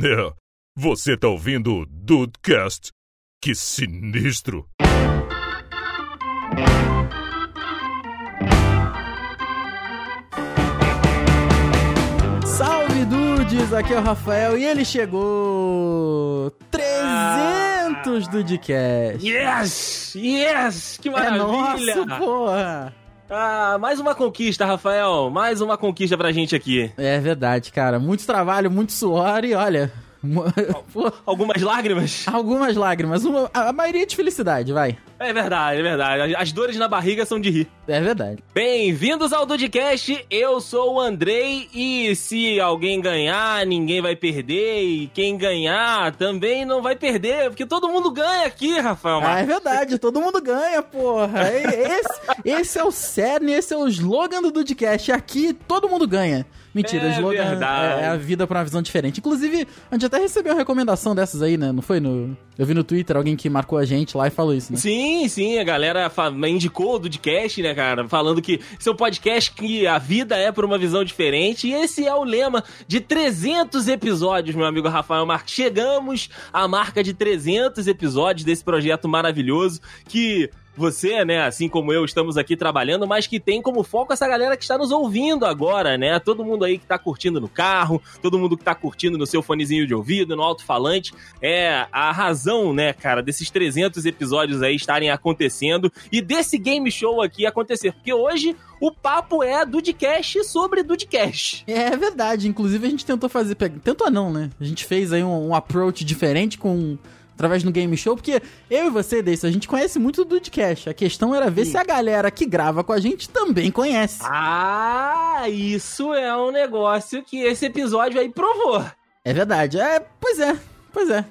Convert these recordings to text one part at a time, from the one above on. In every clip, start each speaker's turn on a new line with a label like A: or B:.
A: É, você tá ouvindo o Dudecast? Que sinistro!
B: Salve Dudes, aqui é o Rafael e ele chegou 300 Dudecast.
C: Yes! Yes! Que
B: É
C: maravilha!
B: nosso, porra!
C: ah, mais uma conquista, Rafael. Mais uma conquista pra gente aqui.
B: É verdade, cara. Muito trabalho, muito suor e olha, mu- pô,
C: Algumas lágrimas?
B: algumas lágrimas, uma- a a maioria é de felicidade, vai.
C: É verdade, é verdade. As dores na barriga são de rir.
B: É verdade.
C: Bem-vindos ao Dudcast. Eu sou o Andrei e se alguém ganhar, ninguém vai perder. E quem ganhar também não vai perder, porque todo mundo ganha aqui, Rafael.
B: Ah, é verdade, todo mundo ganha, porra. E- Esse, esse é o cerne, esse é o slogan do Dudcast. Aqui todo mundo ganha. Mentira,
C: É
B: o slogan
C: verdade.
B: é a vida pra uma visão diferente. Inclusive, a gente até recebeu uma recomendação dessas aí, né? Não foi no. Eu vi no Twitter alguém que marcou a gente lá e falou isso, né?
C: Sim, sim, a galera fa- indicou o Dudcast, né, cara? Falando que seu podcast que a vida é por uma visão diferente. E esse é o lema de 300 episódios, meu amigo Rafael Marques. Chegamos à marca de 300 episódios desse projeto maravilhoso que. Você, né, assim como eu, estamos aqui trabalhando, mas que tem como foco essa galera que está nos ouvindo agora, né? Todo mundo aí que tá curtindo no carro, todo mundo que tá curtindo no seu fonezinho de ouvido, no alto-falante é a razão, né, cara, desses 300 episódios aí estarem acontecendo e desse game show aqui acontecer. Porque hoje o papo é Dudcast sobre Dudcast.
B: É verdade, inclusive a gente tentou fazer. pe- Tentou não, né? A gente fez aí um, um approach diferente com. Através do game show, porque eu e você, Deis, a gente conhece muito do Dudcast. A questão era ver
C: Sim.
B: se a galera que grava com a gente também conhece.
C: Ah, isso é um negócio que esse episódio aí provou.
B: É verdade. É, pois é, pois é.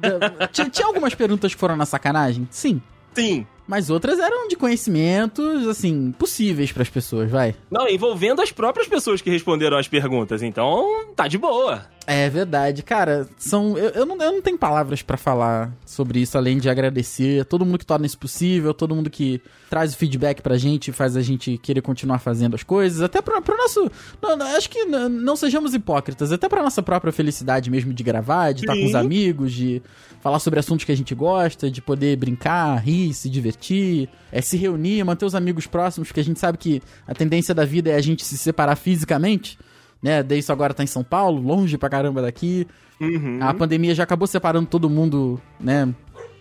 B: Da- tinha, tinha algumas perguntas que foram na sacanagem? Sim.
C: Sim.
B: Mas outras eram de conhecimentos, assim, possíveis pras pessoas, vai.
C: Não, envolvendo as próprias pessoas que responderam as perguntas. Então, tá de boa.
B: É verdade, cara. São. Eu, eu não, eu não tenho palavras pra falar sobre isso, além de agradecer a todo mundo que torna isso possível, todo mundo que traz o feedback pra gente, faz a gente querer continuar fazendo as coisas, até pro, pro nosso. não, não, acho que n- não sejamos hipócritas, até pra nossa própria felicidade mesmo de gravar, de estar com os
C: Sim.
B: amigos, de falar sobre assuntos que a gente gosta, de poder brincar, rir, se divertir, é, se reunir, manter os amigos próximos, porque a gente sabe que a tendência da vida é a gente se separar fisicamente. Né, daí isso agora tá em São Paulo, longe pra caramba daqui.
C: Uhum.
B: A pandemia já acabou separando todo mundo, né?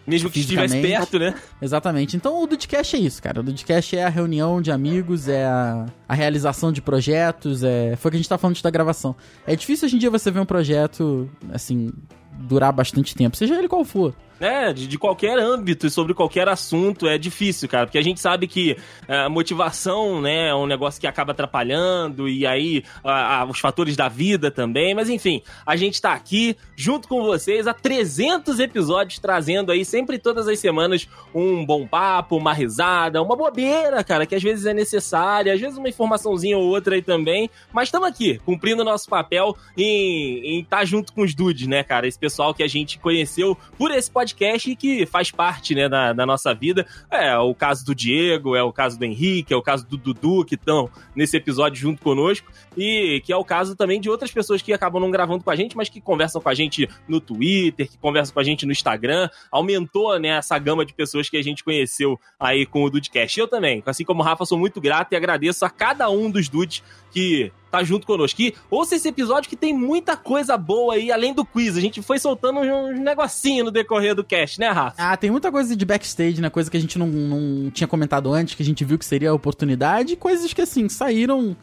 C: Mesmo que estivesse
B: fisicamente.
C: perto, né?
B: Exatamente. Então o Dudcast é isso, cara. O Dudcast é a reunião de amigos, é a, a realização de projetos, é. Foi o que a gente tá falando antes da gravação. É difícil hoje em dia você ver um projeto, assim, durar bastante tempo, seja ele qual for.
C: né, de, de qualquer âmbito e sobre qualquer assunto é difícil, cara, porque a gente sabe que é, a motivação, né, é um negócio que acaba atrapalhando e aí a- a- os fatores da vida também, mas enfim, a gente tá aqui junto com vocês há 300 episódios trazendo aí sempre todas as semanas um bom papo, uma risada, uma bobeira, cara, que às vezes é necessária, às vezes uma informaçãozinha ou outra aí também, mas estamos aqui, cumprindo nosso papel em estar junto com os dudes, né, cara? Esse pessoal que a gente conheceu por esse podcast e que faz parte, né, da, da nossa vida. É o caso do Diego, é o caso do Henrique, é o caso do Dudu, que estão nesse episódio junto conosco. E que é o caso também de outras pessoas que acabam não gravando com a gente, mas que conversam com a gente no Twitter, que conversam com a gente no Instagram. Aumentou, né, essa gama de pessoas que a gente conheceu aí com o Dudecast. Eu também, assim como o Rafa, sou muito grato e agradeço a cada um dos dudes que tá junto conosco. E ouça esse episódio que tem muita coisa boa aí, além do quiz. A gente foi soltando uns negocinhos no decorrer do cast, né, Rafa?
B: Ah, tem muita coisa de backstage, né? Coisa que a gente não, não tinha comentado antes, que a gente viu que seria a oportunidade, e coisas que, assim, saíram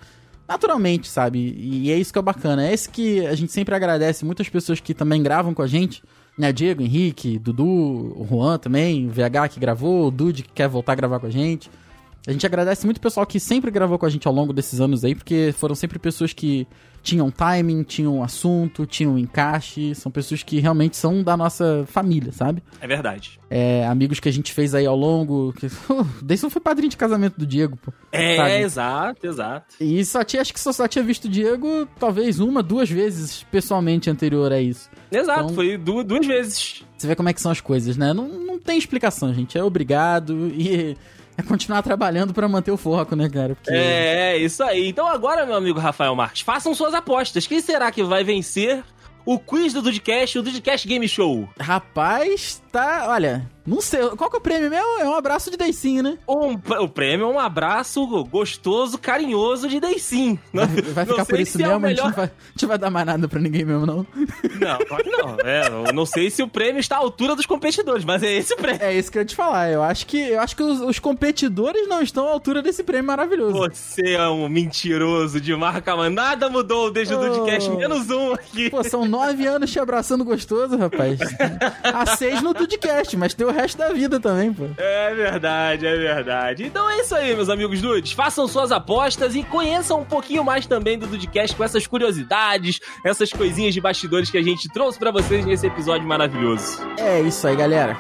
B: naturalmente, sabe? E é isso que é bacana. É isso que a gente sempre agradece muitas pessoas que também gravam com a gente, né? Diego, Henrique, Dudu, o Juan também, o VH que gravou, o Dude que quer voltar a gravar com a gente. A gente agradece muito o pessoal que sempre gravou com a gente ao longo desses anos aí, porque foram sempre pessoas que tinham timing, tinham assunto, tinham encaixe, são pessoas que realmente são da nossa família, sabe?
C: É verdade.
B: É, amigos que a gente fez aí ao longo. Que... Deison foi padrinho de casamento do Diego, pô.
C: É,
B: Sabe?
C: exato, exato.
B: E só tinha, acho que só, só tinha visto o Diego talvez uma, duas vezes pessoalmente anterior a isso.
C: Exato,
B: Então-
C: foi du- duas vezes.
B: Você vê como é que são as coisas, né? Não, não tem explicação, gente. É obrigado e é continuar trabalhando pra manter o foco, né, cara? Porque...
C: É, é, isso aí. Então agora, meu amigo Rafael Marques, façam suas apostas. Quem será que vai vencer o quiz do Dudcast, o Dudcast Game Show.
B: Rapaz, tá. Olha, não sei. Qual que é o prêmio mesmo? É um abraço de Deicinho, né?
C: Um, pr- o prêmio é um abraço gostoso, carinhoso de Deisim. Não-
B: Vai
C: não
B: ficar por
C: sei
B: isso
C: se é o
B: mesmo? A gente não
C: melhor-
B: vai, a gente não vai dar mais nada pra ninguém mesmo, não.
C: Não, claro que não. É, eu não sei se o prêmio está à altura dos competidores, mas é esse o prêmio.
B: É isso que eu ia te falar. Eu acho que, eu acho que os, os competidores não estão à altura desse prêmio maravilhoso.
C: Você é um mentiroso de marca, mas nada mudou desde o
B: Oh.
C: Dudcast, menos um aqui.
B: Pô, são nove anos te abraçando gostoso, rapaz. A seis no Tudcast, mas tem o resto da vida também, pô.
C: É verdade, é verdade. Então é isso aí, meus amigos dudes. Façam suas apostas e conheçam um pouquinho mais também do Dudcast com essas curiosidades, essas coisinhas de bastidores que a gente trouxe pra vocês nesse episódio maravilhoso.
B: É isso aí, galera.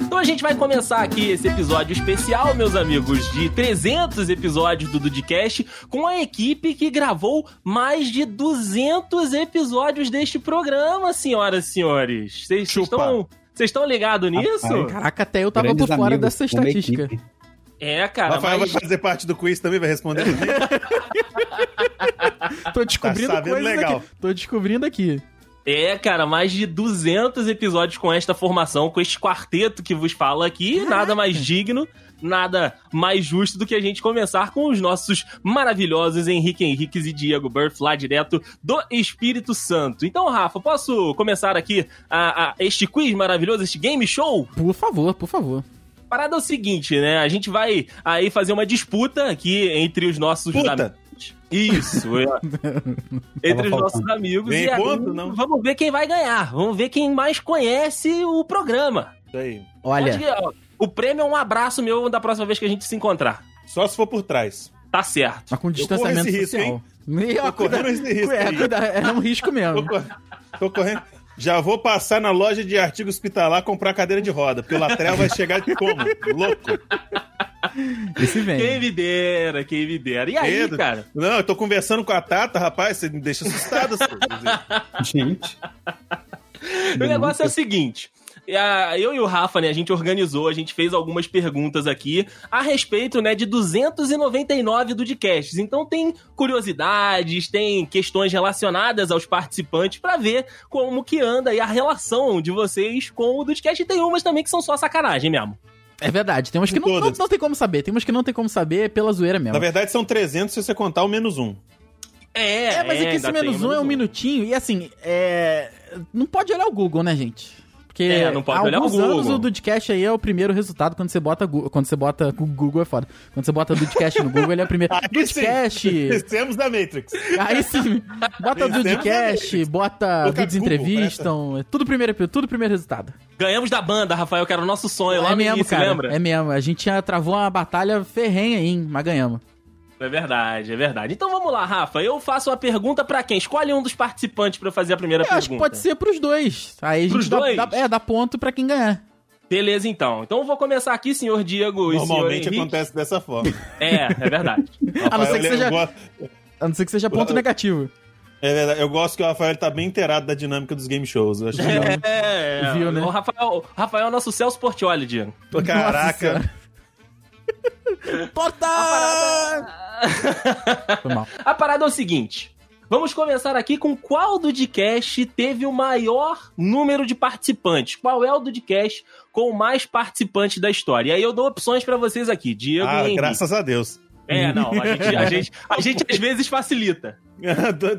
C: Então a gente vai começar aqui esse episódio especial, meus amigos, de 300 episódios do Dudcast, com a equipe que gravou mais de 200 episódios deste programa, senhoras e senhores. Vocês vocês
D: Chupa.
C: estão... Vocês estão ligados nisso?
D: Rapaz.
B: Caraca, até eu tava
E: Grandes
B: por fora
E: amigos,
B: dessa
E: uma
B: estatística.
E: equipe.
C: É, cara.
D: Rafael
C: mas-
D: vai fazer parte do quiz também, vai responder também.
B: Tô descobrindo
D: Tá sabendo
B: coisas
D: legal.
B: aqui. Tô descobrindo aqui.
C: É, cara, mais de 200 episódios com esta formação, com este quarteto que vos fala aqui. Nada mais digno, nada mais justo do que a gente começar com os nossos maravilhosos Henrique Henriques e Diego Burff, lá direto do Espírito Santo. Então, Rafa, posso começar aqui a, a este quiz maravilhoso, este game show?
B: Por favor, por favor.
C: A Parada é o seguinte, né? A gente vai aí fazer uma disputa aqui entre os nossos
D: Puta.
C: amigos. Isso, é. entre os
E: faltando.
C: nossos amigos.
D: Ganhei
C: e aí,
D: ponto? Não.
C: Vamos ver quem vai ganhar. Vamos ver quem mais conhece o programa.
D: Isso aí.
B: Olha,
C: Pode ganhar, ó. o prêmio é um abraço meu da próxima vez que a gente se encontrar.
D: Só se for por trás.
C: Tá certo.
B: mas com distanciamento
D: esse risco,
B: social. E, ó,
D: Tô correndo esse risco
B: é,
D: aí.
B: cuida- é um risco
D: Tô,
B: mesmo.
D: cor- tô correndo. Já vou passar na loja de artigo hospitalar comprar cadeira de roda, porque o lateral vai chegar como? Louco.
B: Esse
C: Quem
B: vem.
C: me dera, quem me dera. E aí,
D: Pedro.
C: cara?
D: Não, eu tô conversando com a Tata, rapaz, você me deixa assustado. assim, seu-
E: Gente.
C: O negócio é o seguinte. a- Eu e o Rafa, né, a gente organizou, a gente fez algumas perguntas aqui a respeito, né, de 299 do Dcasts. Então tem curiosidades, tem questões relacionadas aos participantes pra ver como que anda aí a relação de vocês com o Dudcast. E tem umas também que são só sacanagem mesmo.
B: É verdade, tem umas que não, não,
D: Todas.
B: não tem como saber. Tem umas que não tem como saber pela zoeira mesmo.
D: Na verdade, são 300 se você contar o menos um.
C: É,
B: É, mas é, que esse
C: ainda tem
B: menos um é um minutinho. E assim, é. Não pode olhar o Google, né, gente? Porque
C: É, não pode
B: há
C: olhar o
B: alguns
C: Google.
B: anos o Dudcast aí é o primeiro resultado quando você bota Gu- quando você bota o Google é foda. Quando você bota Dudcast no Google, ele é o primeiro.
D: Aqui sim.
B: Dudcast.
D: Descemos da Matrix.
B: aí sim. Bota
D: Temos
B: Dudcast, bota
D: Coloca
B: vídeos
D: Google,
B: entrevistam, é tudo primeiro, tudo primeiro resultado.
C: Ganhamos da banda, Rafael, que era o nosso sonho lá
B: é
C: no
B: mesmo,
C: início,
B: cara.
C: lembra?
B: É mesmo. A gente já travou uma batalha ferrenha aí, hein, mas ganhamos.
C: É verdade, é verdade. Então vamos lá, Rafa. Eu faço a pergunta pra quem? Escolhe um dos participantes pra fazer é a primeira
B: Eu
C: pergunta.
B: acho que pode ser pros dois. Aí a
C: Pros
B: gente dá-
C: dois?
B: dá, é, dá ponto pra quem ganhar.
C: Beleza, então. Então eu vou começar aqui, senhor Diego e senhor
D: Normalmente
C: Henrique.
D: acontece dessa forma.
C: É, é verdade.
B: A não ser que
D: Rafael,
B: seja-
D: eu gosto-
B: A não ser que seja ponto
D: Eu-
B: negativo.
D: É verdade, eu gosto que o Rafael tá bem inteirado da dinâmica dos game shows. Eu acho legal.
C: É, é.
B: Viu, né?
C: O Rafael, Rafael é o nosso Celso Portioli, Diego.
D: Caraca.
B: Porta! Foi mal.
C: A parada é o seguinte. Vamos começar aqui com qual Dudcast teve o maior número de participantes? Qual é o Dudcast com mais participantes da história? E aí eu dou opções pra vocês aqui, Diego e
D: Ah,
C: Henrique.
D: graças a Deus.
C: É, não, a gente, a, gente, a gente às vezes facilita.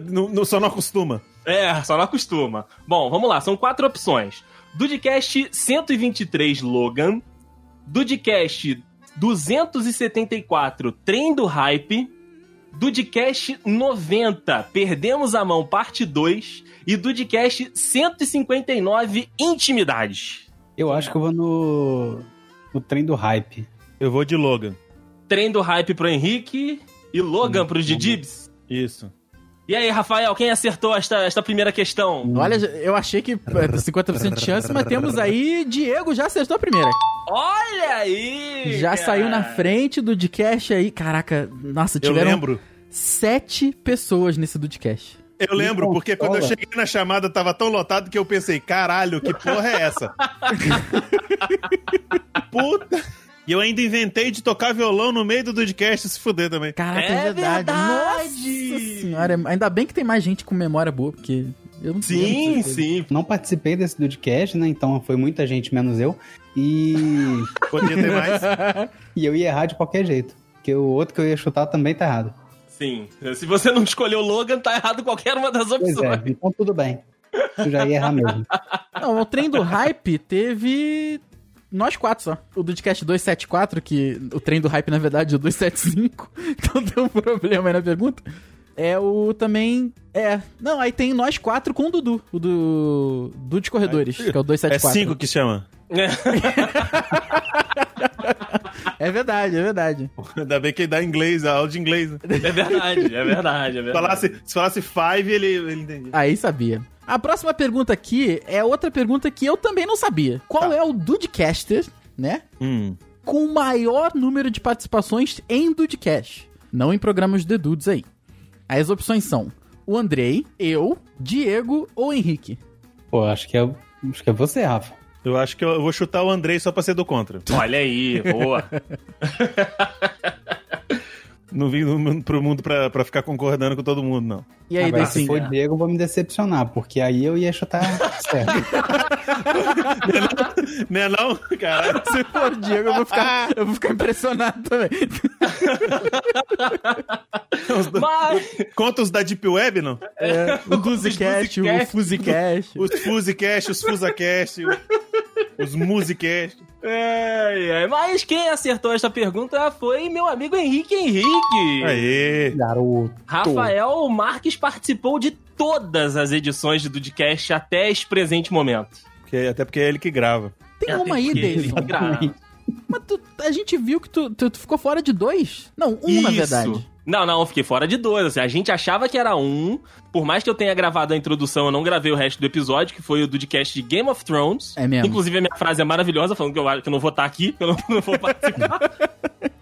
D: não, não- só não acostuma.
C: É, só não acostuma. Bom, vamos lá, são quatro opções. Dudcast 123 Logan, Dudcast 274 Trem do Hype, Dudcast 90 Perdemos a Mão Parte 2 e Dudcast 159 Intimidade.
E: Eu acho que eu vou no. no trem do hype.
D: Eu vou de Logan.
C: Trem do Hype pro Henrique e
B: Hum,
C: Logan pros Didibs.
D: Isso.
C: E aí, Rafael, quem acertou esta, esta primeira questão?
B: eh, Olha, eu achei que pô, 50% de chance, mas temos aí. Diego já acertou a primeira.
C: Olha aí!
B: Já
C: cara.
B: saiu na frente do Dcast aí. Caraca, nossa,
D: Eu
C: um
B: tiveram
D: lembro.
B: sete pessoas nesse Dudcast.
D: Eu lembro, porque quando eu
E: consola.
D: cheguei na chamada tava tão lotado que eu pensei, caralho, que porra é essa? Puta! E eu ainda inventei de tocar violão no meio do podcast e se fuder também.
B: Caraca, é,
C: É
B: verdade.
C: verdade!
B: Nossa senhora, é- ainda bem que tem mais gente com memória boa, porque eu não lembro
C: Sim,
B: dessas coisas.
C: sim.
E: Não participei desse podcast, né? Então foi muita gente, menos eu. E,
D: Podia ter mais.
E: e eu ia errar de qualquer jeito. Porque o outro que eu ia chutar também tá errado.
C: Sim. Se você não escolheu Logan, tá errado qualquer uma das
E: Pois
C: opções.
E: é, então tudo bem. Eu já ia errar mesmo.
B: Não, o trem do hype teve nós quatro só. O Dudcast 274, que o trem do hype, na verdade, é o 275. Então tem um problema aí na pergunta. É o também. É. Não, aí tem nós quatro com o Dudu. O do. Dudu de Corredores, que é o
D: É
B: 274.
D: cinco que chama.
B: É verdade, é verdade.
D: Ainda bem que dá inglês, a aula de inglês. né?
C: É verdade, é verdade, é
D: Se
C: verdade.
D: falasse, se falasse five, ele, ele entendia.
B: Aí sabia. A próxima pergunta aqui é outra pergunta que eu também não sabia. Qual
D: Tá.
B: é o Dudcaster, né?
C: Hum.
B: Com o maior número de participações em Dudcast. Não em programas de dudes aí. Aí As opções são o Andrei, eu, Diego ou Henrique.
E: Pô, acho que é, acho que é você, Rafa.
D: Eu acho que eu, eu vou chutar o Andrei só pra ser do contra.
C: assim, Olha aí, boa.
D: Não vim no mundo- pro mundo pra, pra ficar concordando com todo mundo, não.
B: E aí,
E: Agora, se
B: Decinho?
E: for Diego, eu vou me decepcionar, porque aí eu ia chutar certo.
D: Né não? Caralho.
B: Se for Diego, eu vou ficar, eu vou ficar impressionado também.
D: Os do-
C: Mas,
D: Conta os da Deep Web, não?
B: É, o Duzicast, o
C: Duzicast.
B: Fuzicast.
D: Os Fuzicast, os Fuzacast, o- os Musicast.
C: ai, ai, é, mas quem acertou esta pergunta foi meu amigo Henrique Henrique.
D: Aê!
E: Garoto.
C: Rafael Marques participou de todas as edições do Dudcast até esse presente momento.
D: Porque- até porque é ele que grava.
B: Tem uma aí, Davidson. Mas tu- a gente viu que tu, tu- tu ficou fora de dois? Não, um na verdade.
C: Não, não, eu fiquei fora de dois. assim, a gente achava que era um. Por mais que eu tenha gravado a introdução, eu não gravei o resto do episódio, que foi o Dudcast de Game of Thrones.
B: É mesmo.
C: Inclusive, a minha frase é maravilhosa, falando que eu, que eu não vou estar aqui, que eu não, não vou participar.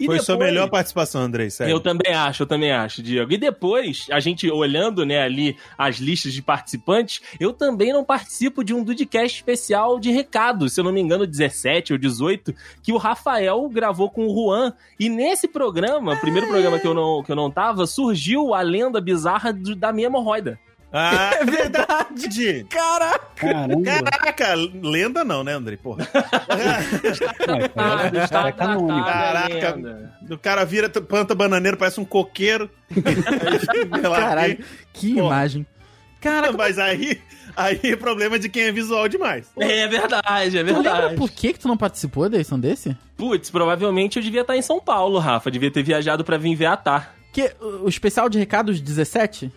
C: E
D: Foi sua
C: depois-
D: melhor participação, Andrei, sério.
C: Eu também acho, eu também acho, Diego. E depois, a gente olhando, né, ali as listas de participantes, eu também não participo de um Dudcast especial de recados, se eu não me engano, 17 ou 18, que o Rafael gravou com o Juan. E nesse programa, o primeiro programa que eu não, que eu não tava, surgiu a lenda bizarra do- da minha hemorroida.
D: Ah,
B: É verdade,
D: Didi.
B: cara!
E: Caramba.
D: Caraca, lenda não, né, Andrei? Porra.
E: Não, cara, cara, é
D: Então
E: canônico.
D: Caraca.
C: a lenda.
D: O cara vira, t- planta bananeiro, parece um coqueiro. Sei lá,
B: Caralho, que
D: Porra.
B: imagem. Cara,
D: quem- Mas aí, aí é problema de quem é visual demais.
C: É verdade, é
B: tu lembra
C: verdade.
B: por que, que tu não participou da edição desse?
C: Putz, provavelmente eu devia estar em São Paulo, Rafa. Devia ter viajado pra vir ver a Tá.
B: Que, o o especial de recados 17?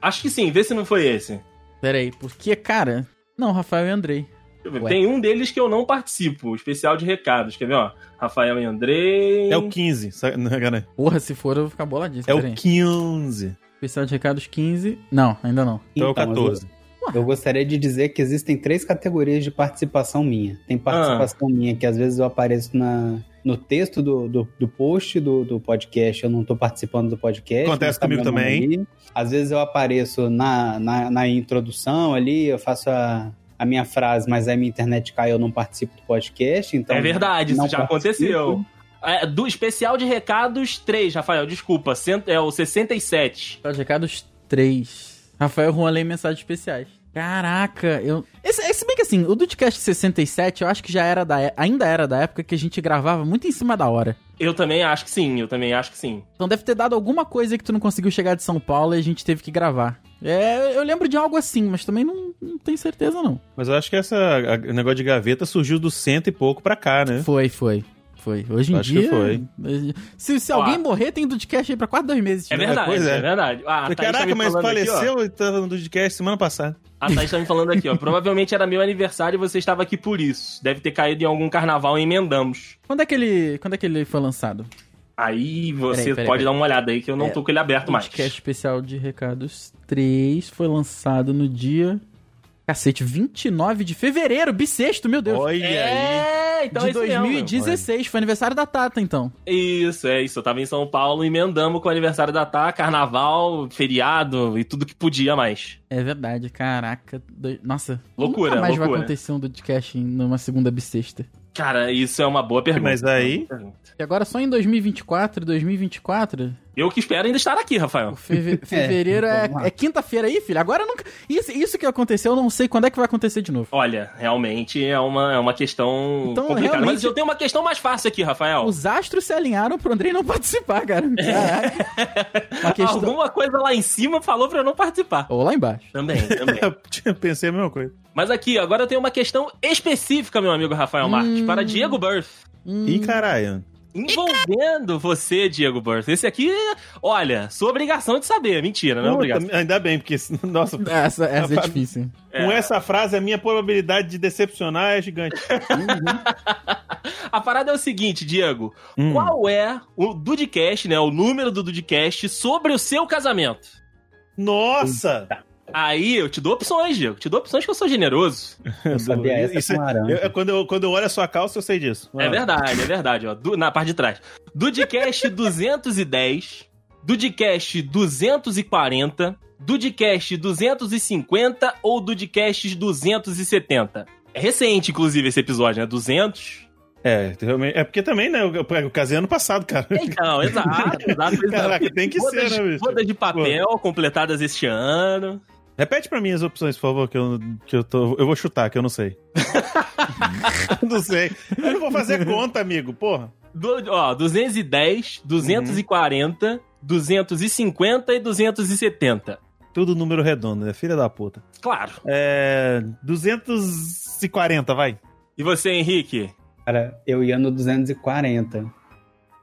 C: Acho que sim, vê se não foi esse.
B: Pera aí, porque, cara... Não, Rafael e Andrei.
C: Deixa eu ver.
B: Ué.
C: Tem um deles que eu não participo, o especial de recados. Quer ver, ó? Rafael e Andrei.
D: É o 15, sabe? Não, cara,
B: Porra, se for eu vou ficar boladíssimo.
D: É
B: Pera
D: o
B: aí.
D: 15.
B: Especial de recados 15... Não, ainda não.
D: Então é o
E: Então,
D: 14.
E: Eu gostaria de dizer que existem três categorias de participação minha. Tem participação minha que às vezes eu apareço na, no texto do, do, do post do, do podcast, eu não tô participando do podcast.
D: Acontece
E: mas tá
D: comigo
E: meu nome
D: também.
E: ali. Às vezes eu apareço na, na, na introdução ali, eu faço a, a minha frase, mas aí minha internet cai e eu não participo do podcast. Então
C: É verdade, isso
E: não
C: já
E: participo.
C: aconteceu. É, do especial de recados 3, Rafael, desculpa. cento- É o 67.
B: Especial de recados 3. Rafael Juan lê mensagens especiais. Caraca, eu. Esse, é, se bem que assim, o Dudcast 67, eu acho que já era da. é- Ainda era da época que a gente gravava muito em cima da hora.
C: Eu também acho que sim, eu também acho que sim.
B: Então deve ter dado alguma coisa que tu não conseguiu chegar de São Paulo e a gente teve que gravar. É, eu lembro de algo assim, mas também não, não tenho certeza, não.
D: Mas eu acho que essa, a- o negócio de gaveta surgiu do cento e pouco pra cá, né?
B: Foi, foi. Foi. Hoje em
D: Acho que
B: dia.
D: foi.
B: Se, se
C: Ó.
B: alguém morrer, tem Dudcast aí pra quase dois meses. né?
C: É verdade,
D: pois é.
C: é. verdade. Ah, a Thaís tá me
D: Caraca, mas
C: falando aqui, ó.
D: faleceu e tava no podcast semana passada.
C: A Thaís tá me falando aqui, ó. Provavelmente era meu aniversário e você estava aqui por isso. Deve ter caído em algum carnaval e emendamos.
B: Quando é que ele, quando é que ele foi lançado?
C: Aí você
B: Peraí, peraí,
C: pode
B: peraí.
C: dar uma olhada aí, que eu não
B: É,
C: tô com ele aberto mais.
B: podcast especial de recados 3 foi lançado no dia Cacete, 29 de fevereiro, bissexto, meu Deus.
D: Olha aí.
C: É, então
B: de
C: é isso mesmo.
B: 2016, foi aniversário da Tata, então.
C: Isso, é isso. Eu tava em São Paulo, emendamos com o aniversário da Tá, carnaval, feriado e tudo que podia mais.
B: É verdade, caraca. do- Nossa.
C: Loucura,
B: Nunca mais vai
C: loucura.
B: acontecer um podcast em- numa segunda bissexta.
C: Cara, isso é uma boa pergunta.
D: Mas aí-
B: E agora só em 2024, 2024,
C: Eu que espero ainda estar aqui, Rafael.
B: o feve- fevereiro é,
E: vamos lá.
B: é quinta-feira aí, filho. Agora nunca. Isso, isso que aconteceu, eu não sei quando é que vai acontecer de novo.
C: Olha, realmente é uma, é uma questão
B: Então,
C: complicada. Mas
B: realmente-
C: eu tenho uma questão mais fácil aqui, Rafael.
B: Os astros se alinharam pro Andrei não participar, cara.
D: É.
B: Caraca. Uma questão-
C: Alguma coisa lá em cima falou pra eu não participar.
B: Ou lá embaixo.
C: Também, também.
D: Eu pensei a mesma coisa.
C: Mas aqui, agora eu tenho uma questão específica, meu amigo Rafael Marques,
B: Hum.
C: para Diego Birth.
B: Hum,
D: Ih, caralho.
C: Envolvendo você, Diego Birth. Esse aqui, olha, sua obrigação de saber. Mentira, não é obrigação.
D: Puta, ainda bem, porque, nossa,
B: essa essa é
D: Rapaz,
B: difícil.
D: com essa frase a minha probabilidade de decepcionar é gigante.
C: A parada é o seguinte, Diego.
D: Hum.
C: Qual é o Dudcast, né? O número do Dudcast sobre o seu casamento?
D: Nossa!
C: Aí eu te dou opções, Diego. Te dou opções que eu sou generoso.
E: Eu sabia essa
D: Isso é-
E: com laranja.
D: Eu- eu- quando, eu, quando eu olho a sua calça, eu sei disso. Ah.
C: É verdade, é verdade, ó. Du- na parte de trás. Dudcast 210, Dudcast 240, Dudcast 250 ou Dudcast 270. É recente, inclusive, esse episódio, né? 200.
D: É, realmente- é porque também, né? Eu, eu casei ano passado, cara.
C: Então, exato, exato.
D: Caraca, tem que
C: Bodas-
D: ser, né, bicho?
C: Bodas de papel completadas este ano.
D: Repete pra mim as opções, por favor, que eu, que eu tô. Eu vou chutar, que eu não sei. não sei. Eu não vou fazer conta, amigo, porra.
C: Do, ó, 210, 240, 250 e 270.
D: Tudo número redondo, né? Filha da puta.
C: Claro.
D: É. 240, vai.
C: E você, Henrique?
E: Cara, eu ia no 240.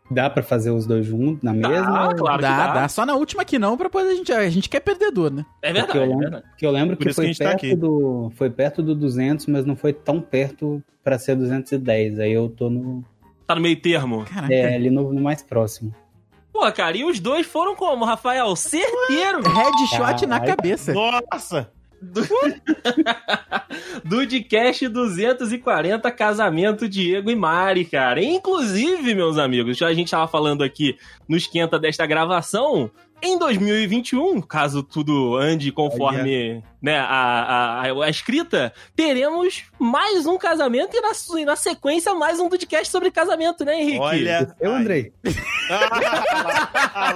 E: Dá pra fazer os dois juntos na
C: Dá,
E: mesma?
C: Tá, claro que
B: dá,
C: dá.
B: dá. Só na última que não, pra poder a gente. A gente quer perdedor, né?
C: É
E: Porque
C: verdade,
E: eu
C: é
E: lembro-
C: verdade.
E: Que eu lembro
D: Por
E: que
D: isso que
E: foi
D: a gente tá
E: perto
D: aqui.
E: do foi perto do 200, mas não foi tão perto pra ser 210. Aí eu tô no
C: Tá no meio termo.
B: Caraca.
E: é, ali no, no mais próximo.
C: Pô, cara, e os dois foram como, Rafael? Certeiro!
B: Headshot na
E: Caralho.
B: cabeça.
D: Nossa!
C: Do... Dudcast 240, casamento Diego e Mari, cara. Inclusive, meus amigos, já a gente tava falando aqui no esquenta desta gravação. Em 2021, caso tudo ande conforme
E: é.
C: né, a, a, a- a escrita, teremos mais um casamento e na, su- e na sequência mais um podcast sobre casamento, né, Henrique?
D: Olha.
E: Eu, Andrei.
D: Ah, lá, ah,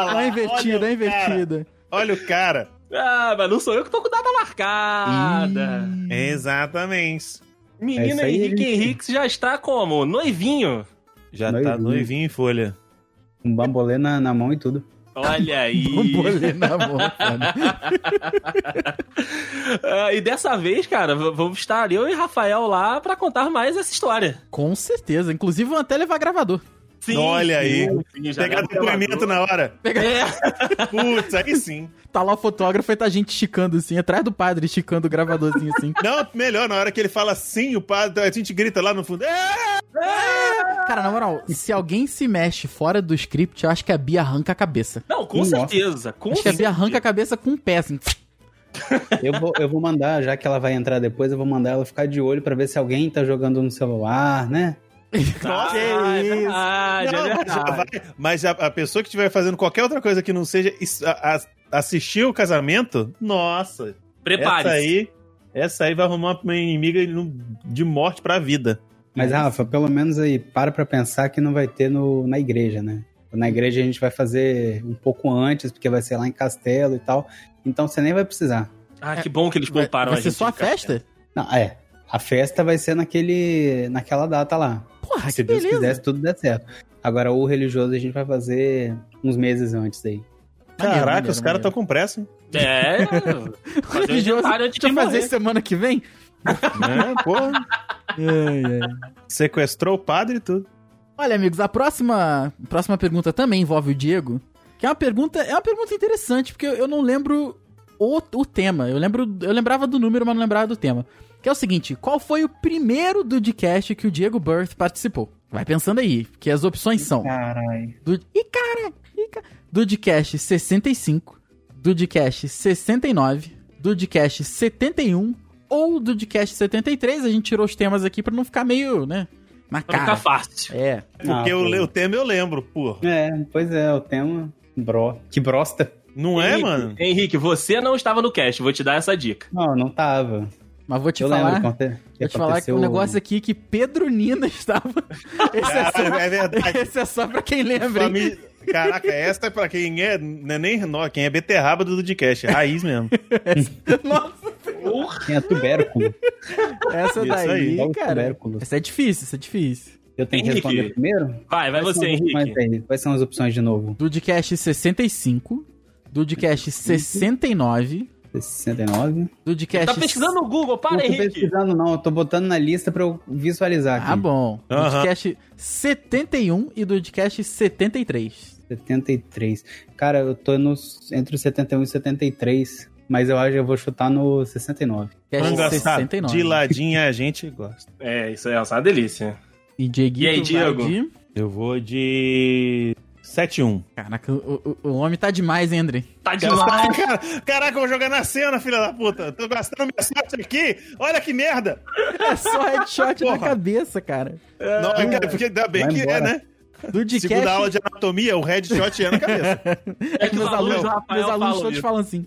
D: lá.
B: Lá invertida,
D: Olha
B: é
D: o cara,
B: invertida.
D: Olha o cara.
C: Ah, mas não sou eu que tô com data marcada.
D: Exatamente.
E: É
C: Menino
E: isso aí,
C: Henrique
E: gente.
C: Henrique já está como? Noivinho.
D: Já tá
E: Noivinho.
D: noivinho em folha.
E: Um bambolê na, na mão e tudo.
C: Olha aí.
B: Bambolê na mão, cara.
C: Ah, e dessa vez, cara, v- vamos estar eu e Rafael lá pra contar mais essa história.
B: Com certeza. Inclusive, vão até levar gravador.
C: Sim.
D: Olha aí.
C: sim, já
D: Pegar
C: gravou
D: depoimento
C: gravador.
D: na hora.
C: É,
D: Putz, aí sim.
B: Tá lá o fotógrafo e tá a gente esticando assim, atrás do padre, esticando o gravadorzinho assim.
D: Não, melhor, na hora que ele fala sim, o padre, a gente grita lá no fundo. "É!"
B: Cara, na moral, se alguém se mexe fora do script, eu acho que a Bia arranca a cabeça.
C: Não, com
E: Nossa.
C: certeza. Com
B: Acho que a Bia
C: certeza.
B: arranca a cabeça com um pé, assim.
E: Eu vou, eu vou mandar, já que ela vai entrar depois, eu vou mandar ela ficar de olho pra ver se alguém tá jogando no celular, né?
C: Ah,
D: Nossa,
C: é
D: isso.
C: verdade,
D: Não,
C: é
D: mas já
C: verdade.
D: vai- mas a, a pessoa que estiver fazendo qualquer outra coisa que não seja is- a- a- assistir o casamento, nossa, essa
C: Prepare-se.
D: aí, essa aí vai arrumar uma inimiga no- de morte pra vida.
E: Mas, Rafa, pelo menos aí, para pra pensar que não vai ter no, na igreja, né? Na igreja a gente vai fazer um pouco antes, porque vai ser lá em Castelo e tal. Então você nem vai precisar.
C: Ah, que bom que eles
B: Vai,
C: pouparam
B: vai
C: a
B: ser
C: gente.
B: só a
C: cara.
B: festa?
E: Não, é. A festa vai ser naquele, naquela data lá.
B: Porra,
E: Se
B: Ah, que
E: Deus
B: beleza.
E: quiser, se tudo der certo. Agora, o religioso a gente vai fazer uns meses antes aí.
B: Maneiro,
D: Caraca,
B: maneiro,
D: os caras
B: maneiro.
D: estão com pressa, hein?
C: É.
B: O
C: Fazer um
B: religioso
C: jantar antes
B: Deixa
C: de
B: eu fazer
C: morrer.
B: semana que vem?
D: É, porra.
B: Ai, ai.
D: Sequestrou o padre e tudo.
B: Olha, amigos, a próxima, próxima pergunta também envolve o Diego. Que é uma pergunta, é uma pergunta interessante, porque eu, eu não lembro o, o tema. Eu lembro, eu lembrava do número, mas não lembrava do tema. Que é o seguinte, qual foi o primeiro Dudcast que o Diego Birth participou? Vai pensando aí, que as opções são...
E: Caralho.
B: Du... Ih, cara! Ih, cara. Dudcast 65, Dudcast 69, Dudcast 71 ou Dudcast 73. A gente tirou os temas aqui pra não ficar meio, né? Na
C: Pra ficar
B: cara.
C: fácil.
B: É.
C: Ah,
D: Porque eu, le- o tema eu lembro, pô.
E: Ah, É, pois é, o tema. Bro. Que brosta.
D: Não é,
C: Henrique,
D: mano?
C: Henrique, você não estava no cast, vou te dar essa dica.
E: Não, não tava.
B: Mas vou te
E: eu
B: falar.
E: lembro aconte- que
B: Vou te falar que
E: aconteceu-
B: um negócio aqui que Pedro Nina estava. Esse é
D: Cara,
B: só,
D: é verdade.
B: esse é só pra quem
D: Pra
B: lembra. hein?
D: mim- Caraca, essa é pra quem é, não é nem Renault, quem é beterraba do Dudcast, é raiz mesmo.
B: Nossa,
E: Tinha tubérculo.
B: essa
D: Isso
B: daí,
D: aí, um
E: Logo
B: cara.
E: tubérculo.
B: Essa é difícil, essa é difícil.
E: Eu tenho que
C: Henrique.
E: responder primeiro?
C: Vai, vai
E: Quais
C: você,
E: são as opções
C: Henrique.
E: aí? Quais são as opções de novo?
B: Dudcast 65, Dudcast 69,
E: 69.
B: Dudcast...
C: Tá pesquisando no Google, para,
E: não tô
C: Henrique.
E: pesquisando, não. Eu tô botando na lista pra eu visualizar aqui.
B: Ah, bom.
D: Aham.
B: Dudcast 71 e Dudcast 73.
E: 73. Cara, eu tô nos, entre o 71 e 73. Mas eu acho que eu vou chutar no 69.
B: Cast
D: Engraçado,
B: 69.
D: de ladinho a gente gosta.
C: É, isso aí é uma delícia.
B: E Dieguito
C: E aí,
B: vai
C: Diego?
B: de-
D: Eu vou de 7-1.
B: Caraca, o, o- o homem tá demais, hein, André.
C: Tá demais.
D: Cara- Caraca, eu vou jogar na cena, filha da puta. Tô gastando minha sorte aqui. Olha que merda.
B: É só headshot na
D: Porra.
B: cabeça, cara.
D: Não, cara, porque ainda bem
E: Vai
D: que
E: embora.
D: é, né?
B: Dudcast...
D: Segunda aula de anatomia, o headshot é na cabeça.
C: É que
B: meus
C: os alunos,
B: alunos,
C: do Rafael,
B: meus alunos
C: falam
B: todos
C: isso.
B: falam assim.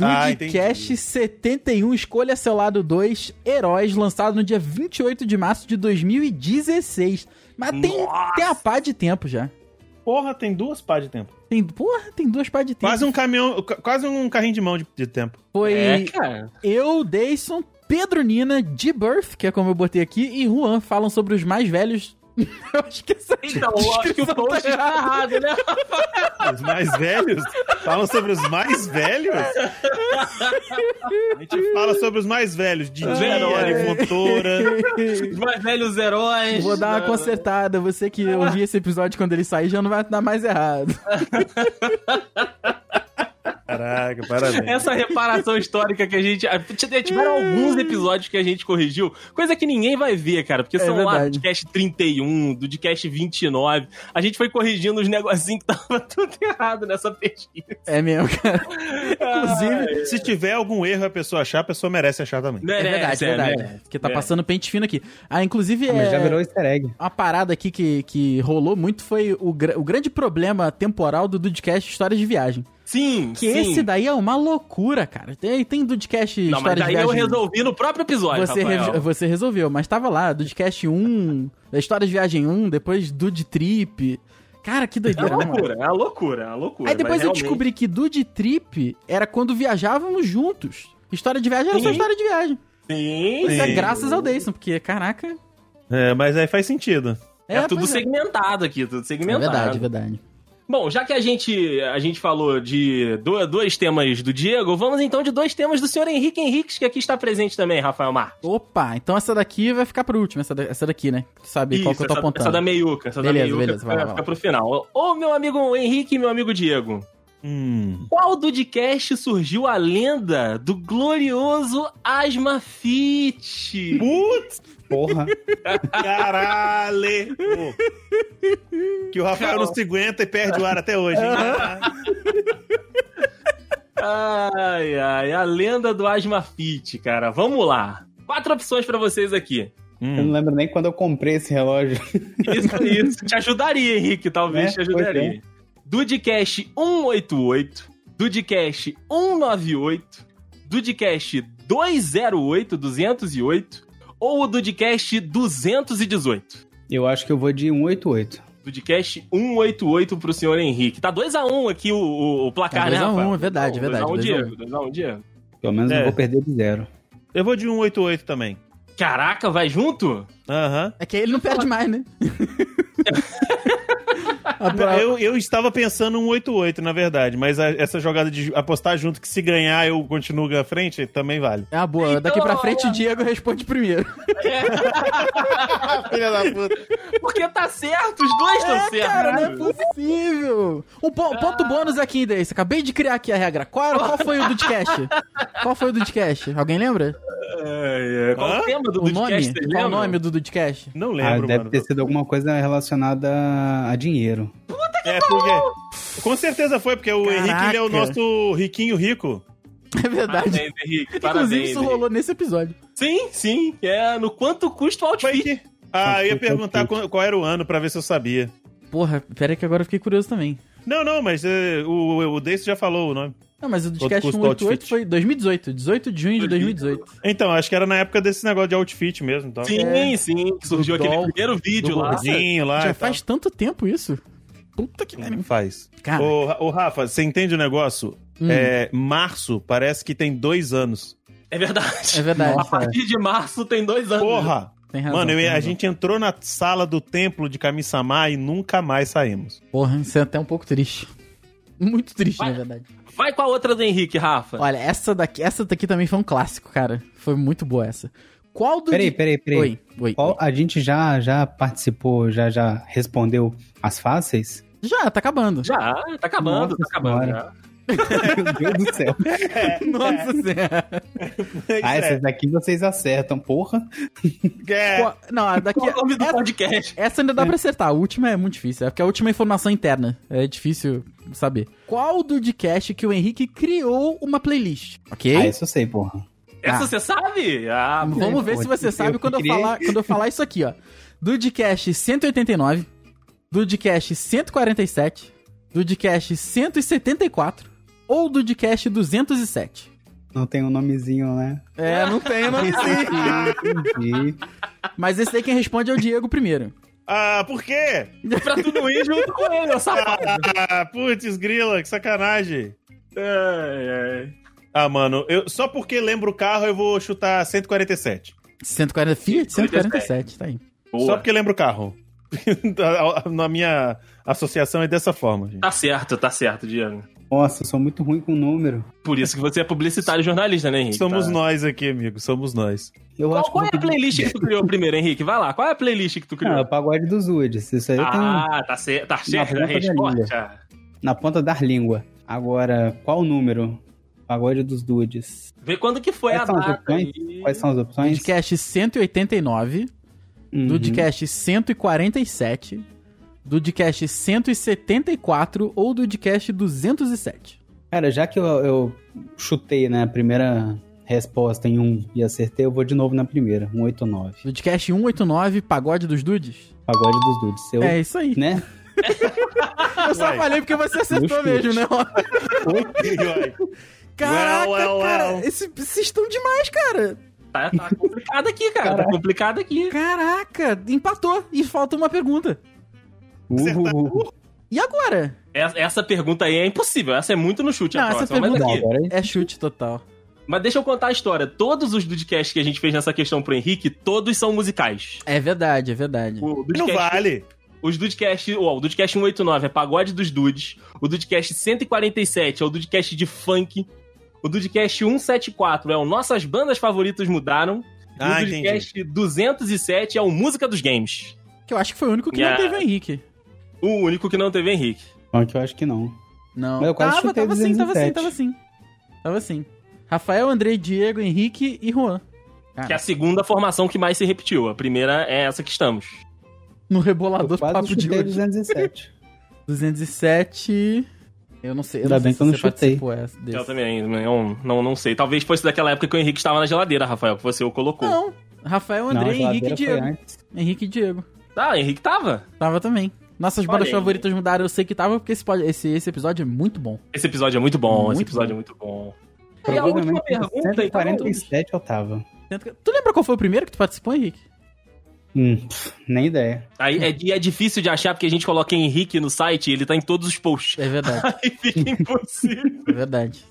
D: Ah,
B: Dudcast
D: entendi.
B: 71, escolha seu lado 2, Heróis, lançado no dia 28 de março de 2016. Mas tem,
C: Nossa!
B: tem a pá de tempo já.
D: Porra, tem duas pá de tempo.
B: Tem, porra, tem duas pá de tempo.
D: Quase um caminhão, qu- quase um carrinho de mão de, de tempo.
B: Foi
C: É, cara.
B: eu, Dayson, Pedro Nina, de Birth, que é como eu botei aqui, e Juan falam sobre os mais velhos. eu acho que essa
C: Então, eu acho que o
B: descrição
C: post
B: tá
C: tá
B: errada.
C: errado, né?
D: Os mais velhos? Falam sobre os mais velhos? A gente fala sobre os mais velhos. Didi,
C: Velho,
D: Ari Montoura.
C: Os mais velhos heróis.
B: Vou dar uma
C: Não.
B: consertada. Você que ouvir esse episódio quando ele sair já não vai dar mais errado.
D: Caraca, parabéns.
C: Essa reparação histórica que a gente. ah, t-
B: É.
C: Tiveram alguns episódios que a gente corrigiu, coisa que ninguém vai ver, cara, porque
B: É
C: são lá
B: verdade.
C: do Dudcast 31, do Dudcast 29. A gente foi corrigindo os negocinhos que tava tudo errado nessa pesquisa.
B: É mesmo, cara. Inclusive,
D: Se tiver algum erro e a pessoa achar, a pessoa merece achar também.
B: É verdade, é verdade. Porque tá
C: É.
B: passando pente fino aqui. Ah, inclusive,
E: Ah, Mas já
B: é,
E: virou easter egg.
B: uma parada aqui que, que rolou muito foi o, gra- o grande problema temporal do Dudcast Histórias de Viagem.
C: Sim,
B: Que
C: sim.
B: esse daí é uma loucura, cara. Tem, tem Dudcast
C: Não, mas
B: Histórias de
C: daí eu
B: Viagem.
C: resolvi no próprio episódio,
B: tá Você,
C: Rafael.
B: re- você resolveu, mas tava lá, Dudcast 1, da História de Viagem 1, depois Dud Trip. Cara, que
C: É
B: doideira,
C: uma
B: né, mano?
C: loucura, é uma loucura, é uma loucura.
B: Aí depois
C: mas
B: eu
C: realmente-
B: descobri que Dude Trip era quando viajávamos juntos. História de viagem era só
C: Sim.
B: história de viagem.
C: Sim,
B: Isso é
D: Sim.
B: graças ao Dayson, porque, caraca.
D: É, mas aí faz sentido.
C: É, tudo
B: pois
C: segmentado aqui, tudo
B: É
C: segmentado.
B: verdade, é verdade.
C: Bom, já que a gente, a gente falou de do- dois temas do Diego, vamos então de dois temas do senhor Henrique Henriques, que aqui está presente também, Rafael Mar.
B: Opa, então essa daqui vai ficar por último, essa, da- essa daqui, né? Tu sabe qual que eu tô
C: essa,
B: apontando.
C: essa da meiuca, essa
B: Beleza,
C: da meiuca
B: beleza, vai lá, vai
C: fica,
B: lá.
C: fica pro final. Ô, meu amigo Henrique e meu amigo Diego,
D: Hum.
C: qual do podcast surgiu a lenda do glorioso Asma Fit?
D: Putz,
E: Porra.
D: caralho! Pô. Que o Rafael não se aguenta e perde o ar até hoje. hein?
C: Ai, ai, a lenda do Asma Fit, cara. Vamos lá. Quatro opções pra vocês aqui.
E: eu não
D: Hum.
E: lembro nem quando eu comprei esse relógio.
C: Isso, isso. Te ajudaria, Henrique, talvez
E: É,
C: te ajudaria. um Dudcast 188, Dudcast 198, Dudcast 208, 208 ou o Dudcast 218.
E: Eu acho que eu vou de 188.
C: Dudcast 188 pro senhor Henrique. Tá 2x1 aqui o, o- o placar,
B: Tá
C: né,
B: 2x1,
C: Rafael?
B: é verdade, é verdade,
C: 2x1,
B: 2x1.
C: Diego. 2x1, Diego.
E: Pelo menos
D: É.
E: não vou perder de zero.
D: Eu vou de 188 também.
C: Caraca, vai junto?
D: Aham.
B: É que aí ele não
C: Então,
B: perde mais, né? A pro-
D: Eu, eu estava pensando em 188, na verdade, mas a- essa jogada de apostar junto que se ganhar eu continuo à frente também vale.
B: É uma boa.
C: então,
B: Daqui pra frente o Diego responde primeiro.
D: Filha da puta.
C: Porque tá certo, os dois estão certos.
B: Cara, não é possível. Um po-
C: Ah.
B: ponto bônus aqui, Dayson. Acabei de criar aqui a regra. Qual, era- qual foi o Dudcast? Qual foi o Dudcast? Alguém lembra?
C: É, é. Qual
D: Hã?
C: o tema do
B: o nome?
C: podcast?
B: Qual o nome do Dudcast?
D: Não
E: Ah,
D: lembro,
E: deve
D: mano.
E: ter sido alguma coisa relacionada a- a dinheiro.
D: É porque com certeza foi porque o
B: Caraca.
D: Henrique ele é o nosso riquinho rico.
B: É verdade.
C: Parabéns, Henrique. Parabéns.
B: Inclusive, isso
C: Henrique.
B: rolou nesse episódio.
C: Sim, sim. É no quanto custa o
D: Mas
C: outfit.
D: que... Ah, eu ia perguntar qual, qual era o ano pra ver se eu sabia.
B: Porra, pera que agora eu fiquei curioso também.
D: Não, não, mas eh, o, o Deice já falou o nome.
B: Não, mas o Discast
D: custo
B: 188
D: outfit?
B: foi 2018. 18 de junho de 2018.
D: Então, acho que era na época desse negócio de outfit mesmo. Então. Um
C: Sim, sim. que Surgiu
B: Do
C: aquele
B: doll,
C: primeiro vídeo lá.
B: gordinho.
D: Gordinho lá.
B: Já
D: e tal.
B: faz né? tanto tempo isso. Puta que pariu.
D: Não faz.
B: Cara,
D: Ô, Ra- ô, Rafa, você entende o negócio?
B: hum, é...
D: É, março parece que tem dois anos.
C: É verdade.
B: verdade.
E: Nossa.
C: A partir de março tem dois anos.
D: Porra!
B: Tem razão.
D: Mano, eu-
B: tem
D: a
B: razão.
D: gente entrou na sala do templo de Kami-sama e nunca mais saímos.
B: Porra, isso é até um pouco triste. Muito triste, na verdade.
C: Vai com a outra do Henrique, Rafa.
B: Olha, essa daqui, essa daqui também foi um clássico, cara. Foi muito boa essa. Qual do.
E: Peraí,
B: di-
E: peraí, peraí.
B: Oi, oi.
E: Qual- a gente já, já participou, já, já respondeu as fáceis?
B: Já, tá acabando.
C: Já, tá acabando,
E: Nossa
C: tá acabando.
E: Senhora.
C: já.
E: Meu Deus do céu.
B: Nossa senhora.
E: Ah,
D: É,
E: essas daqui vocês acertam, porra.
D: é,
B: Qual- Não, a daqui.
C: Qual o nome do
B: Essa,
C: podcast?
B: essa ainda dá pra acertar. A última é muito difícil. É porque a última é informação interna. É difícil saber. Qual do podcast que o Henrique criou uma playlist? Ok?
E: Ah, isso eu sei, porra.
C: Essa você sabe? Ah,
B: Vamos ver
E: pô,
B: se você
E: eu
B: sabe quando eu,
E: criei.
B: falar, quando eu falar isso aqui, ó. Dudcast 189, Dudcast 147, Dudcast 174 ou Dudcast 207.
E: Não tem um nomezinho, né?
B: É, não tem nome sim.
E: Ah, Entendi.
B: Mas esse daí quem responde é o Diego primeiro.
D: Ah, por quê?
C: pra tudo ir junto com ele, essa
D: Ah, putz, grila, que sacanagem. Ah, mano, eu, só porque lembro o carro eu vou chutar 147.
B: 140, Fiat 147, tá aí.
D: Só
C: Boa.
D: porque lembro o carro. Na minha associação é dessa forma, gente.
C: Tá certo, tá certo, Diego.
E: Nossa, eu sou muito ruim com número.
C: Por isso que você é publicitário e jornalista, né, Henrique?
D: Somos
C: Tá.
D: nós aqui, amigo, somos nós.
E: Eu
C: Qual,
E: acho
C: qual é
E: que eu
C: a
E: vou pedir-
C: playlist que tu criou primeiro, Henrique? Vai lá, qual é a playlist que tu
E: Não, é
C: criou?
E: o pagode dos Woods. Isso aí eu
B: um
E: tenho
C: ah, tá, cer tá certa
E: ponta
C: a
E: da
C: resposta.
E: na ponta da língua. Agora, qual o número? Pagode dos Dudes.
C: Vê quando que foi
E: Quais
C: a
E: são as
C: data.
E: opções?
C: aí.
E: Quais são as opções?
B: Dudcast 189,
E: Uhum.
B: Dudcast 147, Dudcast 174 ou Dudcast 207.
E: Cara, já que eu, eu chutei na primeira resposta em um e acertei, eu vou de novo na primeira. 189.
B: Dudcast 189, Pagode dos Dudes.
E: Pagode dos Dudes. Eu,
B: É isso aí.
E: né?
B: Eu só
D: Uai.
B: falei porque você acertou
E: Justo.
B: mesmo, né? Caraca,
D: Well, well,
B: cara,
D: well.
B: esse- vocês estão demais, cara.
C: Tá, tá complicado aqui, cara. Tá complicado aqui.
B: Caraca, empatou e falta uma pergunta.
C: tá
E: Uhul.
B: E agora?
C: Essa, essa pergunta aí é impossível. Essa é muito no chute. a
B: Não, essa
C: próxima, mas
B: pergunta-
E: Não,
C: aqui.
E: agora
B: É chute total.
C: Mas deixa eu contar a história. Todos os Dudcasts que a gente fez nessa questão pro Henrique, todos são musicais.
B: É verdade, é verdade.
C: O
D: Não
C: Dudecast-
D: vale.
C: Os Dudcast, ó, o Dudcast 189 é pagode dos dudes, o Dudcast 147 é o Dudcast de funk, o Dudcast 174 é o Nossas Bandas Favoritas Mudaram,
D: Ah,
C: e o
D: entendi.
C: Dudcast 207 é o Música dos Games.
B: Que eu acho que foi o único que
C: Yeah.
B: não teve o Henrique.
C: O único que é não teve Henrique.
E: é- Bom, que eu acho que não.
B: Não.
E: Mas eu quase
B: tava,
E: chutei
B: tava sim, tava sim,
E: 207.
B: tava sim. Tava sim. Rafael, Andrei, Diego, Henrique e Juan.
C: Que é a segunda formação que mais se repetiu. A primeira é essa que estamos.
B: No
E: Eu
B: rebolador do
E: quase
B: papo Ah, de
E: chutei
B: hoje.
E: 217.
B: 207. Eu não sei. Eu
E: Ainda
B: não sei
E: bem que eu não
B: se você
E: chutei.
B: participou essa- desse.
C: Eu também não, não, não sei. Talvez fosse daquela época que o Henrique estava na geladeira, Rafael, que você o colocou.
B: Não. Rafael,
E: Não, a
B: Andrei,
E: geladeira
B: Henrique e
E: foi
B: Diego.
E: antes.
B: Henrique e Diego.
C: Ah, o Henrique tava.
B: Tava também. Nossas
C: Olha
B: bandas
C: aí.
B: favoritas mudaram, eu sei que tava, porque esse, pod- esse, esse episódio é muito bom.
C: Esse episódio é muito bom, esse
B: Muito
C: episódio
B: bom.
C: é muito bom. E a última
E: Provavelmente
C: pergunta, então,
E: 147 eu tava.
B: Tanto que- Tu lembra qual foi o primeiro que tu participou, Henrique?
E: Hum, pff, nem ideia.
C: Aí é, e é difícil de achar, porque a gente coloca Henrique no site e ele tá em todos os posts.
B: É verdade,
C: Aí fica impossível.
B: é verdade.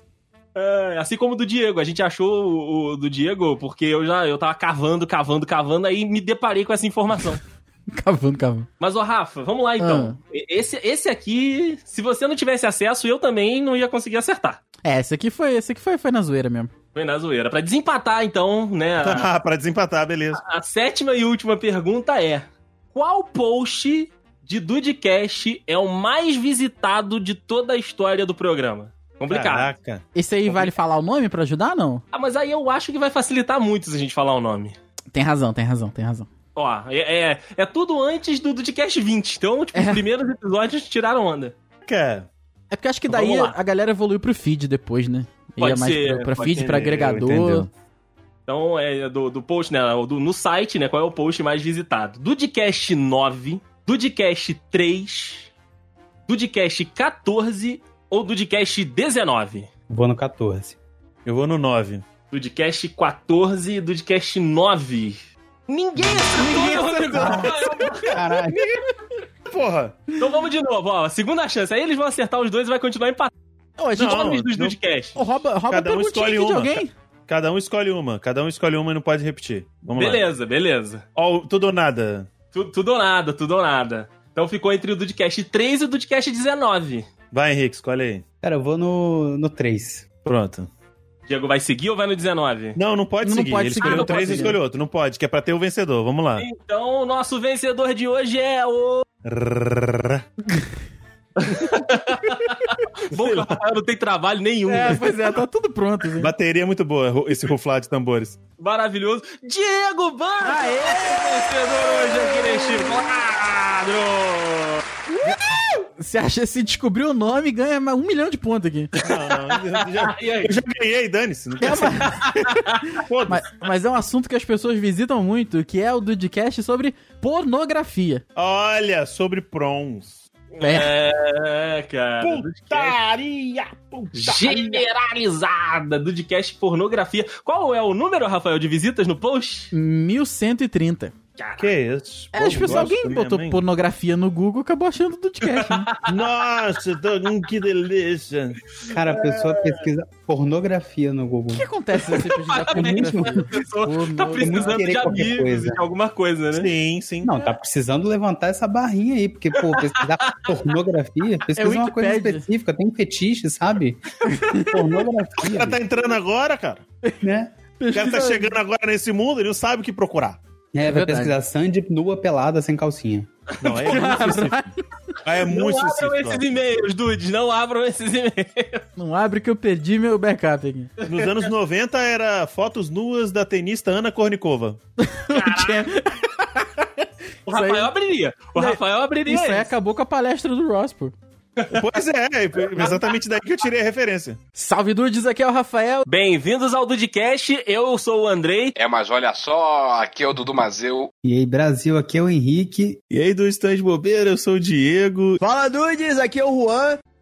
C: É, assim como o do Diego. A gente achou o, o do Diego porque eu já eu tava cavando, cavando, cavando, aí me deparei com essa informação.
B: Cavando, cavando.
C: Mas, ô Rafa, vamos lá então. E- Esse, esse aqui, se você não tivesse acesso, eu também não ia conseguir acertar.
B: É, esse aqui foi, esse aqui foi, foi na zoeira mesmo.
C: Foi na zoeira. Pra desempatar, então, né? a-
D: Ah, pra desempatar, beleza.
C: A sétima e última pergunta é: Qual post de Dudecast é o mais visitado de toda a história do programa? Complicado.
D: Caraca.
B: Esse aí vale falar o nome pra ajudar? Não.
C: Ah, mas aí eu acho que vai facilitar muito se a gente falar o nome.
B: Tem razão, tem razão, tem razão.
C: Ó, é, é, é tudo antes do Dudecast 20. Então, tipo,
B: É.
C: os primeiros episódios tiraram onda.
D: Caraca.
B: É porque eu acho que
C: Então,
B: daí
C: vamos lá.
B: a galera evoluiu pro feed depois, né? Ia
C: Pode
B: mais
C: ser,
B: pra, pra
C: pode
B: feed,
D: ser,
B: pra
D: eu
B: agregador.
D: entendo.
C: Então, é do, do post, né? do- no site, né? Qual é o post mais visitado? Dudcast 9, Dudcast 3, Dudcast 14 ou Dudcast 19?
E: Vou no 14.
D: Eu vou no 9.
C: Dudcast 14 e Dudcast 9. Ninguém acertou! Rodrigo.
E: Caralho.
D: Porra!
C: Então vamos de novo, ó. Segunda chance. Aí eles vão acertar os dois e vai continuar empatado.
B: Ô, a gente
D: Não,
B: não,
C: Nomes dos
D: não-
C: Dudcast.
B: rouba, rouba a
D: Cada um
B: perguntinha
D: escolhe
B: aqui de
D: uma.
B: alguém.
D: Cada um escolhe uma. Cada um escolhe uma e não pode repetir. Vamos lá.
C: Beleza, beleza.
D: Ó, tudo ou nada.
C: Tu- Tudo ou nada, tudo ou nada. Então ficou entre o Dudcast 3 e o Dudcast 19.
D: Vai, Henrique, escolhe aí.
E: Cara, eu vou no, no 3.
D: Pronto.
C: Diego vai seguir ou vai no 19?
D: Não, não pode
B: Não
D: seguir.
B: pode
D: Ele
B: seguir.
C: Ah,
D: escolheu
C: não
D: três
C: pode
D: e
C: seguir.
D: escolheu outro. Não pode, que é pra ter o vencedor. Vamos lá.
C: Então, o nosso vencedor de hoje é o.
D: Rrrr.
C: Bom, que o Rafael não tem trabalho nenhum.
B: É, pois é, tá tudo pronto. gente.
D: Bateria é muito boa, ro- esse ruflar de tambores.
C: Maravilhoso. Diego Barra! Aê! Vencedor hoje aqui neste quadro!
B: Se, acha, se descobrir o nome, ganha mais um milhão de pontos aqui.
D: Não, não, eu já,
C: E aí?
D: eu já ganhei, dane-se. Não
B: É,
D: quero
B: mas-
D: foda
B: Mas, mas é um assunto que as pessoas visitam muito, que é o Dudcast sobre pornografia.
D: Olha, sobre prons.
C: É, cara.
D: Putaria! Putaria!
C: Generalizada do podcast pornografia. Qual é o número, Rafael, de visitas no post?
B: 1130.
D: Que isso?
B: É,
D: Pô,
B: as pessoas,
D: gosto
B: alguém
D: mesmo,
B: botou
D: hein?
B: pornografia no Google acabou achando o Dudcast, né?
D: Nossa, tô- hum, que delícia.
E: Cara, a pessoa pesquisa pornografia no Google.
B: O que acontece nesse tipo de
E: Parabéns,
B: pornografia?
E: mano.
C: A pessoa tá
B: Pornografia.
C: precisando
E: querer
C: de
E: qualquer
C: amigos,
E: coisa.
C: de alguma coisa, né?
D: Sim, sim.
E: Não, tá precisando levantar essa barrinha aí, porque, pô, pesquisar
C: É
E: pornografia, pesquisa uma coisa
B: Wikipédia.
E: específica, tem um fetiche, sabe?
D: O
E: pornografia,
D: cara tá entrando agora, cara.
E: né?
D: O cara tá chegando agora nesse mundo, ele não sabe o que procurar.
E: É,
B: É
E: vai
B: verdade.
E: pesquisar Sandy nua pelada sem calcinha.
D: Não, é muito específico. Ah, É
C: Não
D: muito
C: abram
D: específico.
C: esses e-mails, dudes. Não abram esses e-mails.
B: Não abre que eu perdi meu backup aqui.
D: ó. Nos anos 90 era fotos nuas da tenista Ana Kornikova.
C: O
B: Isso aí-
C: Rafael abriria. O
B: Não,
C: Rafael abriria.
B: Isso é aí
C: esse.
B: acabou com a palestra do Ross, pô.
D: Pois é, é exatamente daí que eu tirei a referência.
B: Salve Dudes, aqui é o Rafael.
C: Bem-vindos ao Dudcast. Eu sou o Andrei.
F: É, mas olha só, aqui é o Dudu Mazeu.
E: E aí, Brasil, aqui é o Henrique.
D: E aí, do Stand Bobeira, eu sou o Diego.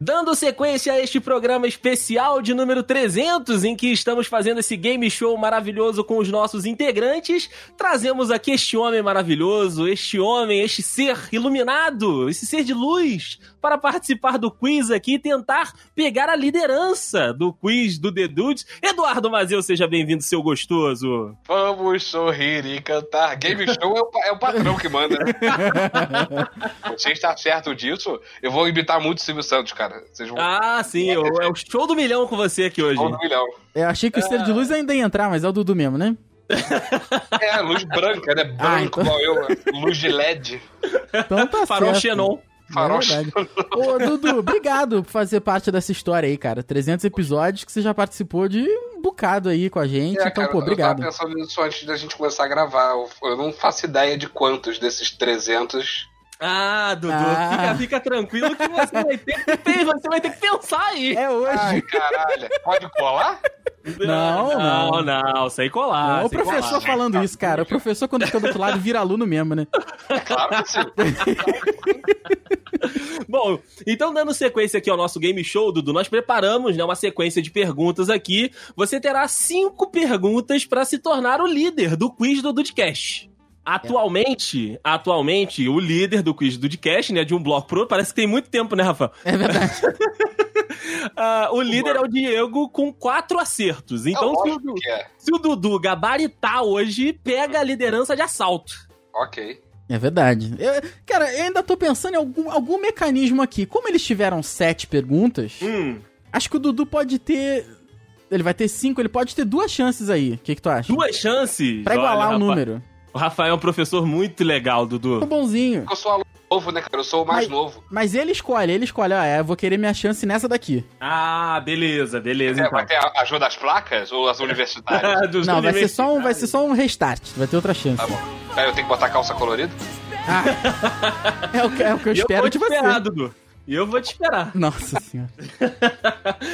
C: Dando sequência a este programa especial de número 300, em que estamos fazendo esse game show maravilhoso com os nossos integrantes, trazemos aqui este homem maravilhoso, este homem, este ser iluminado, esse ser de luz, para participar do quiz aqui e tentar pegar a liderança do quiz do The Dudes. Eduardo Mazeu, seja bem-vindo, seu gostoso.
F: Vamos sorrir e cantar. Game Show é o, pa- é o patrão que manda, né? Você está certo disso? Eu vou imitar muito o Silvio Santos, cara. Vocês vão.
C: Ah, sim, é o é o show do milhão com você aqui hoje.
F: Vão no milhão.
B: Eu É, achei que o
C: Ah.
B: ser de luz ainda ia entrar, mas é o Dudu mesmo, né?
F: É, luz branca, né? Branco,
B: Ah, então-
F: igual eu. né? Luz de LED.
B: Então tá
C: Farol
B: certo.
C: Xenon.
F: Faroche.
B: É verdade. Ô, Dudu, obrigado por fazer parte dessa história aí, cara. 300 episódios que você já participou de um bocado aí com a gente. então,
F: É, cara,
B: pô, obrigado.
F: Eu tava pensando nisso antes da gente começar a gravar. Eu- Eu não faço ideia de quantos desses 300.
C: Ah, Dudu,
B: Ah.
C: Fica, fica tranquilo que você vai ter que, pe- você vai ter que pensar aí.
B: É hoje.
F: Ai, caralho. Pode colar?
B: Não,
C: não,
B: não.
C: não, sem colar.
B: Não, é o
C: sem
B: professor
F: colar.
B: falando isso, cara. O professor, quando fica do outro lado, vira aluno mesmo, né?
F: É Claro que sim.
B: Então,
C: colar. Bom, então dando sequência aqui ao nosso game show, Dudu, nós preparamos né, uma sequência de perguntas aqui. Você terá cinco perguntas para se tornar o líder do quiz do Dudcast. Atualmente, atualmente, o líder do quiz do Dudcast, né, de um bloco pro outro, parece que tem muito tempo, né, Rafa?
B: É verdade.
C: Ah, o líder é o Diego com quatro acertos. Então,
F: é
C: se o,
F: lógico que é.
C: Se o Dudu gabaritar hoje, pega a liderança de assalto.
F: Ok.
B: É verdade. Eu- cara, eu ainda tô pensando em algum, algum mecanismo aqui. Como eles tiveram sete perguntas,
F: Hum.
B: acho que o Dudu pode ter. Ele vai ter cinco, ele pode ter duas chances aí. O que, que tu acha?
C: Duas chances.
B: Pra igualar
C: Olha,
B: o
C: Rafa-
B: número.
C: O Rafael é um professor muito legal,
B: Tô
C: Dudu.
B: bonzinho.
F: Eu sou aluno novo, né, cara? Eu sou o mais
B: Mas-
F: novo.
B: Mas ele escolhe, ele escolhe, ó, é, eu vou querer minha chance nessa daqui.
C: Ah, beleza, beleza.
F: É,
C: Então.
F: vai ter a- ajuda às placas ou as universitárias?
C: Dos
B: Não, vai ser,
C: universitários.
B: só um, vai ser só um restart, vai ter outra chance.
F: Tá bom. Aí eu tenho que botar calça colorida?
B: É o, que- é o que eu
C: E eu
B: espero
C: tô
B: de
C: te esperar,
B: você.
C: Dudu. E eu vou te esperar.
B: Nossa senhora.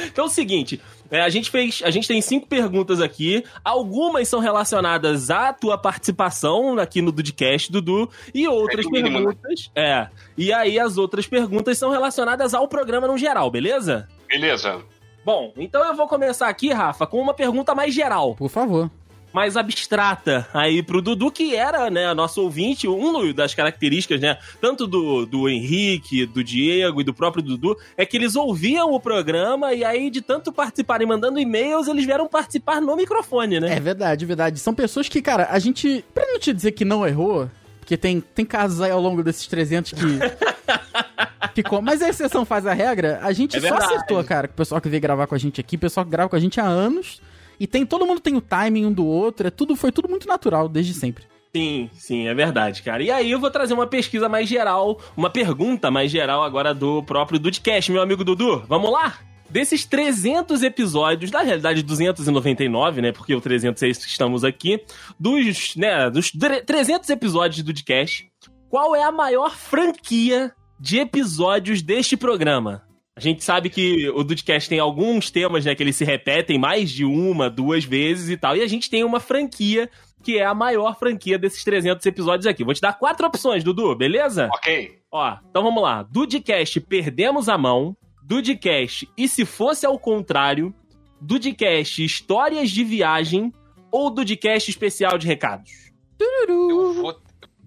C: Então é o seguinte, é, a gente fez, a gente tem cinco perguntas aqui. Algumas são relacionadas à tua participação aqui no Dudcast, Dudu, e outras
F: o mínimo, né?
C: perguntas. É. E aí as outras perguntas são relacionadas ao programa no geral, beleza?
F: Beleza.
C: Bom, então eu vou começar aqui, Rafa, com uma pergunta mais geral,
B: Por favor.
C: mais abstrata aí pro Dudu, que era, né, nosso ouvinte, um das características, né, tanto do, do Henrique, do Diego e do próprio Dudu, é que eles ouviam o programa e aí, de tanto participarem mandando e-mails, eles vieram participar no microfone, né?
B: É verdade, verdade. São pessoas que, cara, a gente. Pra não te dizer que não errou, porque tem, tem casos aí ao longo desses 300 que. Ficou. Mas a exceção faz a regra. A gente
C: É
B: só
C: verdade.
B: acertou, cara. com O pessoal que veio gravar com a gente aqui, o pessoal que grava com a gente há anos. E tem todo mundo tem o timing um do outro. É tudo, foi tudo muito natural desde sempre.
C: Sim, sim, é verdade, cara. E aí eu vou trazer uma pesquisa mais geral, uma pergunta mais geral agora do próprio Dudcast, meu amigo Dudu. Vamos lá? Desses 300 episódios, na realidade 299, né? Porque o 300 é isso que estamos aqui. Dos, né, dos tre- 300 episódios do Dudcast, qual é a maior franquia de episódios deste programa? A gente sabe que o Dudcast tem alguns temas, né, que eles se repetem mais de uma, duas vezes e tal. E a gente tem uma franquia que é a maior franquia desses 300 episódios aqui. Vou te dar quatro opções, Dudu, beleza?
F: Ok.
C: Ó, então vamos lá. Dudcast, perdemos a mão. Dudcast, e se fosse ao contrário? Dudcast, histórias de viagem. Ou Dudcast especial de recados?
F: Eu vou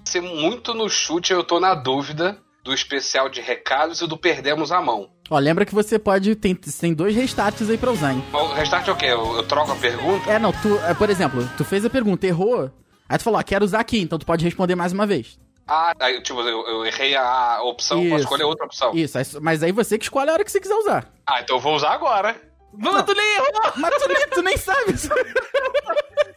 F: ser muito no chute, eu tô na dúvida do especial de recados e do perdemos a mão.
B: Ó, lembra que você pode. Tem, tem dois restarts aí pra usar, hein?
F: O restart é o quê? Eu, eu troco a pergunta?
B: É, não, tu. é, por exemplo, tu fez a pergunta, errou. Aí tu falou, ó, quero usar aqui, então tu pode responder mais uma vez.
F: Ah, aí, tipo, eu, eu errei a opção,
B: Isso.
F: posso escolher outra opção.
B: Isso, aí- mas aí você que escolhe a hora que você quiser usar.
F: Ah, então eu vou usar agora.
C: Vamos, tu nem errou!
B: Mas tu nem, tu nem sabe.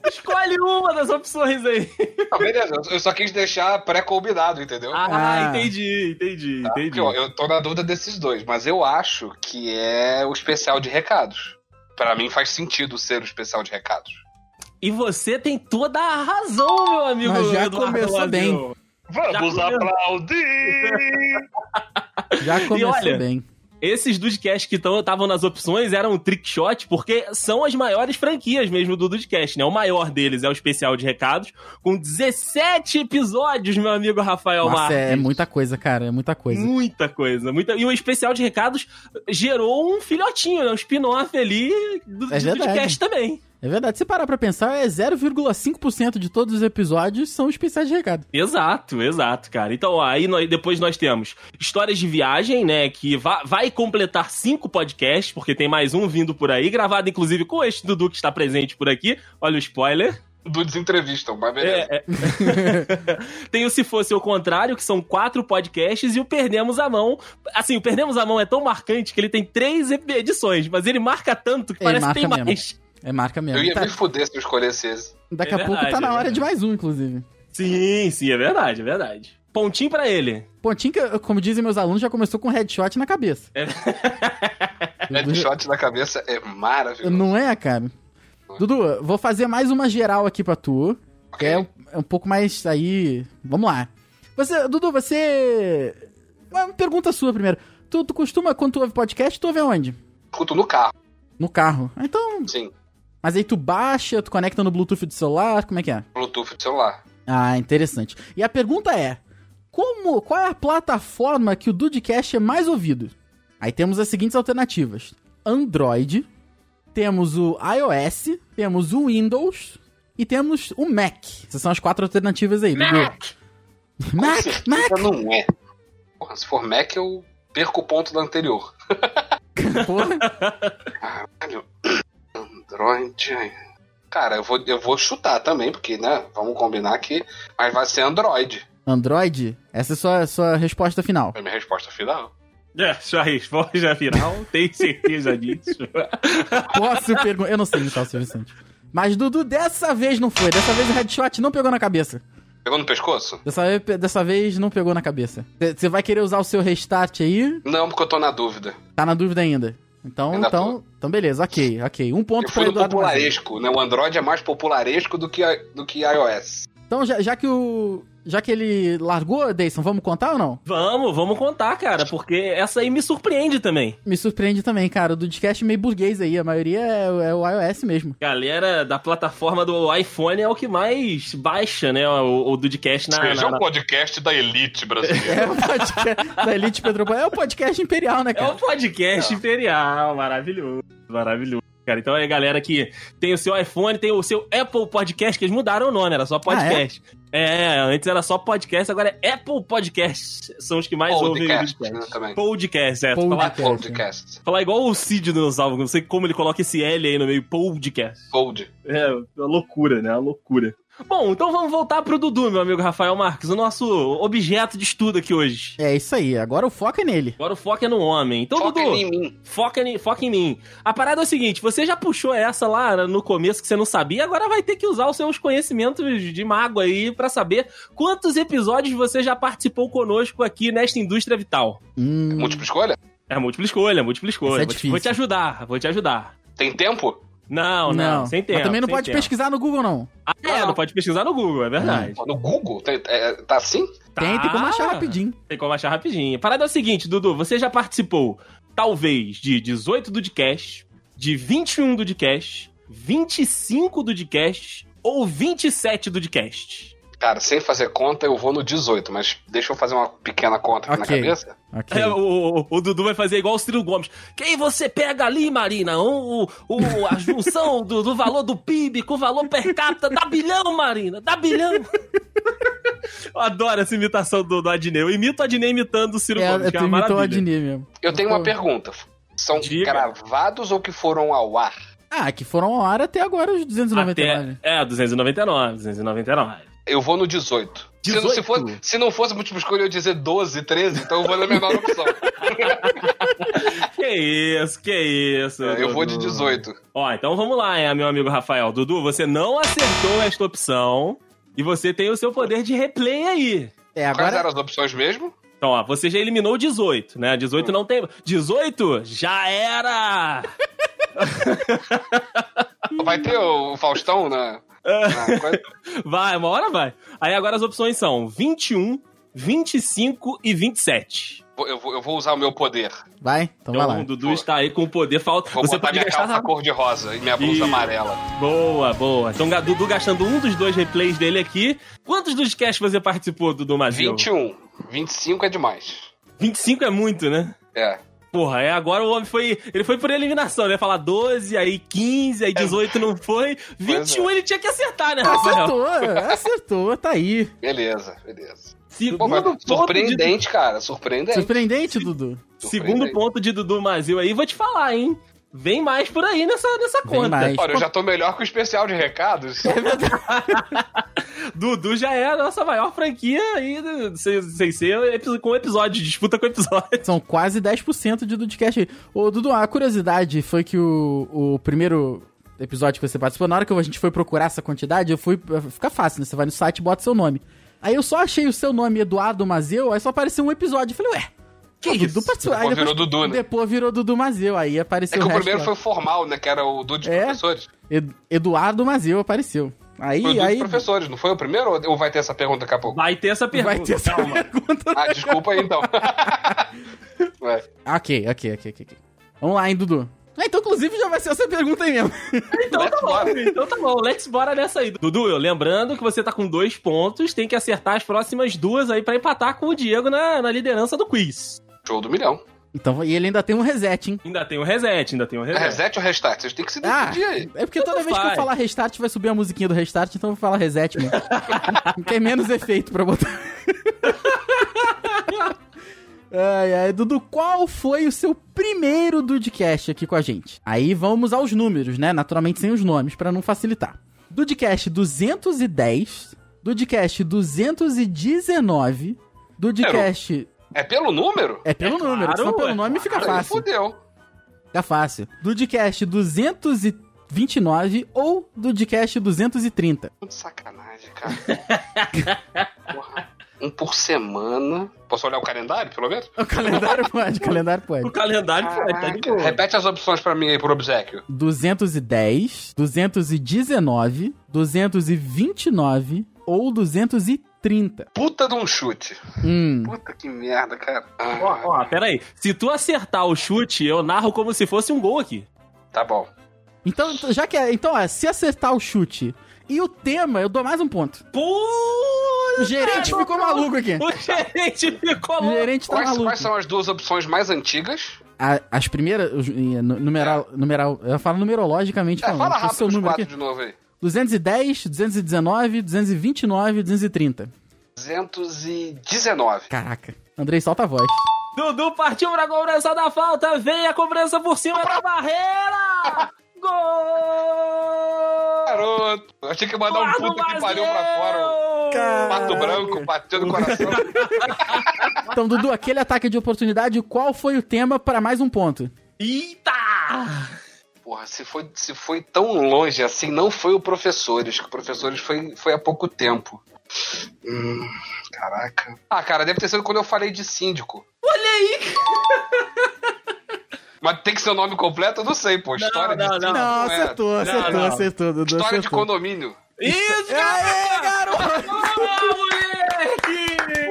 C: Escolhe uma das opções aí.
F: Não, beleza, eu- eu só quis deixar pré-combinado, entendeu?
C: Ah,
B: Ah.
C: entendi, entendi, entendi.
F: Porque, ó, eu tô na dúvida desses dois, mas eu acho que é o especial de recados. Pra mim faz sentido ser o especial de recados.
C: E você tem toda a razão, meu amigo.
B: Mas já
C: Eduardo
B: começou
C: Lazio.
B: bem.
C: Vamos Já comeu.
F: aplaudir!
B: Já começou
C: olha,
B: bem.
C: Esses Dudecast que estavam nas opções eram um trick shot, porque são as maiores franquias mesmo do Dudecast, né? O maior deles é o especial de recados, com 17 episódios, meu amigo Rafael
B: Nossa,
C: Marques.
B: é, é muita coisa, cara. É muita coisa.
C: Muita coisa, muita. E o especial de recados gerou um filhotinho, né? Um spin-off ali do,
B: É
C: de
B: verdade.
C: Dudecast também.
B: É verdade. Se parar pra pensar, é 0,5% de todos os episódios são especiais de recado.
C: Exato, exato, cara. Então, ó, aí nós- depois nós temos histórias de viagem, né? Que va- vai completar cinco podcasts, porque tem mais um vindo por aí, gravado inclusive com este Dudu que está presente por aqui. Olha o spoiler.
F: Do desentrevistam, mas beleza.
C: É, é. Tem o Se Fosse o Contrário, que são quatro podcasts, e o Perdemos a Mão. Assim, o Perdemos a Mão é tão marcante que ele tem três ep- edições, mas ele marca tanto que
B: Ele
C: parece que tem
B: marca
C: mais.
B: É marca mesmo.
F: eu ia
B: Tá-
F: me fuder se eu escolhesse esse.
B: daqui
C: É
B: a pouco tá
C: verdade,
B: na
C: é
B: hora
C: verdade.
B: de mais um, inclusive.
C: Sim, sim, é verdade, é verdade. Pontinho pra ele.
B: Pontinho que, como dizem meus alunos, já começou com um headshot na cabeça.
C: É.
F: Headshot na cabeça é maravilhoso.
B: Não é, cara? Dudu, vou fazer mais uma geral aqui pra tu. que
F: Ok.
B: É, um- é um pouco mais aí. Vamos lá. Você, Dudu, você. Uma pergunta sua primeiro. Tu, tu costuma, quando tu ouve podcast, tu ouve aonde?
F: Escuto no carro,
B: No carro. Ah, Então.
F: sim.
B: Mas aí tu baixa, tu conecta no Bluetooth do celular, como é que é?
F: Bluetooth do celular.
B: Ah, interessante. E a pergunta é: como, qual é a plataforma que o Dudecast é mais ouvido? Aí temos as seguintes alternativas: Android, temos o iOS, temos o Windows e temos o Mac. Essas são as quatro alternativas aí. Dudu.
F: Com
B: Mac,
F: certeza
B: Mac!
F: Não é. Porra, se for Mac, eu perco o ponto do anterior.
B: Porra.
F: Caralho. Android. Cara, eu vou, eu vou chutar também, porque, né? Vamos combinar aqui. Mas vai ser Android.
B: Android? Essa é a sua, sua resposta final.
F: É a minha resposta final.
C: É, sua resposta final, tem certeza disso.
B: Posso perguntar? Eu não sei imitar o Silvio Santos. Mas Dudu, dessa vez não foi. Dessa vez o headshot não pegou na cabeça.
F: Pegou no pescoço?
B: Dessa vez, dessa vez não pegou na cabeça. Você vai querer usar o seu restart aí?
F: Não, porque eu tô na dúvida.
B: Tá na dúvida ainda. Então,
F: Ainda
B: então, então beleza, ok, ok. Um
F: eu
B: ponto pra
F: fui no
B: Eduardo. Marinho.
F: popularesco, né? O Android é mais popularesco do que, a- do que iOS.
B: Então, já, já que o, Já que ele largou, Deison, vamos contar ou não?
C: Vamos, vamos contar, cara, porque essa aí me surpreende também.
B: Me surpreende também, cara. O Dudcast é meio burguês aí. A maioria é, é o iOS mesmo.
C: Galera da plataforma do iPhone é o que mais baixa, né? O, o Dudcast na.
F: Seja
C: na-
F: um
C: na-
F: podcast da elite brasileira.
B: É o podcast da Elite Petropolitana. É o podcast imperial, né,
C: É
B: cara?
C: o podcast imperial, maravilhoso, maravilhoso. Cara, então é a galera que tem o seu iPhone, tem o seu Apple Podcast, que eles mudaram o nome, era
F: Ah,
C: só podcast. é? antes era só podcast, agora é Apple Podcast. São os que mais ouvem o
F: Podcast, né,
C: podcast.
F: também.
C: Podcast, é.
B: Podcast.
C: Falar,
F: Ah, Podcast.
C: falar igual o Cid nos álbuns, não sei como ele coloca esse L aí no meio, podcast.
F: Gold.
C: É, uma loucura, né?
D: É
C: Uma loucura. Bom, então vamos voltar pro Dudu, meu amigo Rafael Marques, o nosso objeto de estudo aqui hoje.
B: É isso aí. Agora o foco é nele.
C: Agora o foco é no homem. Então,
F: Foca
C: Dudu,
F: em mim.
C: foca, em, foca em mim. A parada é o seguinte: você já puxou essa lá no começo que você não sabia, agora vai ter que usar os seus conhecimentos de mago aí pra saber quantos episódios você já participou conosco aqui nesta indústria vital.
B: Hum,
F: Múltipla escolha?
C: É múltipla escolha, múltipla escolha.
B: Isso é
C: Vou te-
B: difícil.
C: vou te ajudar, vou te ajudar.
F: Tem tempo?
C: Não, não, né? sem tempo.
B: Mas também não
C: sem
B: pode
C: tempo.
B: pesquisar no Google, não.
C: Ah, é, não pode pesquisar no Google, é verdade.
F: Pô, No Google? Tem- é, tá assim?
B: Tem, tem como achar
C: Tá.
B: rapidinho.
C: Tem como achar rapidinho. A parada é o seguinte, Dudu, você já participou, talvez, de 18 do Dudcast, de 21 do Dudcast, 25 do Dudcast ou 27 do Dudcast?
F: Cara, sem fazer conta, eu vou no 18, mas deixa eu fazer uma pequena conta aqui
B: Ok.
F: na cabeça.
B: Ok.
C: É, o, o- o Dudu vai fazer igual o Ciro Gomes. Quem você pega ali, Marina? O, o- a junção do, do valor do PIB com o valor per capita. Dá bilhão, Marina! Dá bilhão! Eu adoro essa imitação do, do Adnei. Eu imito o Adnei imitando o Ciro
B: É,
C: Gomes, que é
B: tu
C: uma
B: imitou o
C: maravilha.
B: Adnir mesmo.
F: Eu tenho uma
B: Pô.
F: pergunta. São
C: Diga.
F: gravados ou que foram ao ar?
B: Ah, que foram ao ar até agora os 299.
C: Até, é, 299, 299.
F: Eu vou no 18. Se não- Se,
C: 18?
F: fosse, se não fosse múltipla escolha, eu ia dizer 12, 13, então eu vou na menor opção.
C: Que isso, que isso.
F: É, eu vou de
C: Dudu.
F: 18.
C: Ó, então vamos lá, hein, meu amigo Rafael. Dudu, você não acertou esta opção e você tem o seu poder de replay aí.
B: É,
F: Quais
B: agora.
F: eram as opções mesmo?
C: Então, ó, você já eliminou o 18, né? 18 não tem. 18 já era!
F: Vai ter o Faustão na. na coisa?
C: Vai, uma hora vai. Aí agora as opções são 21, 25 e 27.
F: Vou- eu, vou, eu vou usar o meu poder.
B: Vai, então vai
C: Então
B: lá.
C: o Dudu está aí com o poder falta.
F: Vou
C: Você
F: botar
C: pode
F: minha
C: gastar
F: calça cor-de-rosa e minha blusa
C: Ih.
F: amarela.
C: Boa, boa. Então, Ga- Dudu gastando um dos dois replays dele aqui. Quantos dos casts você participou, Dudu Mazil?
F: 21. 25 é demais.
C: 25 é muito, né?
F: É.
C: Porra, é agora o homem foi. Ele foi por eliminação, né? Falar 12, aí 15,
F: É.
C: aí 18 não foi. 21 ele tinha que acertar,
B: Tá
C: né, Rafael?
B: Acertou, acertou, tá aí.
F: Beleza, beleza.
C: Segundo,
F: Pô, mas
C: ponto de,
F: surpreendente, cara. Surpreendente.
B: Surpreendente, Dudu.
C: segundo ponto de Dudu Mazil aí, vou te falar, hein? Vem mais por aí nessa, nessa
B: Vem
C: conta.
B: mais.
F: Olha, eu já tô melhor que o especial de recados. É
C: Dudu já é a nossa maior franquia aí, do- sem, sem ser epi- com episódio, disputa com episódio.
B: São quase 10% de Dudcast aí. Ô, Dudu, a curiosidade foi que o, o primeiro episódio que você participou, na hora que a gente foi procurar essa quantidade, eu fui. Fica fácil, né? Você vai no site e bota seu nome. Aí eu só achei o seu nome, Eduardo Mazeu, aí só apareceu um episódio. Eu falei, ué. Que
C: isso?
B: participou. Aí
F: Depois virou Dudu, né?
B: Depois virou Dudu Mazeu, aí
F: É
B: apareceu
F: que o
B: resto
F: primeiro
B: lá.
F: foi formal, né? Que era o do de
B: É?
F: professores.
B: Ed- Eduardo Mazeu apareceu. Aí,
F: Foi o do de
B: aí
F: professores, não foi o primeiro? Ou vai ter essa pergunta daqui a pouco?
C: Vai ter essa pergunta.
B: vai ter essa
C: Calma.
B: pergunta.
F: Ah, desculpa aí então. É, Vai.
B: Ok, ok, ok, ok. ok. Vamos lá, hein, Dudu. Ah, então, inclusive, já vai ser essa pergunta aí mesmo.
C: Então tá bom,
F: bora.
C: então tá bom. Let's bora nessa aí. Dudu, eu lembrando que você tá com dois pontos, tem que acertar as próximas duas aí pra empatar com o Diego na, na liderança do quiz.
F: Show do milhão.
B: Então, e ele ainda tem um reset, hein?
C: Ainda tem o reset, ainda tem o
F: É
C: reset.
F: reset ou restart? Vocês têm que se
B: Ah,
F: decidir aí.
B: é porque toda
C: Tanto
B: vez que eu
C: faz.
B: falar restart vai subir a musiquinha do restart, então eu vou falar reset mesmo. Tem menos efeito pra botar. Ai, ai, Dudu, qual foi o seu primeiro Dudcast aqui com a gente? Aí vamos aos números, né? Naturalmente sem os nomes, pra não facilitar. Dudcast 210, Dudcast 219, Dudcast...
F: É pelo número?
B: É pelo
C: É
B: número,
C: claro,
B: senão pelo
C: é
B: nome fica
F: Aí
B: fácil.
F: Fudeu.
B: Tá fácil. Dudcast 229 ou Dudcast 230.
F: Muito sacanagem, cara. Porra. Um por semana. Posso olhar o calendário, pelo menos?
B: O calendário pode, o calendário pode.
C: O calendário pode, tá de
F: Caraca.
C: boa.
F: Repete as opções pra mim aí por obsequio.
B: 210, 219, 229 ou 230. 30.
F: Puta de um chute.
B: Hum.
F: Puta que merda, cara.
C: Ó,
F: Ah,
C: ó, peraí. Se tu acertar o chute, eu narro como se fosse um gol aqui.
F: tá bom.
B: Então, já que é, então, é, se acertar o chute e o tema, eu dou mais um ponto.
C: Pô!
B: O gerente ficou maluco aqui.
C: O gerente ficou
B: O
C: louco.
B: gerente tá
F: É, Quais,
B: maluco.
F: quais são as duas opções mais antigas?
B: A- As primeiras, os- eh, nu- numeral, numeral, eu falo numerologicamente
F: É,
B: falando.
F: fala
B: porque o
F: rápido
B: seu
F: os
B: número
F: quatro
B: aqui,
F: de novo aí.
B: 210, 219, 229, 230.
F: 219.
B: Caraca. Andrei, solta a voz.
C: Dudu partiu pra cobrança da falta. Vem a cobrança por cima da barreira! Gol!
F: Garoto, eu tinha que mandar um
C: Eduardo
F: puta que pariu
C: Maciel!
F: pra fora.
B: Cara.
F: Um pato branco, bateu no coração.
B: Então, Dudu, aquele ataque de oportunidade, qual foi o tema para mais um ponto?
C: Eita!
F: Porra, se foi, se foi tão longe assim, não foi o Professores, que o Professores foi, foi há pouco tempo. Hum, caraca. Ah, cara, deve ter sido quando eu falei de síndico. Olha aí! Mas tem que ser o nome completo? Eu não sei, pô. História
C: não,
F: de
C: não.
F: não é.
C: acertou,
B: acertou, Dudu.
F: História de condomínio.
C: Isso,
B: Aê,
C: cara!
B: garoto!
C: Vamos, moleque!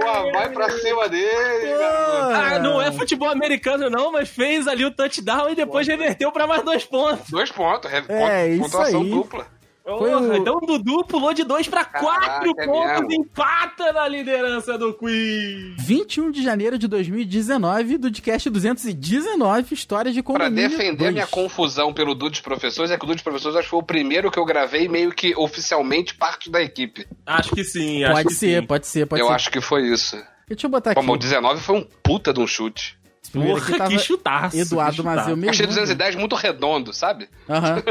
F: Pô, vai pra cima dele, garoto.
C: Ah, não é futebol americano, não, mas fez ali o touchdown e depois reverteu pra mais dois pontos.
F: Dois pontos, é,
B: isso
F: pontuação
B: aí.
F: dupla.
B: Foi
C: Porra,
B: o-
C: Então o Dudu pulou de dois pra quatro
F: Caraca, é
C: pontos
F: mesmo.
C: e empata na liderança do Quiz.
B: 21 de janeiro de 2019, do podcast 219, História de
F: Pra
B: Condomínio
F: defender a minha
B: conta.
F: confusão pelo Dudes Professores, é que o Dudes Professores acho que foi o primeiro que eu gravei meio que oficialmente parte da equipe.
C: Acho que sim, acho
B: Pode
C: que
B: ser,
C: sim.
B: pode ser, pode
F: eu
B: ser.
F: acho que foi isso.
B: Deixa eu botar aqui.
F: Como o 19 foi um puta de um chute.
B: Esse primeiro aqui
C: Porra,
B: tava
C: que chutaço. que
B: Eduardo
C: chutaço.
B: Mazeu mesmo.
F: tá. Achei 210 muito redondo, sabe?
B: Aham.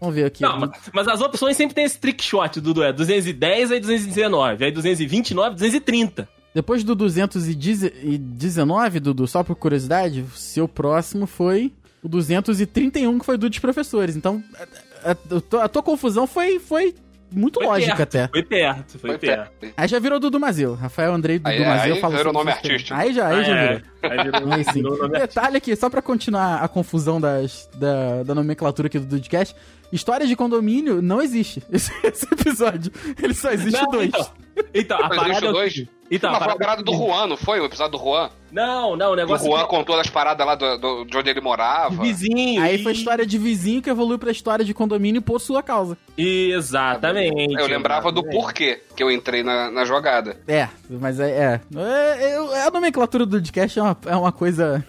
B: Vamos ver aqui.
C: Não, ma- mas as opções sempre tem esse trick shot, Dudu. É 210, aí 219, aí 229, 230.
B: Depois do 219, Dudu, só por curiosidade, o seu próximo foi o 231, que foi do dos professores. Então, a, a- a tua- a tua confusão foi, foi muito
C: Foi
B: lógica
C: perto.
B: até.
C: Foi perto, foi,
F: Foi
C: perto.
F: perto.
B: Aí já virou Dudu Mazeu. Rafael Andrei Dudu
F: Aí-
B: Mazeu.
F: aí
B: fala
F: virou
B: sobre
F: nome
B: os temas.
F: artístico.
B: Aí já, aí Um
C: Ah,
B: já
C: é,
B: virou.
C: aí virou-
B: Aí sim.
C: virou nome
B: Detalhe aqui, só pra continuar a confusão das, da, da nomenclatura aqui do Dudcast, história de condomínio não existe. Esse, esse episódio, ele só existe
C: Não,
B: dois.
C: Então, então, a
F: Mas
C: parada.
F: existe
C: é o
F: dois.
C: seguinte- Então, a
F: Mas foi a
C: parada-
F: parada do Juan, não foi? O episódio do Juan?
C: Não, não, o
F: O
C: negócio
F: Juan
C: é
F: contou as paradas lá do, do- de onde ele
C: que-
F: morava.
C: vizinho.
B: Aí foi
C: e-
B: história de vizinho que evoluiu pra história de condomínio por sua causa.
C: Exatamente.
F: Eu lembrava
C: né?
F: do porquê que eu entrei na, na jogada.
B: É, mas é. é. É- é- a nomenclatura do Dudcast é uma, é uma coisa.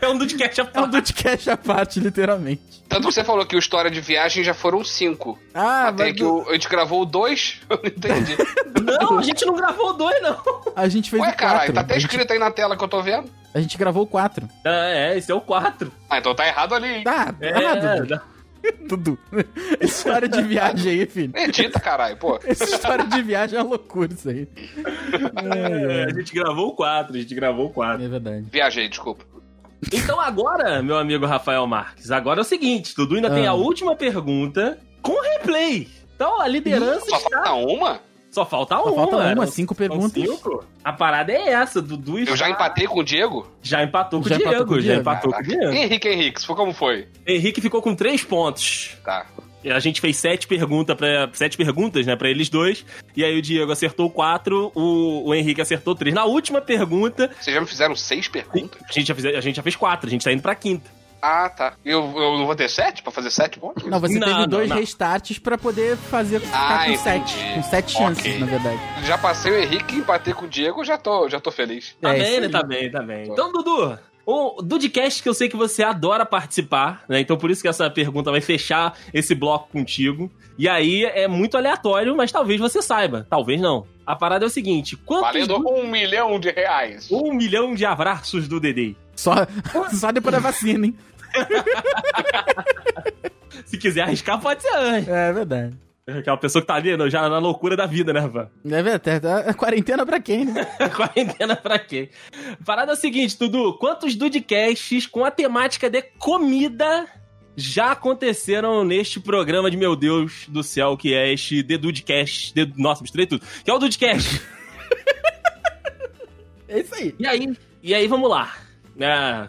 C: É um do de ketchup.
B: É um Dudcast à parte, literalmente.
F: Tanto que você falou que o História de Viagem já foram cinco.
B: Ah,
F: Até
B: mas
F: É que o- a gente gravou o dois, eu não entendi.
C: Não, a gente não gravou dois, não.
B: a gente fez né?
F: Ué,
B: o 4.
F: caralho, tá até
B: a, gente,
F: escrito aí na tela que eu tô vendo.
B: a gente gravou o 4.
C: Ah, é, esse é o quatro.
F: Ah, então tá errado ali, hein?
B: Tá,
C: É,
B: errado,
C: dá-
B: Dudu. História de viagem aí, filho.
F: Edita, caralho, pô.
B: Essa história de viagem é uma loucura isso aí.
C: é, a gente gravou o quatro, a gente gravou o quatro.
B: É verdade.
F: Viajei, desculpa.
C: Então agora, meu amigo Rafael Marques, agora é o seguinte, Dudu ainda tem
B: Ah.
C: a última pergunta com replay. Então a liderança
F: Só
C: está...
B: tá.
F: falta uma?
C: Só falta uma.
B: Só falta uma,
C: né?
B: cinco
C: São
B: perguntas.
C: cinco. A parada é essa, Dudu
F: Eu já
B: Tá.
C: está-
F: empatei com o Diego?
C: já empatou com o
B: Já
C: Diego.
B: empatou com o
C: já
B: Diego.
C: empatou com o Diego.
F: é Henrique Henrique, foi como foi?
C: Henrique ficou com três pontos.
F: Tá.
C: E A gente fez sete, pergunta pra, sete perguntas, né, pra eles dois. E aí o Diego acertou quatro, o, o Henrique acertou três. Na última pergunta,
F: Vocês já me fizeram seis perguntas?
C: a gente já fez, a gente já fez quatro, a gente tá indo pra quinta.
F: Ah, tá. Eu, eu não vou ter sete pra fazer sete pontos?
B: Não, você
C: Não,
B: teve
C: não,
B: dois
C: não.
B: restarts pra poder fazer
F: Ah,
B: ficar com
F: entendi.
B: sete. Com sete chances,
F: Ok.
B: na verdade.
F: Já passei o Henrique, empatei com o Diego, já tô, já tô feliz.
C: Tá
B: É, isso
C: bem, né?
B: aí.
C: Tá bem, tá bem. Então, Dudu, o Dudcast que eu sei que você adora participar, né? Então por isso que essa pergunta vai fechar esse bloco contigo. E aí é muito aleatório, mas talvez você saiba. Talvez não. A parada é o seguinte: quantos.
F: Valendo um milhão de reais.
C: Um milhão de abraços do Dedei.
B: Só, só depois da vacina, hein?
C: Se quiser arriscar, pode ser antes.
B: É verdade.
C: Aquela pessoa que tá ali né, já na loucura da vida, né, Van?
B: É verdade. A quarentena pra quem, né?
C: Quarentena pra quê? Parada é o seguinte, Dudu. Quantos Dudcasts com a temática de comida já aconteceram neste programa de meu Deus do céu, que é este The Dudcast? The... Nossa, misturei tudo. Que é o Dudcast.
B: É isso aí.
C: E aí, né? e aí vamos lá. É,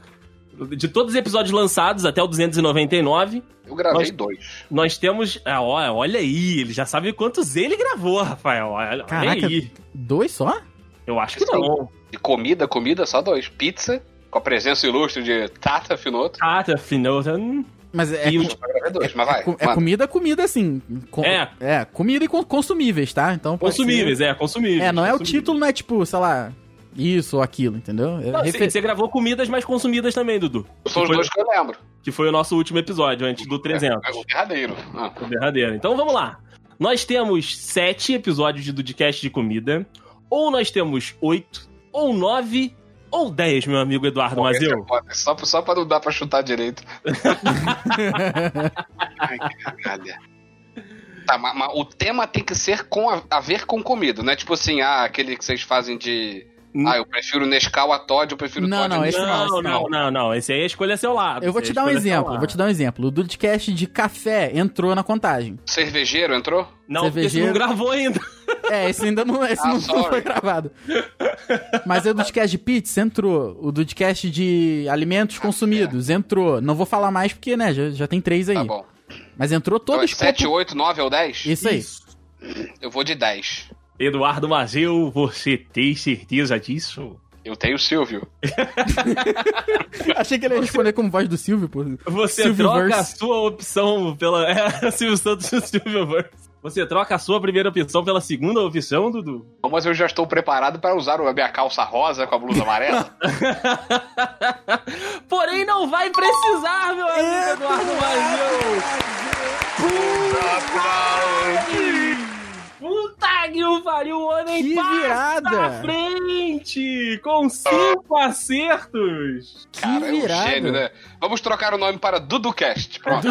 C: de todos os episódios lançados até o 299,
F: Eu gravei
C: Nós-
F: dois.
C: Nós temos. ah, ó, olha aí, ele já sabe quantos ele gravou, Rafael. Olha,
B: Caraca.
C: olha aí.
B: Dois só?
C: Eu acho que não.
F: E comida, comida, só dois. Pizza, com a presença ilustre de Tata Finoto.
C: Ah, tá, afinal. hum,
B: Mas é,
C: E
B: com-
C: os-
F: Eu gravei dois, mas
B: é
F: vai.
B: co- é
F: manda.
B: comida, comida assim. Com-
C: É.
B: É, comida e con- consumíveis, tá? Então pode
C: Consumíveis, é,
B: ser-
C: consumíveis.
B: É, não é o
C: consumíveis.
B: título, não é tipo, sei lá, isso ou aquilo, entendeu? É
C: Não,
B: refer-
C: você, você gravou comidas mais consumidas também, Dudu.
F: São os
C: Foi-
F: dois que eu lembro.
C: Que foi o nosso último episódio, antes do 300.
F: É, é o derradeiro. Ah.
C: O derradeiro. Então vamos lá. Nós temos sete episódios de Dudcast de comida, ou nós temos oito, ou nove, ou dez, meu amigo Eduardo
F: Bom, esse
C: Mazeu.
F: é foda, Só, só pra não dar pra chutar direito. Ai, caralho. Tá, mas, mas o tema tem que ser com a, a ver com comida, né? Tipo assim, ah, aquele que vocês fazem de.
C: Hum.
F: Ah, eu prefiro Nescau a Todd, eu prefiro
B: Não,
F: Todd Um a
B: não, esse
F: Nescau.
B: não,
C: Não,
B: esse
C: não, não, não. Esse aí a escolha é seu lado.
B: Eu vou te
C: Esse aí
B: dar um
C: a escolha é seu
B: exemplo, eu
C: lado.
B: vou te dar um exemplo. O Dudcast de café entrou na contagem.
F: Cervejeiro entrou?
C: Não, porque esse
B: Cervejeiro.
C: não gravou ainda.
B: É, esse ainda não, esse
F: Ah,
B: não, não
F: sorry.
B: foi gravado. Mas é o Dudcast de pizza entrou. O Dudcast de alimentos consumidos entrou. Não vou falar mais porque, né, já, já tem três aí.
F: Tá bom.
B: Mas entrou
F: Então,
B: todos os
F: 7, 8, 9 ou 10?
B: Isso aí.
F: Eu vou de 10.
C: Eduardo Mazeu, você tem certeza disso?
F: Eu tenho o Silvio.
B: Achei que ele ia responder como voz do Silvio, pô.
C: Você
B: Silvioverse.
C: troca a sua opção pela. É, Silvio Santos e o Silvioverse. Você troca a sua primeira opção pela segunda opção, Dudu?
F: Mas eu já estou preparado para usar a minha calça rosa com a blusa amarela.
C: Porém, não vai precisar, meu amigo Eduardo Mazeu! Puta que o pariu, o homem
B: Que
C: passa
B: virada!
C: à frente! Com cinco acertos!
F: Cara,
B: que
F: é um
B: virada.
F: gênio, né? Vamos trocar o nome para Duducast. Pronto.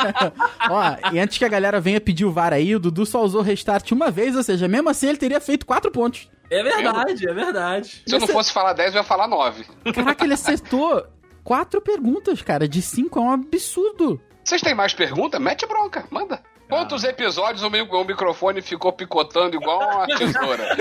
B: Ó, e antes que a galera venha pedir o VAR aí, o Dudu só usou restart uma vez, ou seja, mesmo assim ele teria feito quatro pontos.
C: É verdade, é verdade.
F: Se eu não fosse falar 10, eu ia falar 9.
B: Caraca, ele acertou quatro perguntas, cara. De cinco é um absurdo.
F: Vocês têm mais pergunta? Mete bronca, manda. Quantos
C: Ah.
F: episódios o, meu, o microfone ficou picotando igual uma tesoura?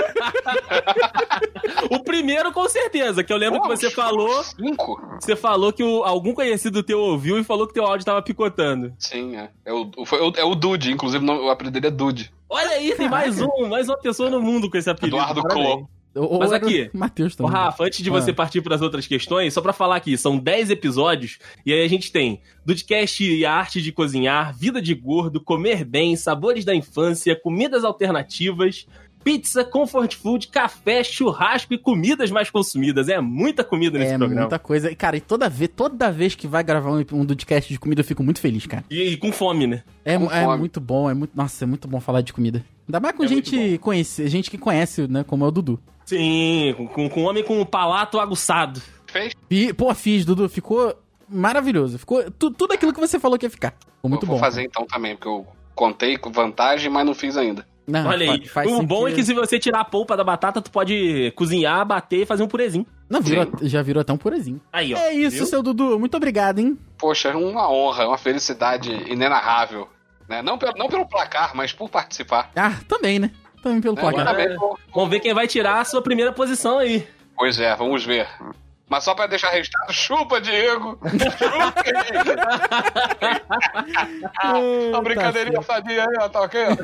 C: O primeiro, com certeza, que eu lembro que
F: Pô,
C: você
F: uns
C: falou.
F: Cinco?
C: Você falou que o- algum conhecido teu ouviu e falou que teu áudio tava picotando.
F: Sim, é. É o, foi o- é o Dude, inclusive o nome- o apelido dele é Dude.
C: Olha aí, tem mais um, mais uma pessoa no mundo com esse apelido.
F: Eduardo
C: Parabéns.
F: Clô.
B: Ou-
C: Mas
B: ou era
C: aqui,
B: o Matheus
C: Ô,
B: também.
C: Rafa, antes de
B: Ah.
C: você partir para as outras questões, só pra falar aqui, são 10 episódios e aí a gente tem Dudcast e a arte de cozinhar, vida de gordo, comer bem, sabores da infância, comidas alternativas, pizza, comfort food, café, churrasco e comidas mais consumidas. É muita comida nesse
B: é
C: programa.
B: muita coisa. E, Cara, e toda vez, toda vez que vai gravar um, um podcast de comida, eu fico muito feliz, cara.
C: E, e com fome, né?
B: É,
F: Com
B: mu- é
F: fome.
B: muito bom, é muito. Nossa, é muito bom falar de comida. Ainda mais com
C: É muito
B: gente conhece, gente que conhece, né? Como é o Dudu.
C: Sim, com- com, com homem com o palato aguçado.
F: Fez?
B: E, pô, fiz, Dudu, ficou maravilhoso. Ficou tu- tudo aquilo que você falou que ia ficar. Ficou muito
F: eu
B: bom.
F: vou fazer então também, porque eu contei com vantagem, mas não fiz ainda.
B: Não,
C: Olha aí.
B: fa- Ah, faz
C: o
B: sim
C: bom é que se você tirar a polpa da batata, tu pode cozinhar, bater e fazer um purezinho.
B: Não, virou, já virou até um purezinho.
C: Aí, ó.
B: É isso,
C: viu?
B: seu Dudu. Muito obrigado, hein?
F: Poxa, é uma honra, é uma felicidade inenarrável. Né? Não, pelo, não pelo placar, mas por participar.
B: Ah, também, né? Também pelo
F: Né?
B: placar.
C: É.
F: Também por-
C: Vamos ver quem vai tirar a sua primeira posição aí.
F: Pois é, vamos ver. Mas só pra deixar registrado, chupa, Diego! Chupa, Diego!
B: Eita,
F: Uma Tá brincadeirinha
B: filho.
F: sabia aí, ó, tá ok? ó?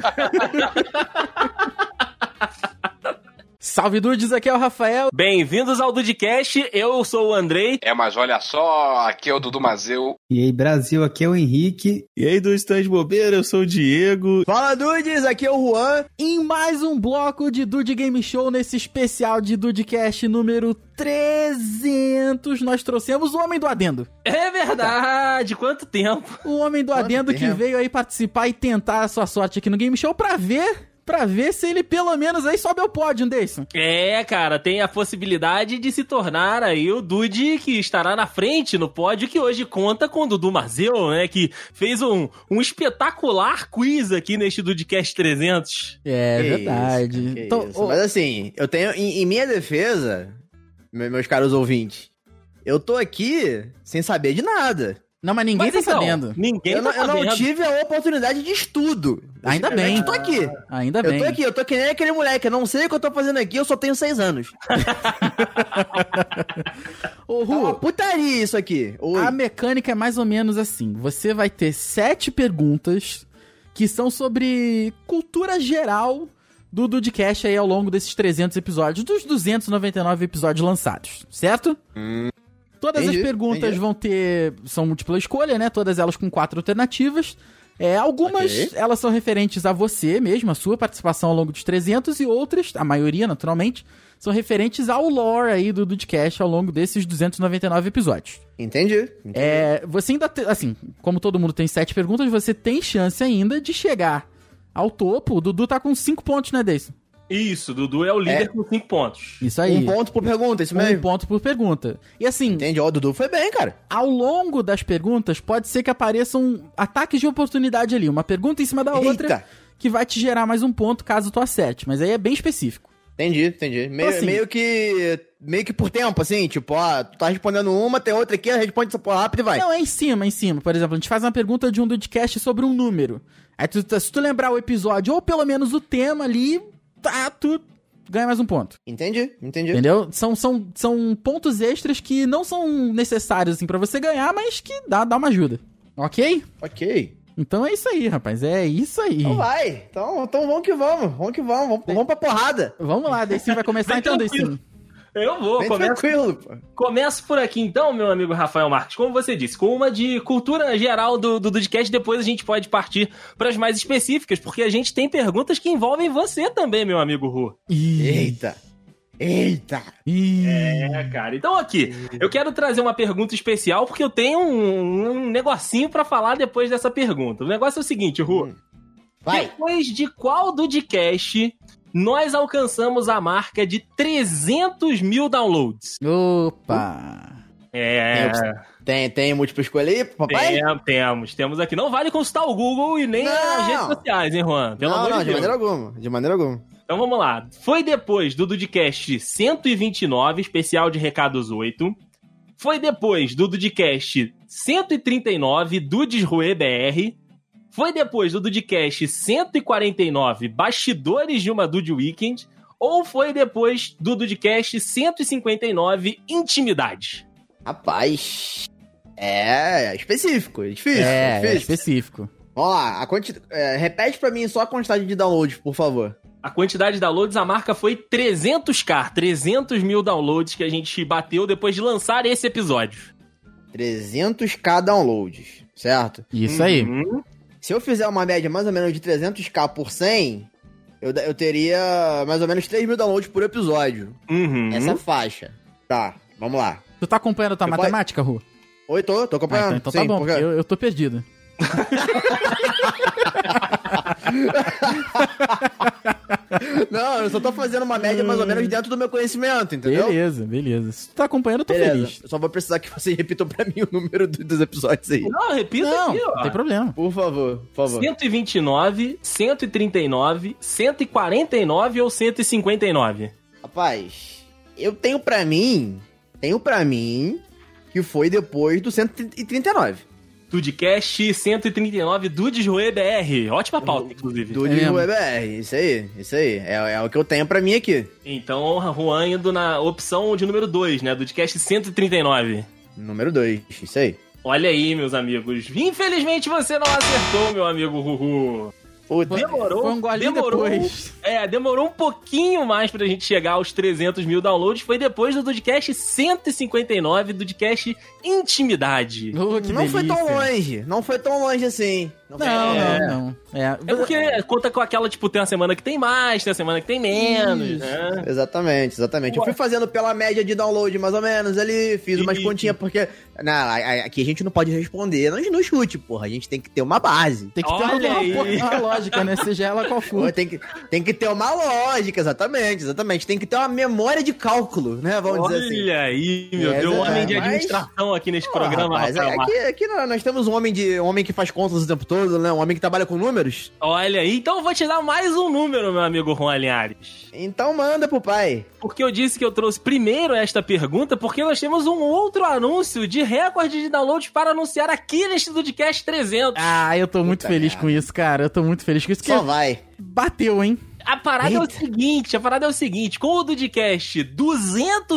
B: Salve, Dudes. Aqui é o Rafael.
C: Bem-vindos ao Dudcast, eu sou o Andrei.
F: É, mas olha só, aqui é o Dudu Mazeu.
E: E aí, Brasil, aqui é o Henrique.
D: E aí, do Stand Bobeira, eu sou o Diego.
G: Fala Dudes, aqui é o Juan.
B: Em mais um bloco de Dude Game Show, nesse especial de Dudecast número 300, nós trouxemos o Homem do Adendo.
C: É verdade, quanto tempo.
B: O Homem do Adendo que
G: tempo.
B: veio aí participar e tentar a sua sorte aqui no Game Show pra ver, pra ver se ele pelo menos aí sobe ao pódio, Anderson.
C: É, cara, tem a possibilidade de se tornar aí o Dude que estará na frente no pódio, que hoje conta com o Dudu Mazeu, né, que fez um, um espetacular quiz aqui neste Dudcast 300.
B: É
G: Que
B: verdade.
G: isso, que
B: então,
G: isso.
B: ô,
G: Mas assim, eu tenho. Em, em minha defesa, me- meus caros ouvintes, eu tô aqui sem saber de nada.
B: Não, mas ninguém
C: Mas
B: tá
C: então,
B: sabendo.
C: Ninguém
G: Eu,
C: tá
G: não, eu não
C: sabendo.
G: tive a oportunidade de estudo. Eu
B: Ainda bem.
G: simplesmente tô aqui.
B: Ainda
G: eu
B: bem.
G: tô aqui, eu tô que nem aquele moleque. Eu não sei o que eu tô fazendo aqui, eu só tenho seis anos.
B: Ô,
G: Tá uma
B: Ru,
G: putaria isso aqui. Oi.
B: a mecânica é mais ou menos assim. Você vai ter sete perguntas que são sobre cultura geral do Dudcast aí ao longo desses 300 episódios, dos 299 episódios lançados, certo? Todas
G: Hum. Entendi,
B: as perguntas
G: entendi.
B: vão ter... São múltipla escolha, né? Todas elas com quatro alternativas. É, algumas
G: Ok.
B: elas são referentes a você mesmo, a sua participação ao longo dos 300, e outras, a maioria naturalmente, são referentes ao lore aí do Dudcast ao longo desses 299 episódios.
G: Entendi. entendi.
B: É, você ainda tem, assim, como todo mundo tem sete perguntas, você tem chance ainda de chegar ao topo. O Dudu tá com cinco pontos, né, Deison?
C: Isso, Dudu é o líder
G: É.
C: com cinco pontos.
B: Isso aí.
G: um ponto por pergunta, isso
B: Um
G: mesmo.
B: ponto por pergunta. E assim,
G: Entendi. Ó, o Dudu foi bem, cara.
B: ao longo das perguntas, pode ser que apareçam ataques de oportunidade ali. Uma pergunta em cima da outra
G: Eita.
B: que vai te gerar mais um ponto caso tu acerte. Mas aí é bem específico.
G: Entendi, entendi. Meio,
B: assim-
G: meio que. Meio que por tempo, assim, tipo, ó, tu tá respondendo uma, tem outra aqui, responde essa porra rápido e vai.
B: Não, é em cima, é em cima. Por exemplo, a gente faz uma pergunta de um podcast sobre um número. Aí tu, se tu lembrar o episódio, ou pelo menos o tema ali, tá, tu ganha mais um ponto.
G: Entendi, entendi.
B: Entendeu? São, são, são pontos extras que não são necessários, assim, pra você ganhar, mas que dá, dá uma ajuda. Ok?
G: Ok.
B: Então é isso aí, rapaz. É isso aí.
G: Então vai. Então, então vamos que vamos. Vamos que vamos. Vamos, vamos pra porrada.
B: Vamos lá, Deicin vai começar
C: Bem
B: então,
C: tranquilo.
B: Deicin.
C: Eu vou,
G: Bem
C: começa
G: tranquilo, pô.
C: Começo por aqui então, meu amigo Rafael Marques. Como você disse, com uma de cultura geral do, do Dudcast, depois a gente pode partir para as mais específicas, porque a gente tem perguntas que envolvem você também, meu amigo Ru.
B: Ih,
G: Eita. Eita.
B: ih.
C: É, cara. Então aqui, eu quero trazer uma pergunta especial, porque eu tenho um, um negocinho para falar depois dessa pergunta. O negócio é o seguinte, Ru.
G: Hum. Vai.
C: Depois de qual Dudcast nós alcançamos a marca de 300 mil downloads?
B: Opa.
C: É,
G: Tem, tem múltipla escolha aí, papai?
C: Tem- temos, temos aqui. Não vale consultar o Google e nem
G: Não!
C: as redes sociais, hein, Juan? Pelo
G: não,
C: amor
G: não,
C: de
G: de
C: Deus.
G: maneira alguma. De maneira alguma.
C: Então vamos lá. Foi depois do Dudcast 129, especial de Recados 8. Foi depois do Dudcast 139, Dudes Rue BR. Foi depois do Dudcast 149, Bastidores de uma Dude Weekend. Ou foi depois do Dudcast 159, Intimidade?
G: Rapaz. É, é específico, é difícil.
B: É, é
G: difícil.
B: específico.
G: Ó, a quanti... é, repete pra mim só a quantidade de downloads, por favor.
C: A quantidade de downloads, a marca foi 300k, 300 mil downloads que a gente bateu depois de lançar esse episódio.
G: 300k downloads, certo?
B: Isso aí.
C: Uhum.
G: Se eu fizer uma média mais ou menos de 300k por 100, eu, da- eu teria mais ou menos 3 mil downloads por episódio.
C: Uhum.
G: Essa faixa. Tá, vamos lá.
B: Tu tá acompanhando a tua
G: Eu
B: matemática, Ru?
G: Oi, tô, tô
B: Ah,
G: acompanhando.
B: então então
G: Sim,
B: tá bom,
G: porque-
B: porque eu, eu tô perdido.
G: Não, eu só tô fazendo uma média mais ou menos dentro do meu conhecimento, entendeu?
B: Beleza, beleza. Se tu tá acompanhando, eu tô
G: Beleza.
B: feliz.
G: Eu Só vou precisar que vocês repitam pra mim o número do- dos episódios aí.
C: Não, repita
B: Não,
C: aqui,
B: não tem
C: ó.
B: problema.
G: Por favor, por favor.
C: 129, 139, 149 ou 159?
G: Rapaz, eu tenho pra mim, tenho pra mim que foi depois do 139.
C: Tudcast 139 do Desroê BR. Ótima pauta, inclusive.
G: Do
B: É
G: de
B: mesmo?
G: WebR, isso aí, isso aí. É, é o que eu tenho pra mim aqui.
C: Então, Juan indo na opção de número 2, né? Dudcast 139.
G: Número 2, isso aí.
C: Olha aí, meus amigos. Infelizmente você não acertou, meu amigo Ruhu.
G: Puta,
B: Foi-
C: Demorou,
B: Foi um golinho
C: demorou.
B: depois.
C: É, demorou um pouquinho mais pra gente chegar aos 300 mil downloads. Foi depois do Dudcast 159, do Dudcast Intimidade.
B: Oh, que
G: não foi tão
B: delícia.
G: longe, não foi tão longe assim. foi
B: Não,
G: tão longe.
C: É.
B: não, não. É,
C: É porque conta com aquela, tipo, tem uma semana que tem mais, tem uma semana que tem menos, né?
G: Exatamente, exatamente. Eu fui fazendo pela média de download, mais ou menos, ali, fiz umas
C: Ih.
G: continhas, porque. Não, a- a- aqui a gente não pode responder no, no chute, porra. A gente tem que ter uma base.
B: Tem que ter
C: Olha
B: uma,
C: aí.
B: uma, uma lógica, né? Seja ela qual for.
G: Pô, tem, que, tem que ter uma lógica, exatamente, exatamente. Tem que ter uma memória de cálculo, né? Vamos
C: Olha
G: dizer assim.
C: aí, meu
G: É,
C: Deus, um
G: é,
C: homem de
G: mas-
C: administração aqui nesse
G: Pô,
C: programa,
G: rapaz, é-
C: Rafael Marques.
G: aqui, aqui nós nós temos um homem de um homem que faz contas o tempo todo, né? Um homem que trabalha com números.
C: Olha aí, então eu vou te dar mais um número, meu amigo Juan Linhares.
G: Então manda pro pai.
C: Porque eu disse que eu trouxe primeiro esta pergunta, porque nós temos um outro anúncio de recorde de downloads para anunciar aqui neste Dudcast 300.
B: Ah, eu tô muito
G: Puta
B: feliz
G: merda.
B: com isso, cara. Eu tô muito feliz com isso. Que
G: Só vai.
B: bateu, hein?
C: A parada é o seguinte, a parada é o seguinte, com o Dudcast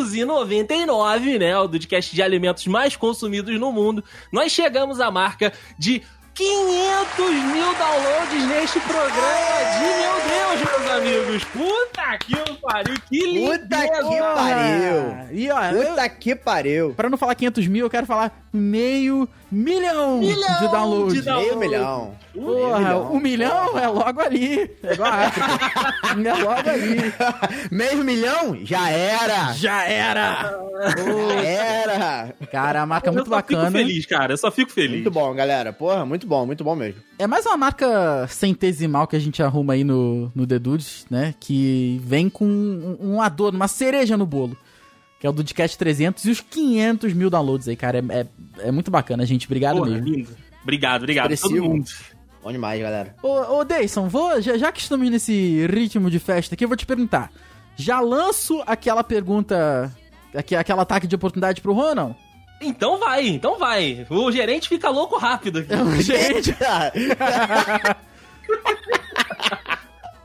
C: 299, né, o Dudcast de alimentos mais consumidos no mundo, nós chegamos à marca de 500 mil downloads neste programa de, meu Deus, meus amigos, puta que pariu, que lindo!
G: Puta que pariu.
B: Ah, E ó, eu-
G: Puta que pariu.
B: pra não falar 500 mil, eu quero falar meio milhão,
C: Milhão
B: de downloads.
C: de downloads.
G: Meio milhão.
B: Porra, um milhão é logo ali. É igual a África. é logo ali.
G: Meio milhão? Já era.
B: Já era!
G: Já era.
B: Cara, a marca é muito
C: eu só
B: bacana.
C: fico feliz, cara, eu só fico feliz.
G: Muito bom, galera. Porra, muito bom, muito bom mesmo.
B: É mais uma marca centesimal que a gente arruma aí no, no The Dudes, né? Que vem com um, um adorno, uma cereja no bolo. Que é o Dudcast 300 e os 500 mil downloads aí, cara. É, é, é muito bacana, gente. Obrigado
C: Porra, é
B: mesmo.
C: lindo. Obrigado, obrigado. Todo
G: Expressivo.
C: mundo.
G: Bom demais, galera.
B: Ô, ô Deison, vou, já, já que estamos nesse ritmo de festa aqui, eu vou te perguntar. Já lanço aquela pergunta, aque- aquele ataque de oportunidade pro Ronald?
C: Então vai, então vai. O gerente fica louco rápido aqui.
B: Gente,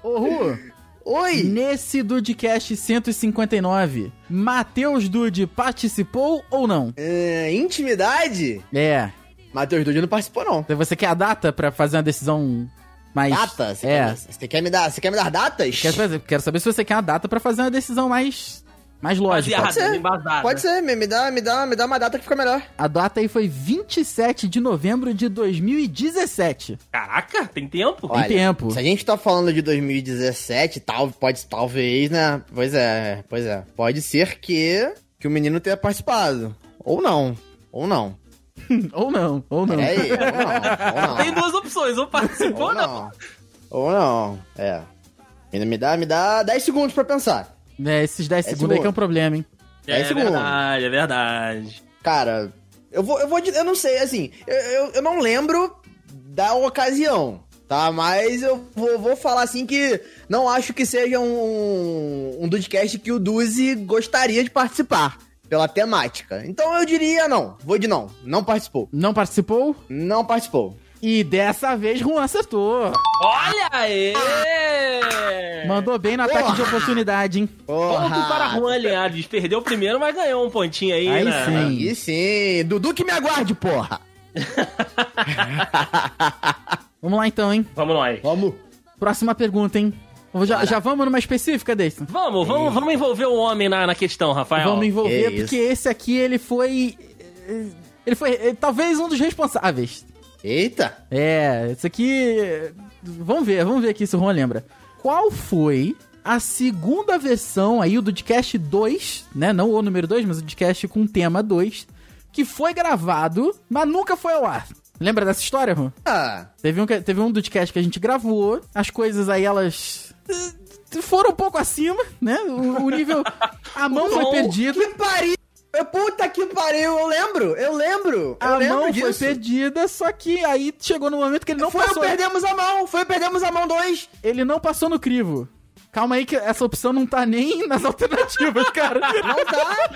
B: ô Ru,
G: Oi.
B: nesse Dudcast 159, Matheus Dude participou ou não?
G: É, intimidade?
B: É.
G: Matheus Dude não participou, não.
B: Então Você quer a data pra fazer uma decisão mais.
G: Data? Você
B: É.
G: quer, você quer me dar? Você quer me dar datas?
B: Quero, fazer- quero saber se você quer a data pra fazer uma decisão mais. Mais lógica.
C: Baseado,
G: ser.
C: embasado.
G: Pode ser, me, me dá, me, dá, me dá uma data que fica melhor.
B: A data aí foi 27 de novembro de 2017.
C: Caraca, tem tempo?
B: Tem tempo.
G: Se a gente tá falando de 2017, tal, pode, talvez, né? Pois é, pois é. Pode ser que, que o menino tenha participado. Ou não. Ou não.
B: Ou não, ou não.
G: É aí, ou não. Ou
C: Tem
G: não.
C: duas opções, ou participou
G: Ou
C: ou não.
G: não. Ou não. É. Me- Me dá, me dá 10 segundos pra pensar.
B: É, esses 10
G: É
B: segundos aí
G: seguro.
B: que é um problema, hein?
G: É esse bom.
C: verdade, é verdade.
G: Cara, eu vou, eu vou, di- eu não sei, assim, eu, eu, eu não lembro da ocasião, tá? Mas eu vou, vou falar assim que não acho que seja um, um Dudcast que o Duzi gostaria de participar. Pela temática. Então eu diria não. Vou de não. Não participou.
B: Não participou?
G: Não participou.
B: E dessa vez Juan acertou.
C: Olha aí!
B: Mandou bem no ataque de oportunidade, hein?
G: Porra.
C: Ponto para Juan Linhares. Perdeu o primeiro, mas ganhou um pontinho aí,
B: Aí
C: né?
B: sim.
G: Aí sim. Dudu que me aguarde, porra.
B: Vamos lá então, hein?
C: Vamos nós.
G: Vamos.
B: Próxima pergunta, hein? Vou- Já, já vamos numa específica, Deison?
C: Vamos, vamos, vamos envolver o homem na, na questão, Rafael.
B: Vamos envolver,
G: que
B: porque esse aqui, ele foi... Ele foi eh, talvez um dos responsáveis.
G: Eita.
B: É, isso aqui... eh, Vamos ver, vamos ver aqui se o Juan lembra. Qual foi a segunda versão aí, o Dudcast 2, né? Não o número 2, mas o Dudcast com tema 2, que foi gravado, mas nunca foi ao ar. Lembra dessa história, Juan?
G: Ah,
B: Teve um, que- teve um podcast que a gente gravou, as coisas aí elas eh, foram um pouco acima, né? O, o nível. A mão foi
C: Não,
B: perdida.
G: que pariu. Puta que pariu. Eu lembro. Eu lembro. eu
B: A
G: lembro
B: mão foi
G: disso.
B: perdida, só que aí chegou no momento que ele não
G: foi
B: passou.
G: o Perdemos a Mão! Foi o Perdemos a Mão 2!
B: Ele não passou no crivo. Calma aí que essa opção não tá nem nas alternativas, cara.
G: Não tá?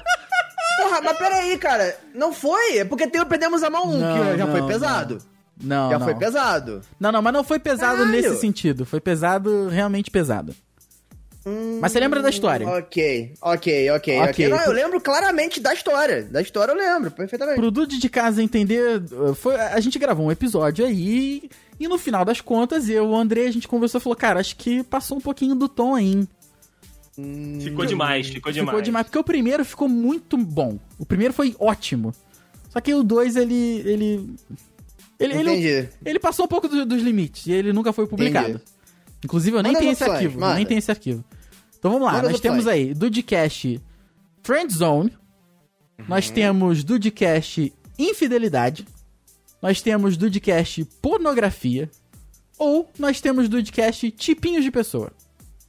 G: Porra, mas peraí, cara. Não foi? É porque tem o Perdemos a Mão 1,
B: Não,
G: que já foi
B: não,
G: pesado.
B: Não,
G: já
B: não.
G: foi pesado.
B: Não, não, mas não foi pesado
G: Caralho.
B: nesse sentido. Foi pesado, realmente pesado.
G: Hum.
B: mas você lembra da história?
G: Ok, ok, ok, ok.
B: Ok.
G: Não, eu lembro claramente da história. Da história eu lembro, perfeitamente.
B: Pro Dude de casa entender, uh, foi, a gente gravou um episódio aí e no final das contas eu, o André, a gente conversou e falou, cara, acho que passou um pouquinho do tom aí. hein?
C: Ficou demais, ficou demais.
B: Ficou demais, porque o primeiro ficou muito bom. O primeiro foi ótimo. Só que o dois, ele... ele... Ele, ele,
G: Entendi.
B: ele passou um pouco do- dos limites e ele nunca foi publicado.
G: Entendi.
B: Inclusive, eu nem
G: Manda
B: tenho
G: as
B: esse
G: opções,
B: arquivo. eu
G: manda.
B: nem tenho esse arquivo. Então vamos lá,
G: Manda as
B: nós temos
G: opções.
B: aí Dudecast Friend Zone. Nós temos Dudecast Infidelidade. Nós temos Dudecast Pornografia. Ou nós temos Dudecast tipinhos de pessoa.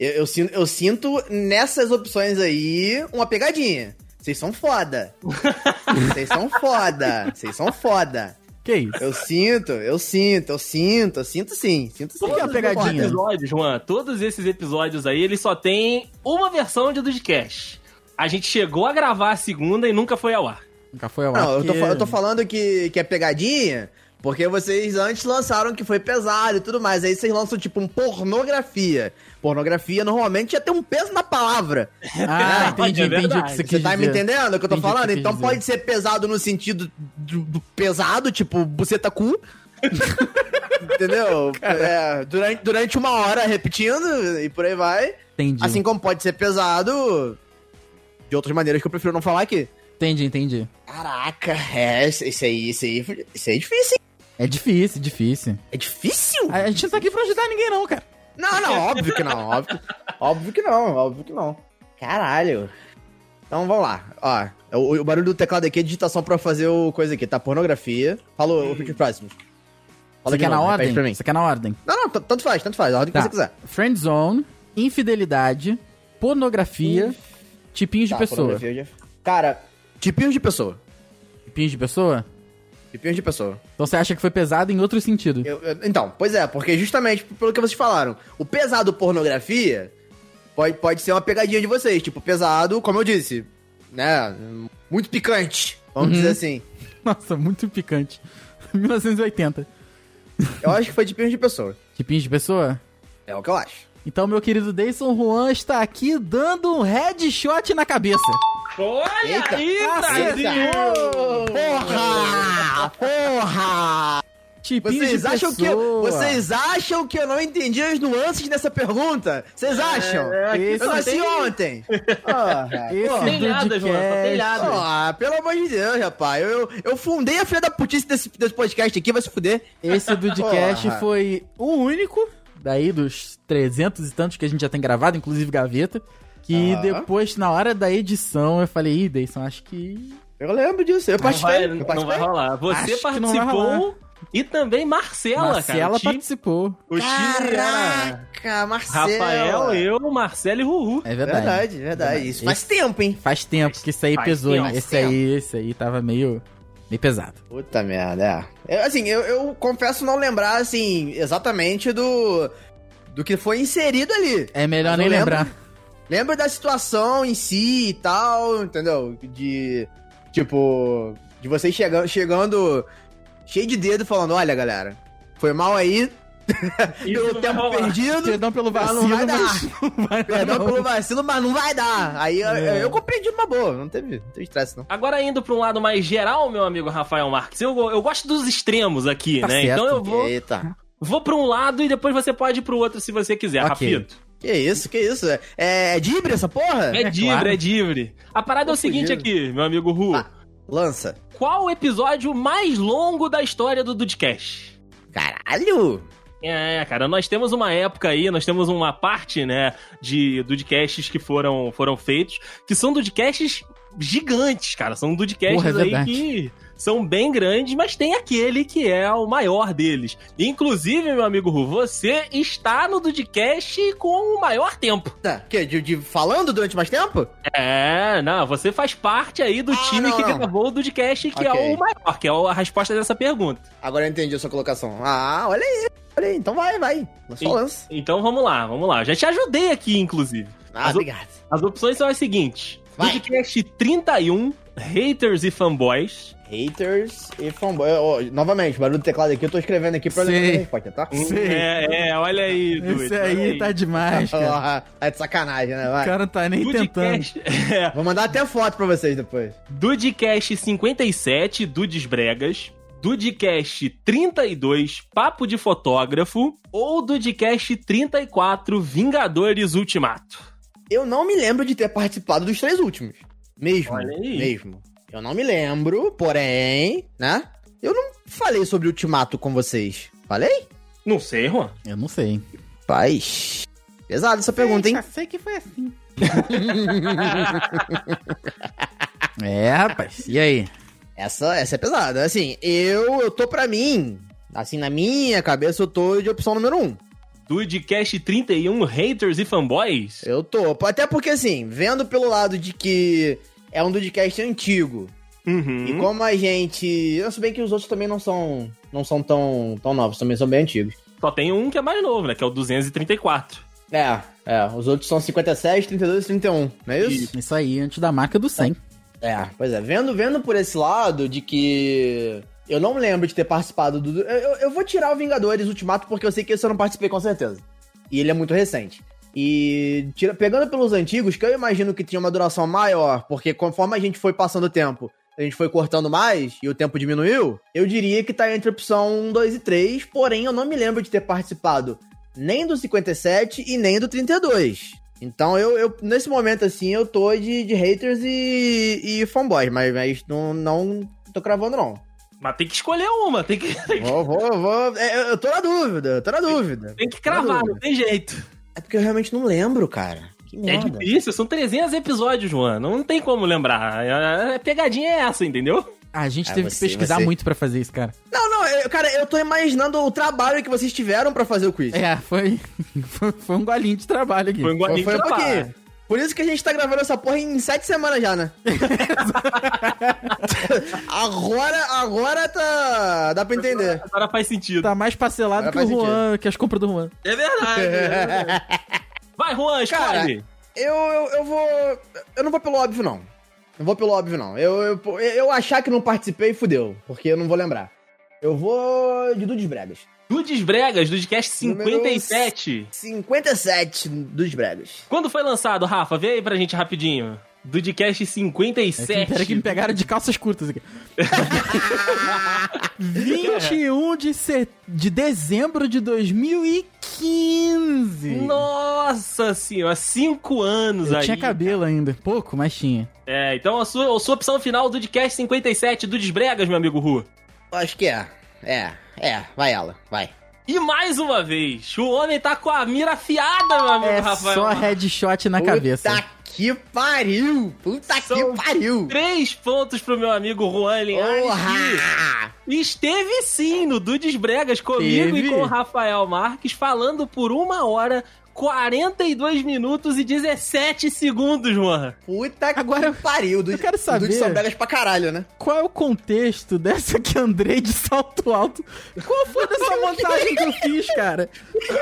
G: Eu, eu sin- eu sinto nessas opções aí uma pegadinha. Vocês são foda. Vocês são foda. Vocês são foda.
B: Que isso?
G: Eu sinto, eu sinto, eu sinto, eu sinto sim. Sinto sim.
B: Por que a pegadinha?
C: episódios, Juan, todos esses episódios aí, eles só tem uma versão de Dudcast. A gente chegou a gravar a segunda e nunca foi ao ar.
B: Nunca foi ao ar.
G: Não, eu tô,
B: porque-
G: fa- eu tô falando que, que é pegadinha porque vocês antes lançaram que foi pesado e tudo mais. Aí vocês lançam tipo um pornografia. Pornografia normalmente já tem um peso na palavra.
B: Ah, entendi, entendi o
C: É
B: que
C: verdade.
B: você
G: Você
B: quis
G: tá me
B: dizer.
G: entendendo o que eu
B: Entendi o
G: tô
B: que
G: falando?
B: quis
G: Então
B: dizer.
G: pode ser pesado no sentido do- do pesado, tipo buceta cu. Entendeu? É, durante, durante uma hora repetindo e por aí vai.
B: Entendi,
G: Assim como pode ser pesado de outras maneiras que eu prefiro não falar aqui.
B: entendi, entendi.
G: Caraca, é, isso aí, isso aí, isso aí é difícil, hein?
B: É difícil, difícil.
G: É difícil?
B: A gente não tá aqui pra ajudar ninguém não, cara.
G: Não, não, óbvio que não. Óbvio, óbvio que não, óbvio que não. Caralho. Então vamos lá. Ó, o, o barulho do teclado aqui é digitação pra fazer o coisa aqui, tá? Pornografia. Falou o vídeo próximo.
B: Você
G: de
B: quer na
G: novo, repete
B: ordem?
G: Pra mim.
B: Você quer na ordem?
G: Não, não, t- tanto faz, tanto faz, a ordem
B: Tá.
G: que você quiser.
B: Friend zone, infidelidade, pornografia, tipinhos
G: Tá,
B: de pessoa.
G: pornografia eu já- Cara, tipinhos de pessoa.
B: Tipinhos de pessoa?
G: Tipinhos de pessoa.
B: Então você acha que foi pesado em outro sentido.
G: Eu- eu- então, pois é, porque justamente pelo que vocês falaram, o pesado pornografia pode, pode ser uma pegadinha de vocês. Tipo, pesado, como eu disse, né? Muito picante, vamos
B: Uhum.
G: dizer assim.
B: Nossa, muito picante. 1980.
G: Eu acho que foi de de pessoa.
B: Tipinhos de pessoa?
G: É o que eu acho.
B: Então, meu querido Deison Juan está aqui dando um headshot na cabeça.
C: Olha
G: Eita,
C: aí, Brasil!
G: Porra! Porra!
B: Tipinhos
G: Vocês
B: de
G: acham, que eu,
B: pessoa.
G: vocês acham que eu não entendi as nuances dessa pergunta? Vocês acham?
B: Esse,
G: eu nasci ontem. Ah,
B: esse
G: porra.
C: telhada, João, só
B: Dudecast-
C: telhada.
G: Ah, pelo amor de Deus, rapaz. Eu, eu, eu fundei a filha da putice desse, desse podcast aqui, vai se fuder.
B: Esse Dudcast
G: Porra.
B: foi o único, daí dos 300 e tantos que a gente já tem gravado, inclusive Gaveta, que
G: Ah.
B: depois, na hora da edição, eu falei, ih, Deison, acho que...
G: Eu lembro disso, eu
C: Não vai,
G: participei. eu
C: não
G: participei.
C: vai rolar. Você
B: Acho que não vai
C: participou e também Marcela,
B: Marcela
C: cara. O time-
B: participou.
C: O time
D: é
C: era
G: Caraca, Marcelo.
C: Rafael, eu, Marcelo e Ruhu.
B: É
G: Verdade,
B: verdade.
G: verdade. Isso faz tempo, hein?
B: Faz tempo que isso aí
C: Faz
B: pesou, hein?
C: tempo.
B: Esse aí, esse aí tava meio, meio pesado.
G: Puta merda, é. Eu, assim, eu, eu confesso não lembrar, assim, exatamente do. Do que foi inserido ali.
B: É melhor
G: Mas
B: nem
G: eu lembro-
B: lembrar.
G: Lembro da situação em si e tal, entendeu? De. Tipo. De vocês chegando, chegando cheio de dedo falando: olha, galera, foi mal aí.
C: Isso
G: Pelo
C: não
G: tempo
C: vai rolar.
G: perdido.
B: Perdão pelo
G: mas
B: vacilo,
G: Não vai
B: mas...
G: dar. Perdão pelo vacilo, mas não É, vai dar. Aí eu, eu, eu compreendi uma boa. Não teve, não teve estresse, não.
C: Agora indo pra um lado mais geral, meu amigo Rafael Marques, eu, eu gosto dos extremos aqui,
B: Tá
C: né?
B: certo.
C: Então eu vou,
G: Eita.
C: vou pra um lado e depois você pode ir pro outro se você quiser,
B: Ok.
C: Rafito.
G: Que isso, que isso? É, é dibre essa porra?
C: É dibre,
B: claro.
C: é dibre. A parada é o seguinte aqui, meu amigo Ru.
G: Ah. Lança.
C: Qual o episódio mais longo da história do Dudcast?
G: Caralho!
C: É, cara, nós temos uma época aí, nós temos uma parte, né, de Dudcasts que foram, foram feitos, que são Dudcasts gigantes, cara. São Dudcasts
B: Porra, é
C: aí
B: verdade.
C: que são bem grandes, mas tem aquele que é o maior deles. Inclusive, meu amigo Ru, você está no Dudcast com o maior tempo.
G: Tá, que? De, de- falando durante mais tempo?
C: É, não, você faz parte aí do
G: Ah,
C: time
G: não,
C: que
G: não.
C: gravou o Dudcast, que
G: Ok.
C: é o maior, que é a resposta dessa pergunta.
G: Agora eu entendi a sua colocação. Ah, olha aí, olha aí. Então vai, vai. Lança
C: Sim.
G: o lance.
C: Então vamos lá, vamos lá. Já te ajudei aqui, inclusive.
G: Ah,
C: Mas o-
G: obrigado.
C: As opções são as seguintes:
G: Vai.
C: Podcast 31, haters e fanboys.
G: Haters e fanboy. Ó, novamente, barulho do teclado aqui, eu tô escrevendo aqui pra
B: Sim.
G: ler a resposta, tá?
B: Sei.
C: É, é, olha aí, Dudu.
B: Esse aí tá demais, cara.
G: Ah, tá de sacanagem, né?
B: O
G: Vai.
B: cara não tá nem tentando.
C: Dudcast, é,
G: Vou mandar até foto pra vocês depois.
C: Dudcast 57, Dudes Bregas. Dudcast 32, Papo de Fotógrafo. Ou Dudcast 34, Vingadores Ultimato.
G: Eu não me lembro de ter participado dos três últimos. Mesmo.
C: Olha aí.
G: Mesmo. Eu não me lembro, porém, né? Eu não falei sobre ultimato com vocês. Falei?
C: Não sei, Juan.
B: Eu não sei.
G: Paz. Pesado essa pergunta, hein?
B: sei que foi assim. é, rapaz. E aí? É,
G: Essa, essa é pesada. Assim, eu, eu tô pra mim. Assim, na minha cabeça, eu tô de opção número um.
C: Dudecast 31, haters e fanboys?
G: Eu tô. Até porque, assim, vendo pelo lado de que é um Dudcast antigo.
C: Uhum.
G: E como a gente. Eu sei bem que os outros também não são. não são tão, tão novos, também são bem antigos.
C: Só tem um que é mais novo, né? Que é o 234.
G: É, é. Os outros são 57, 32 e 31, não é isso?
B: Isso aí, antes da marca do 100.
G: É, pois é. Vendo, vendo por esse lado de que. Eu não lembro de ter participado do. Eu, eu- eu vou tirar o Vingadores Ultimato porque eu sei que esse eu não participei com certeza. E ele é muito recente. E tira- pegando pelos antigos, que eu imagino que tinha uma duração maior, porque conforme a gente foi passando o tempo, a gente foi cortando mais e o tempo diminuiu, eu diria que tá entre a opção 1, 2 e 3, porém eu não me lembro de ter participado nem do 57 e nem do 32. Então eu, eu nesse momento assim, eu tô de, de haters e, e fanboys, mas, mas não, não tô cravando não.
C: Mas tem que escolher uma, tem que, tem que,
G: Vou, vou, vou. é, eu- eu tô na dúvida, eu tô na dúvida.
C: tem que cravar, não tem jeito.
G: É porque eu realmente não lembro, cara. Que
C: É
G: merda.
C: difícil, são 300 episódios, Juan. Não tem como lembrar. A a pegadinha é essa, entendeu?
B: A gente
G: Ah,
B: teve que
G: você-
B: pesquisar
G: você-
B: muito pra fazer isso, cara.
G: Não, não, eu- cara, eu tô imaginando o trabalho que vocês tiveram pra fazer o quiz.
B: É, foi, foi, foi um golinho de trabalho aqui.
C: Foi um
G: Foi-
C: golinho
G: foi
C: de
G: um
C: trabalho.
G: pouquinho. Por isso que a gente tá gravando essa porra em sete semanas já, né? agora, agora tá. dá pra entender.
C: Agora faz sentido.
B: Tá mais parcelado
G: Agora
B: que o
G: faz
B: Juan, que as compras do Juan.
C: É verdade. é verdade. Vai, Juan, escolhe.
G: Eu, eu, eu vou. Eu não vou pelo óbvio, não. Não vou pelo óbvio, não. Eu, eu, eu achar que não participei, fudeu. Porque eu não vou lembrar. Eu vou de Dudes Bregas.
C: Dudes Bregas, Dudcast
G: Número
C: 57.
G: 57 dos Bregas.
C: Quando foi lançado, Rafa? Vê aí pra gente rapidinho. Dudcast
B: É que, pera
C: 57.
B: que me pegaram de calças curtas aqui. 21 de, se... de dezembro de 2015.
C: Nossa senhora, cinco anos
B: Eu
C: aí.
B: tinha cabelo ainda. Pouco, mas tinha.
C: É, então a sua, a sua opção final do Dudcast 57 do Desbregas, meu amigo Ru.
G: Eu Acho que é. É, é. Vai ela, vai.
C: E mais uma vez, o homem tá com a mira afiada, meu amigo
B: É
C: Rafael.
B: só headshot na cabeça.
G: Puta que pariu! Puta
C: São
G: que pariu!
C: Três pontos pro meu amigo Juan Linhares,
G: Porra!
C: que esteve sim no Dudes Bregas comigo
B: Teve.
C: e com o Rafael Marques, falando por uma hora, 42 minutos e 17 segundos, Juan.
G: Puta que
B: Agora,
G: pariu! Do,
B: eu quero saber-
G: Do São Bregas pra caralho, né?
B: Qual é o contexto dessa que andrei de salto alto? Qual foi dessa montagem que eu fiz, cara? O que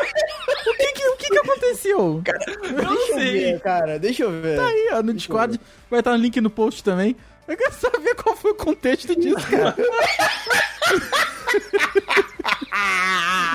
B: que, o que, que aconteceu?
C: Eu não
G: Deixa eu
C: sei.
G: ver, cara. Deixa eu ver.
B: Tá Aí, ó, no Discord. Vai estar no link no post também. Eu quero saber qual foi o contexto disso, cara.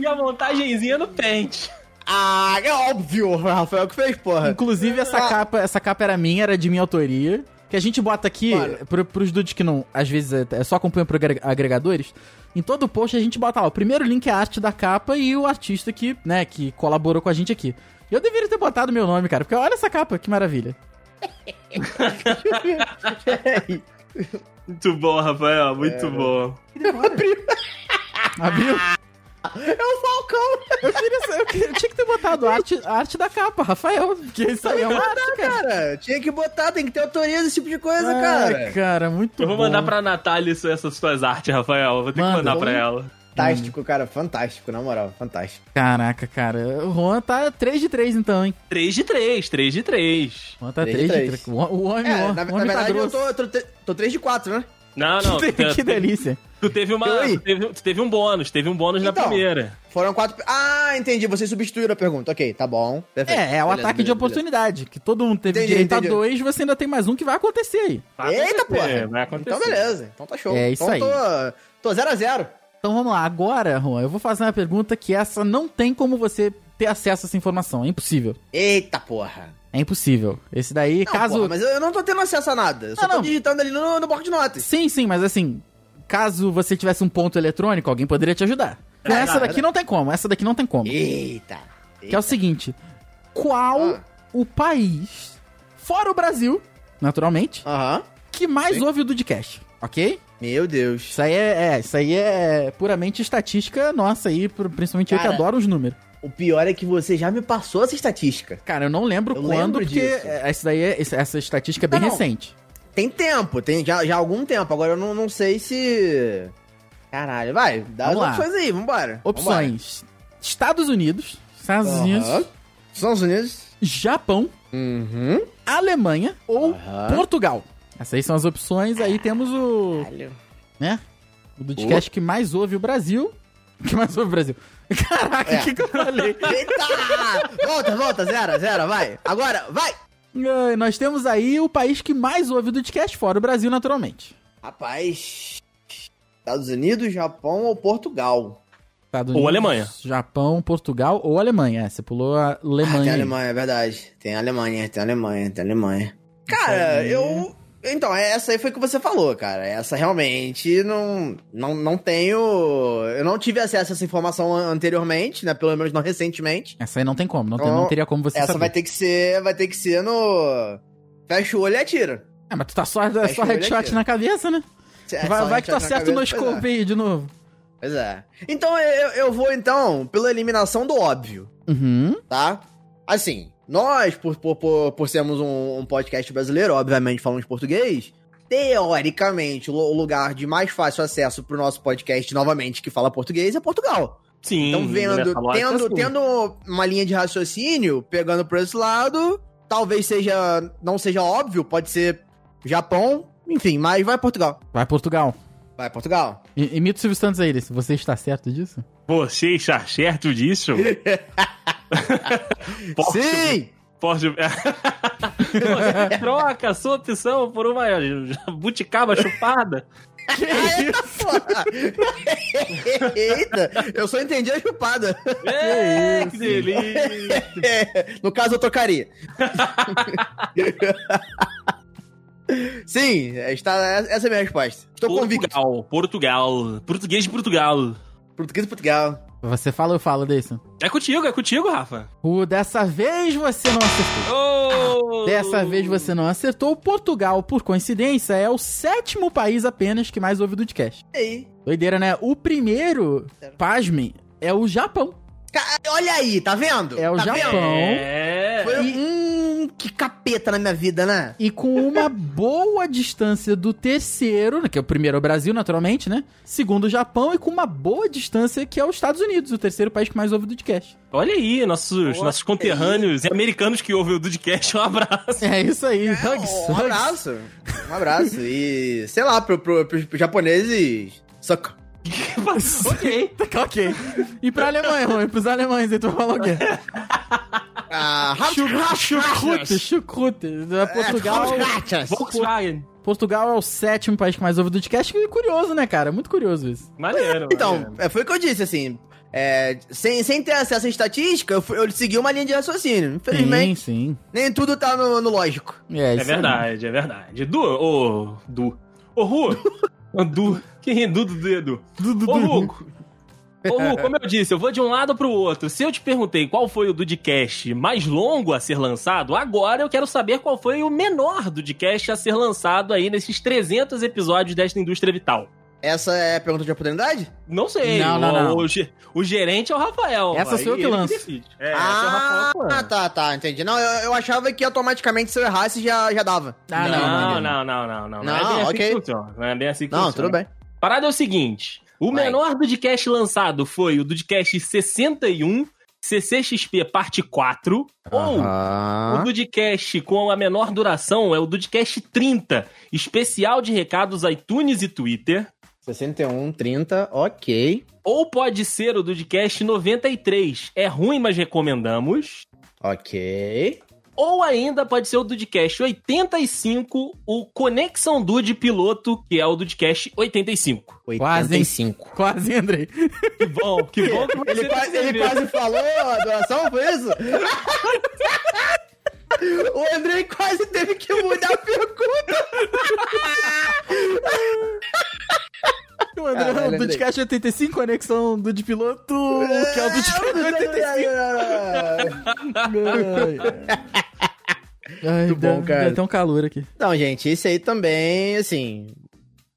C: E a montagenzinha no pente.
G: Ah, é óbvio, Rafael, que fez,
C: É.
G: porra.
B: Inclusive, essa
G: Ah.
B: capa, essa capa era minha, era de minha autoria. Que a gente bota aqui,
G: Olha.
B: pro, pros dudes que não, às vezes, é, é só acompanham por agre- agregadores, em todo post a gente bota lá, o primeiro link é a arte da capa e o artista que, né, que colaborou com a gente aqui. Eu deveria ter botado meu nome, cara, porque olha essa capa, que maravilha.
C: Muito bom, Rafael,
B: É.
C: muito bom.
B: Abriu?
G: É o Falcão,
B: Eu, queria, sa- eu, que- eu tinha que ter botado a arte, a arte da capa, Rafael, porque isso aí é uma arte, cara.
G: cara. Tinha que botar, tem que ter autoria desse tipo de coisa,
B: Ai,
G: cara.
B: cara, muito
C: Eu vou
B: bom.
C: mandar pra Natália isso- essas suas artes, Rafael. Vou ter
B: Manda,
C: que mandar pra
B: vamos-
C: ela.
G: Fantástico, cara. Fantástico, na moral. Fantástico.
B: Caraca, cara, o Juan tá 3 de 3 então, hein?
C: 3 de 3, 3 de 3.
B: Juan tá
G: Três
B: 3
G: de
B: de
G: três.
B: 3. O o homem,
G: É,
B: o
G: na,
B: homem
G: na
B: tá
G: verdade, eu
B: grosso.
G: tô, tô, tô 3 de 4, né?
C: Não, não.
B: que,
C: tu-
B: que delícia.
C: Tu teve uma.
G: Oi.
C: Tu teve, tu teve um bônus, teve um bônus na
G: Então.
C: primeira.
G: Foram quatro. Ah, entendi. Vocês substituíram a pergunta. Ok, tá bom. Perfeito.
B: É, é o
G: Beleza,
B: ataque de
G: beleza,
B: oportunidade. Que todo mundo teve
G: Entendi,
B: direito
G: entendi.
B: a dois, você ainda tem mais um que vai acontecer aí.
C: Vai
G: Eita,
C: acontecer,
G: porra.
C: é né? Vai
G: beleza.
C: acontecer.
G: Então, beleza. Então tá show.
B: É isso
G: então,
B: aí.
G: Tô 0x0. Zero
B: Então vamos lá, agora, Juan, eu vou fazer uma pergunta que essa não tem como você ter acesso a essa informação. É impossível.
G: Eita porra.
B: É impossível. Esse daí,
G: Não,
B: caso.
G: porra, mas eu, eu não tô tendo acesso a nada. Eu só
B: Não,
G: tô
B: não.
G: digitando ali no, no bloco de notas.
B: Sim, sim, mas assim, caso você tivesse um ponto eletrônico, alguém poderia te ajudar.
G: Não,
B: essa
G: não,
B: daqui não tem como, essa daqui não tem como.
G: É, Eita.
B: Que é o seguinte: qual
G: Ah.
B: o país, fora o Brasil, naturalmente,
G: Aham.
B: que mais ouve o Dudcast? Ok?
G: Meu Deus.
B: Isso aí é, é, isso aí é puramente estatística nossa aí, pro- principalmente eu
G: Cara.
B: que adoro os números.
G: O pior é que você já me passou essa estatística.
B: Cara, eu não lembro
G: Eu
B: quando,
G: lembro
B: porque
G: disso.
B: é, essa daí é- esse- essa estatística é bem
G: Não, não.
B: recente.
G: Tem tempo, tem já, já há algum tempo. Agora eu não, não sei se. Caralho, vai, dá
B: Vamos
G: as
B: lá.
G: opções aí, vambora.
B: Opções: Estados Unidos, Estados
G: Aham.
B: Unidos,
G: Vambora. Estados Unidos.
B: Japão,
G: Uhum.
B: Alemanha ou
G: Aham.
B: Portugal. Essas aí são as opções. Aí temos o,
G: Caralho.
B: né? O podcast que mais ouve o Brasil. Que mais ouve o Brasil. Caraca, o
G: É.
B: que, que eu falei?
G: Eita! volta, volta, zero, zero, vai. Agora, vai.
B: Ah, Nós temos aí o país que mais ouve o podcast, fora o Brasil, naturalmente.
G: Rapaz, Estados Unidos, Japão ou Portugal?
B: Estados
C: Ou Alemanha.
B: Japão, Portugal ou Alemanha. É, você pulou a
G: Ah, tem
B: Alemanha. aí.
G: Alemanha, é verdade. Tem Alemanha, tem Alemanha, tem Alemanha. é Cara, eu. Então, essa aí foi o que você falou, cara. Essa realmente não, não, não tenho. Eu não tive acesso a essa informação an- anteriormente, né? Pelo menos não recentemente.
B: Essa aí não tem como, não, tem-
G: Então,
B: não teria como você
G: essa
B: saber.
G: vai ter que ser. Vai ter que ser no. Fecha o olho e atira.
B: É, mas tu tá só, é
G: Fecha
B: só
G: o olho
B: headshot
G: aqui.
B: na cabeça, né?
G: Se- é,
B: vai
G: só
B: vai que tu
G: atira na
B: acerta o
G: cabeça, pois é.
B: noscope aí de novo.
G: Pois é. Então eu, eu vou, então, pela eliminação do óbvio.
B: Uhum.
G: tá? Assim, nós, por, por, por, por sermos um, um podcast brasileiro, obviamente falamos português, teoricamente, o lu- o lugar de mais fácil acesso pro nosso podcast, novamente, que fala português, é Portugal.
C: Sim.
G: Então, vendo,
C: nessa lógica,
G: tendo,
C: sim.
G: tendo uma linha de raciocínio, pegando por esse lado, talvez seja, não seja óbvio, pode ser Japão, enfim, mas vai Portugal.
B: Vai, Portugal.
G: Vai Portugal.
B: I- Imita o Silvio Santos aí, se você está certo disso?
C: Você está certo disso? Posso-
G: Sim!
C: Posso... Você troca a sua opção por uma buticaba chupada?
G: Eita, porra! Eita, eu só entendi a chupada.
C: É, que delícia!
G: É, no caso, eu tocaria. Sim, está, essa é a minha resposta. Estou convicto.
C: Portugal, Portugal. Português de Portugal.
G: Português de Portugal.
B: Você fala ou eu falo desse?
C: É contigo, é contigo, Rafa.
B: O dessa vez você não acertou.
C: Oh!
B: Dessa vez você não acertou. Portugal, por coincidência, é o sétimo país apenas que mais ouve o podcast.
G: E aí?
B: Doideira, né? O primeiro, pasmem, é o Japão.
G: Ca- Olha aí, tá vendo?
B: É o
G: tá
B: Japão.
C: É.
G: Foi um que capeta na minha vida, né?
B: E com uma boa distância do terceiro, né, que é o primeiro é o Brasil, naturalmente, né? Segundo o Japão, e com uma boa distância que é os Estados Unidos, o terceiro país que mais ouve o podcast.
C: Olha aí, nossos,
G: Olha
C: nossos conterrâneos e americanos que ouvem o Dudcast, um abraço.
B: É isso aí, hugs,
G: um
B: hugs.
G: abraço. Um abraço. E sei lá, pro, pro, pros japoneses. Soco.
B: ok, ok. E pra Alemanha, Rony, pros alemães, então aí tu vai falar o quê?
G: Ah,
B: Chucrute, chucrute. É,
G: É,
B: Portugal,
G: Ratos.
C: Volkswagen.
B: Portugal é o sétimo país que mais ouve o podcast. Que curioso, né, cara? Muito curioso isso.
C: Maneiro.
G: Então,
C: maneiro.
G: é, foi o que eu disse, assim. é, sem, sem ter acesso à estatística, eu, fui- eu segui uma linha de raciocínio. Infelizmente,
B: Sim, sim.
G: nem tudo tá no, no lógico.
B: É,
C: é
B: isso aí.
C: verdade, é verdade. Edu, ô, Du. Ô, Ru. Ô, Du. Quem é Du, Dudu, Edu?
B: Dudu,
C: Ô, Luco. Ô, Lu, como eu disse, eu vou de um lado pro outro. Se eu te perguntei qual foi o Dudcast mais longo a ser lançado, agora eu quero saber qual foi o menor Dudcast a ser lançado aí nesses 300 episódios desta indústria vital.
G: Essa é a pergunta de oportunidade?
C: Não sei.
B: Não, não,
C: o,
B: não.
C: O, ge- o gerente é o Rafael.
B: Essa
C: Aí
B: sou eu que
C: ele
B: lanço.
C: decide. É, essa é o
G: ah,
C: Rafael que lança.
G: tá, tá, entendi. Não, eu, eu achava que automaticamente se eu errasse já, já dava.
B: Ah, não, não, não.
C: não, não, não, não.
G: é assim. Não,
C: é bem
G: ok.
C: assim que funciona. Não é bem assim que
G: Não,
C: funciona.
G: tudo bem.
C: Parada é o seguinte: o
G: Vai.
C: menor Dudcast lançado foi o Dudcast 61, CCXP parte 4, ou o
G: Ah,
C: Dudcast com a menor duração é o Dudcast 30, especial de recados iTunes e Twitter.
G: 61, 30, um, ok.
C: Ou pode ser o Dudcast 93. É ruim, mas recomendamos.
G: Ok.
C: Ou ainda pode ser o Dudcast 85, o Conexão Dude Piloto, que é o Dudcast 85.
B: Quase, hein?
G: 85.
B: Quase, Andrei.
C: Que bom, que bom que você
G: Ele quase, ele
C: percebeu.
G: quase falou a doação, foi isso? O Andrei quase teve que mudar a pergunta.
B: O André
G: Caralho,
B: do
G: Andrei.
B: Dudcast 85, conexão do de piloto, que é o Dudcast 85. Ai,
G: Muito
B: dá-
G: bom, cara.
B: Dá até um calor aqui.
G: Não, gente, isso aí também, assim.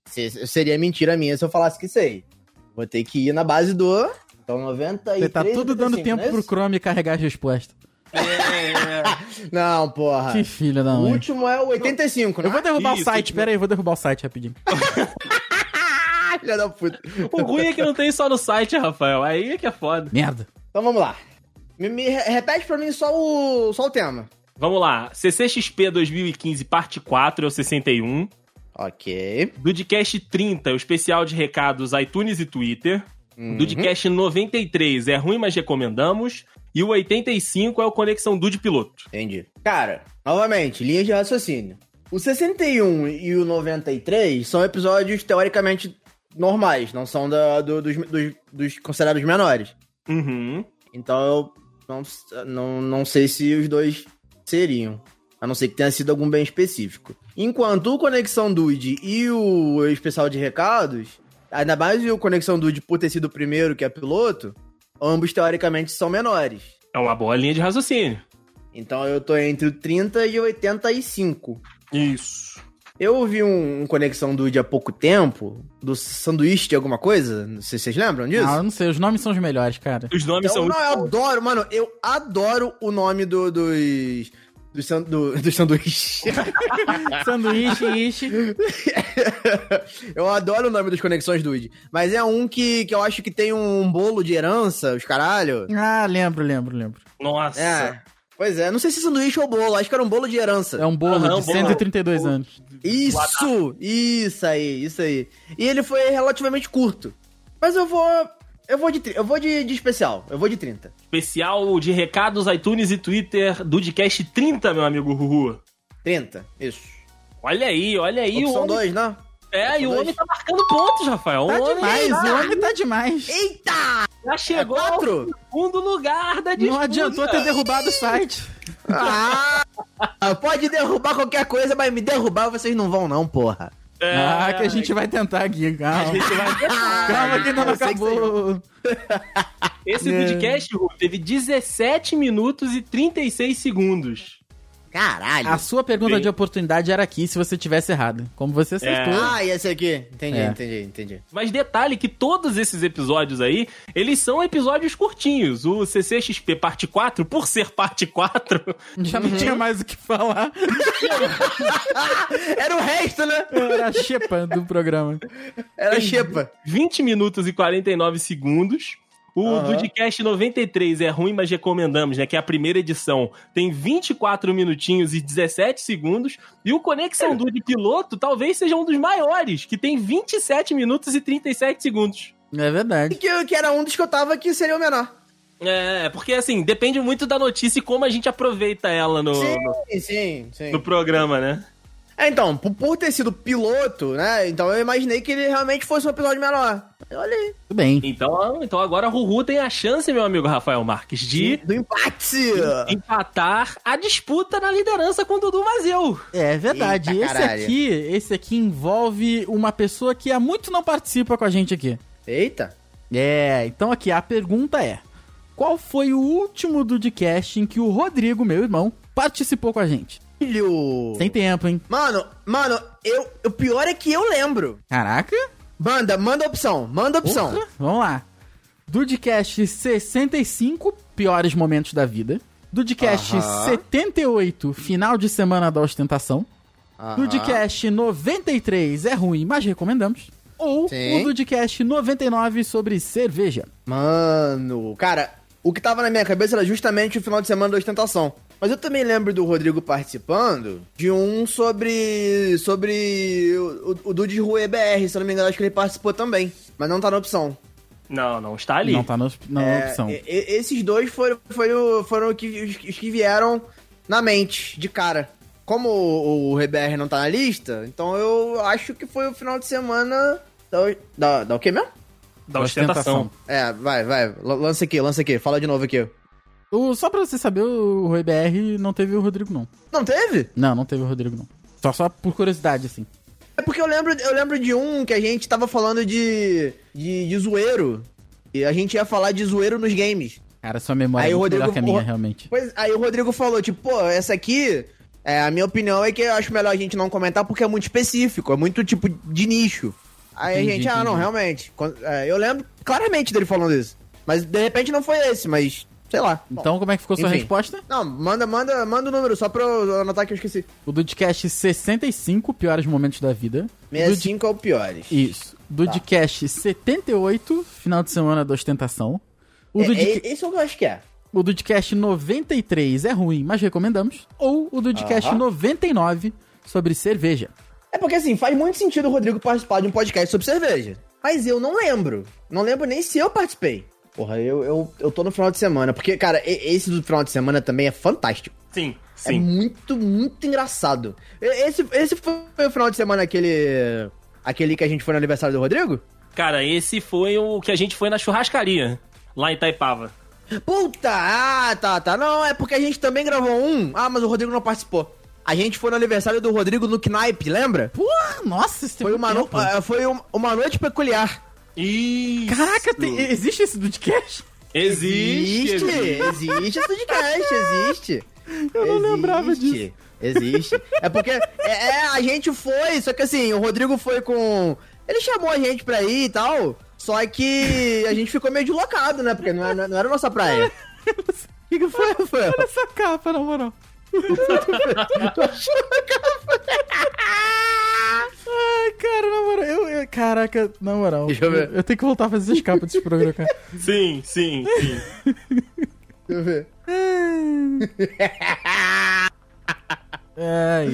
G: se- Seria mentira minha se eu falasse que isso aí. Vou ter que ir na base do. Então, 93.
B: Você tá tudo dando
G: 85,
B: tempo
G: não é
B: pro
G: isso?
B: Chrome carregar as respostas.
G: Não, porra.
B: Que filha da
G: o
B: mãe.
G: Ah, último é o 85, né?
B: Eu vou derrubar
C: Isso,
B: o site,
C: isso.
B: pera aí, eu vou derrubar o site rapidinho.
G: Ah, Filha da puta.
C: O ruim é que não tem só no site, Rafael. Aí é que é foda.
B: Merda.
G: Então vamos lá. Me, me re- repete pra mim só o, só o tema.
C: Vamos lá. CCXP 2015, parte 4, é o 61.
G: Ok.
C: Dudcast 30, o especial de recados iTunes e Twitter.
G: Uhum.
C: Dudcast 93, é ruim, mas recomendamos. E o 85 é o Conexão Dude Piloto.
G: Entendi. Cara, novamente, linhas de raciocínio. O 61 e o 93 são episódios teoricamente normais, não são da- do- dos, dos- dos considerados menores.
C: Uhum.
G: Então eu não, não, não sei se os dois seriam. A não ser que tenha sido algum bem específico. Enquanto o Conexão Dude e o especial de recados, ainda mais o Conexão Dude por ter sido o primeiro, que é piloto, ambos teoricamente são menores.
C: É uma boa linha de raciocínio.
G: Então eu tô entre o 30 e o 85.
C: Isso.
G: Eu ouvi um, um Conexão Dude há pouco tempo, do sanduíche de alguma coisa, não sei se vocês lembram disso?
B: Ah, eu não sei, os nomes são os melhores, cara.
C: Os nomes
G: Então,
C: são.
G: não, eu adoro, mano, eu adoro o nome do- dos. Dos, san, do- dos sanduíches.
B: Sanduíche, ishi.
G: eu adoro o nome dos Conexões Dude. Mas é um que, que eu acho que tem um bolo de herança, os caralho.
B: Ah, lembro, lembro, lembro.
C: Nossa.
G: É. Pois é, não sei se sanduíche ou bolo, acho que era um bolo de herança.
B: É um bolo
C: Aham,
B: de
C: bolo.
B: 132
C: Bolo.
B: anos.
G: Isso! Isso aí, isso aí. E ele foi relativamente curto. Mas eu vou. Eu vou de, tri- eu vou de, de especial, eu vou de 30.
C: Especial de recados, iTunes e Twitter, Dudcast 30, meu amigo Ruhu.
G: 30, isso.
C: Olha aí, olha aí.
G: Opção
C: o homem...
G: 2, né?
C: É, e o
G: dois.
C: homem tá marcando pontos, Rafael.
B: Tá
C: o homem
B: demais,
C: já,
B: o homem tá demais.
G: Eita!
C: já
G: É
C: chegou ao
G: 4?
C: segundo lugar da disputa.
B: Não adiantou ter derrubado o site.
G: Ah! Pode derrubar qualquer coisa, mas me derrubar vocês não vão, não, porra.
C: É,
B: Ah, que a gente vai tentar, Gui.
C: a
B: Calma,
C: gente vai-
B: calma que ainda não
G: eu sei que
B: acabou.
C: Esse
B: É.
C: podcast, Ruhu, teve 17 minutos e 36 segundos.
G: Caralho.
B: A sua pergunta
C: Sim.
B: de oportunidade era aqui, se você tivesse errado. Como você acertou.
G: Ah, e esse aqui? Entendi,
B: É.
G: entendi, entendi.
C: Mas detalhe que todos esses episódios aí, eles são episódios curtinhos. O CCXP parte 4, por ser parte 4,
B: Já não tinha mais o que falar.
G: Era o resto, né?
B: Era a xepa do programa.
G: Era xepa.
C: 20 minutos e 49 segundos. O
G: Aham.
C: Dudcast 93 é ruim, mas recomendamos, né? Que é a primeira edição. Tem 24 minutinhos e 17 segundos. E o Conexão Dude Piloto talvez seja um dos maiores, que tem 27 minutos e 37 segundos.
B: É
G: E
B: verdade.
G: Que, que era um dos que eu tava que seria o menor.
C: É, porque assim, depende muito da notícia e como a gente aproveita ela no,
G: Sim.
C: no,
G: Sim, sim, sim.
C: no programa, né?
G: É, então, por, por ter sido piloto, né? Então eu imaginei que ele realmente fosse um episódio menor. Olha aí.
B: Tudo bem.
C: Então, então agora a Ruhu tem a chance, meu amigo Rafael Marques, de
G: Do empate!
C: empatar a disputa na liderança com o Dudu Mazeu.
B: É verdade.
G: Eita,
B: esse
G: caralho.
B: aqui, esse aqui envolve uma pessoa que há muito não participa com a gente aqui.
G: Eita!
B: É, então aqui a pergunta é: qual foi o último Dudcast em que o Rodrigo, meu irmão, participou com a gente?
G: Filho!
B: Tem tempo, hein?
G: Mano, mano, eu, o pior é que eu lembro.
B: Caraca!
G: Manda, manda opção, manda opção.
B: Porra, Vamos lá. Dudcast 65, piores momentos da vida. Dudcast
G: Aham.
B: 78, final de semana da ostentação.
G: Aham.
B: Dudcast 93, é ruim, mas recomendamos. Ou
G: Sim.
B: o Dudcast 99 sobre cerveja.
G: Mano, cara, o que tava na minha cabeça era justamente o final de semana da ostentação. Mas eu também lembro do Rodrigo participando de um sobre. sobre. o, o, o Dude Rue BR, se eu não me engano, acho que ele participou também. Mas não tá na opção.
C: Não, não está ali.
B: Não tá na, na
G: É,
B: opção.
G: e- e- esses dois foram, foram, foram o que- os, os que vieram na mente, de cara. Como o, o RBR não tá na lista, então eu acho que foi o final de semana da. Da, da o quê mesmo?
C: Da ostentação.
G: É, vai, vai. l- Lança aqui, lança aqui. Fala de novo aqui.
B: O, só pra você saber, o Rui BR não teve o Rodrigo, não.
G: Não teve?
B: Não, não teve o Rodrigo, não. Só, só por curiosidade, assim.
G: É porque eu lembro, eu lembro de um que a gente tava falando de. de, de zoeiro. E a gente ia falar de zoeiro nos games.
B: Cara, sua memória
G: Aí
B: é
G: o
B: muito
G: Rodrigo-
B: melhor que a minha,
G: o-
B: realmente.
G: Pois, aí o Rodrigo falou, tipo, pô, essa aqui, é, a minha opinião é que eu acho melhor a gente não comentar porque é muito específico, é muito tipo de nicho. Aí a
B: Entendi,
G: gente, ah, não,
B: entendi.
G: realmente. Quando- é, eu lembro claramente dele falando isso. Mas de repente não foi esse, mas sei lá. Bom,
B: Então, como é que ficou sua
G: enfim.
B: resposta?
G: Não, manda, manda, manda o número, só pra eu anotar que eu esqueci.
B: O Dudcast 65, piores momentos da vida.
G: 65 é o piores.
B: Isso. Dudcast
G: Tá.
B: 78, final de semana da ostentação. O,
G: É,
B: Dudca-
G: é- esse é o que eu acho que é.
B: o Dudcast 93 é ruim, mas recomendamos. Ou o Dudcast
G: Aham.
B: 99 sobre cerveja.
G: É porque assim, faz muito sentido o Rodrigo participar de um podcast sobre cerveja. Mas eu não lembro. Não lembro nem se eu participei. Porra, eu, eu, eu tô no final de semana. Porque, cara, e- esse do final de semana também é fantástico.
C: Sim,
G: É
C: sim.
G: muito, muito engraçado. E- Esse, esse foi o final de semana aquele. Aquele que a gente foi no aniversário do Rodrigo?
C: Cara, esse foi o que a gente foi na churrascaria, lá em Itaipava.
G: Puta! Ah, tá, tá. Não, é porque a gente também gravou um. Ah, mas o Rodrigo não participou. A gente foi no aniversário do Rodrigo no Knipe, lembra?
B: Porra, nossa, isso tem
G: Foi
B: muito
G: uma, no...
B: tempo.
G: ah, foi um- uma noite peculiar.
C: Isso!
B: Caraca, tem- existe esse Dudcast?
C: Existe!
G: Existe, existe esse podcast, existe.
B: Eu não lembrava disso.
G: Existe. É porque é, é, a gente foi, só que assim, o Rodrigo foi com. Ele chamou a gente pra ir e tal. Só que a gente ficou meio deslocado, né? Porque não era, não era nossa praia. O que, que foi, Rafael?
B: Essa capa, na moral.
G: Tu achou
B: Ai, cara, na moral, eu, eu- Caraca, na moral.
G: Deixa eu ver.
B: Eu, tenho que voltar a fazer essas capas desse programa, cara.
C: Sim, sim, sim.
B: Ai,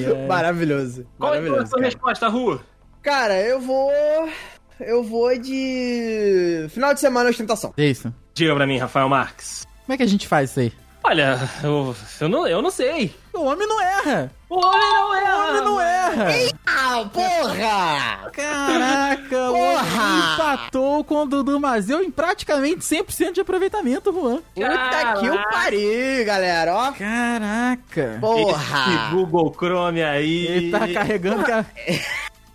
B: ai.
G: Maravilhoso.
C: Qual é a
G: maravilhoso,
C: sua
G: cara.
C: resposta, Ru?
G: Cara, eu vou. Eu vou de. Final de semana ostentação.
B: Jason,
C: Diga pra mim, Rafael Marques.
B: como é que a gente faz isso aí?
C: Olha, eu, eu, não, eu não sei.
B: O homem não erra!
C: O homem não
B: O
C: é.
B: homem não erra!
G: Ah, porra!
B: Caraca, o
G: Porra!
B: homem empatou com o Dudu Mazeu em praticamente 100% de aproveitamento, Juan.
G: Puta que o pariu, galera, ó.
B: Caraca!
C: Esse
G: Porra!
C: Google Chrome aí.
B: Ele tá carregando, cara.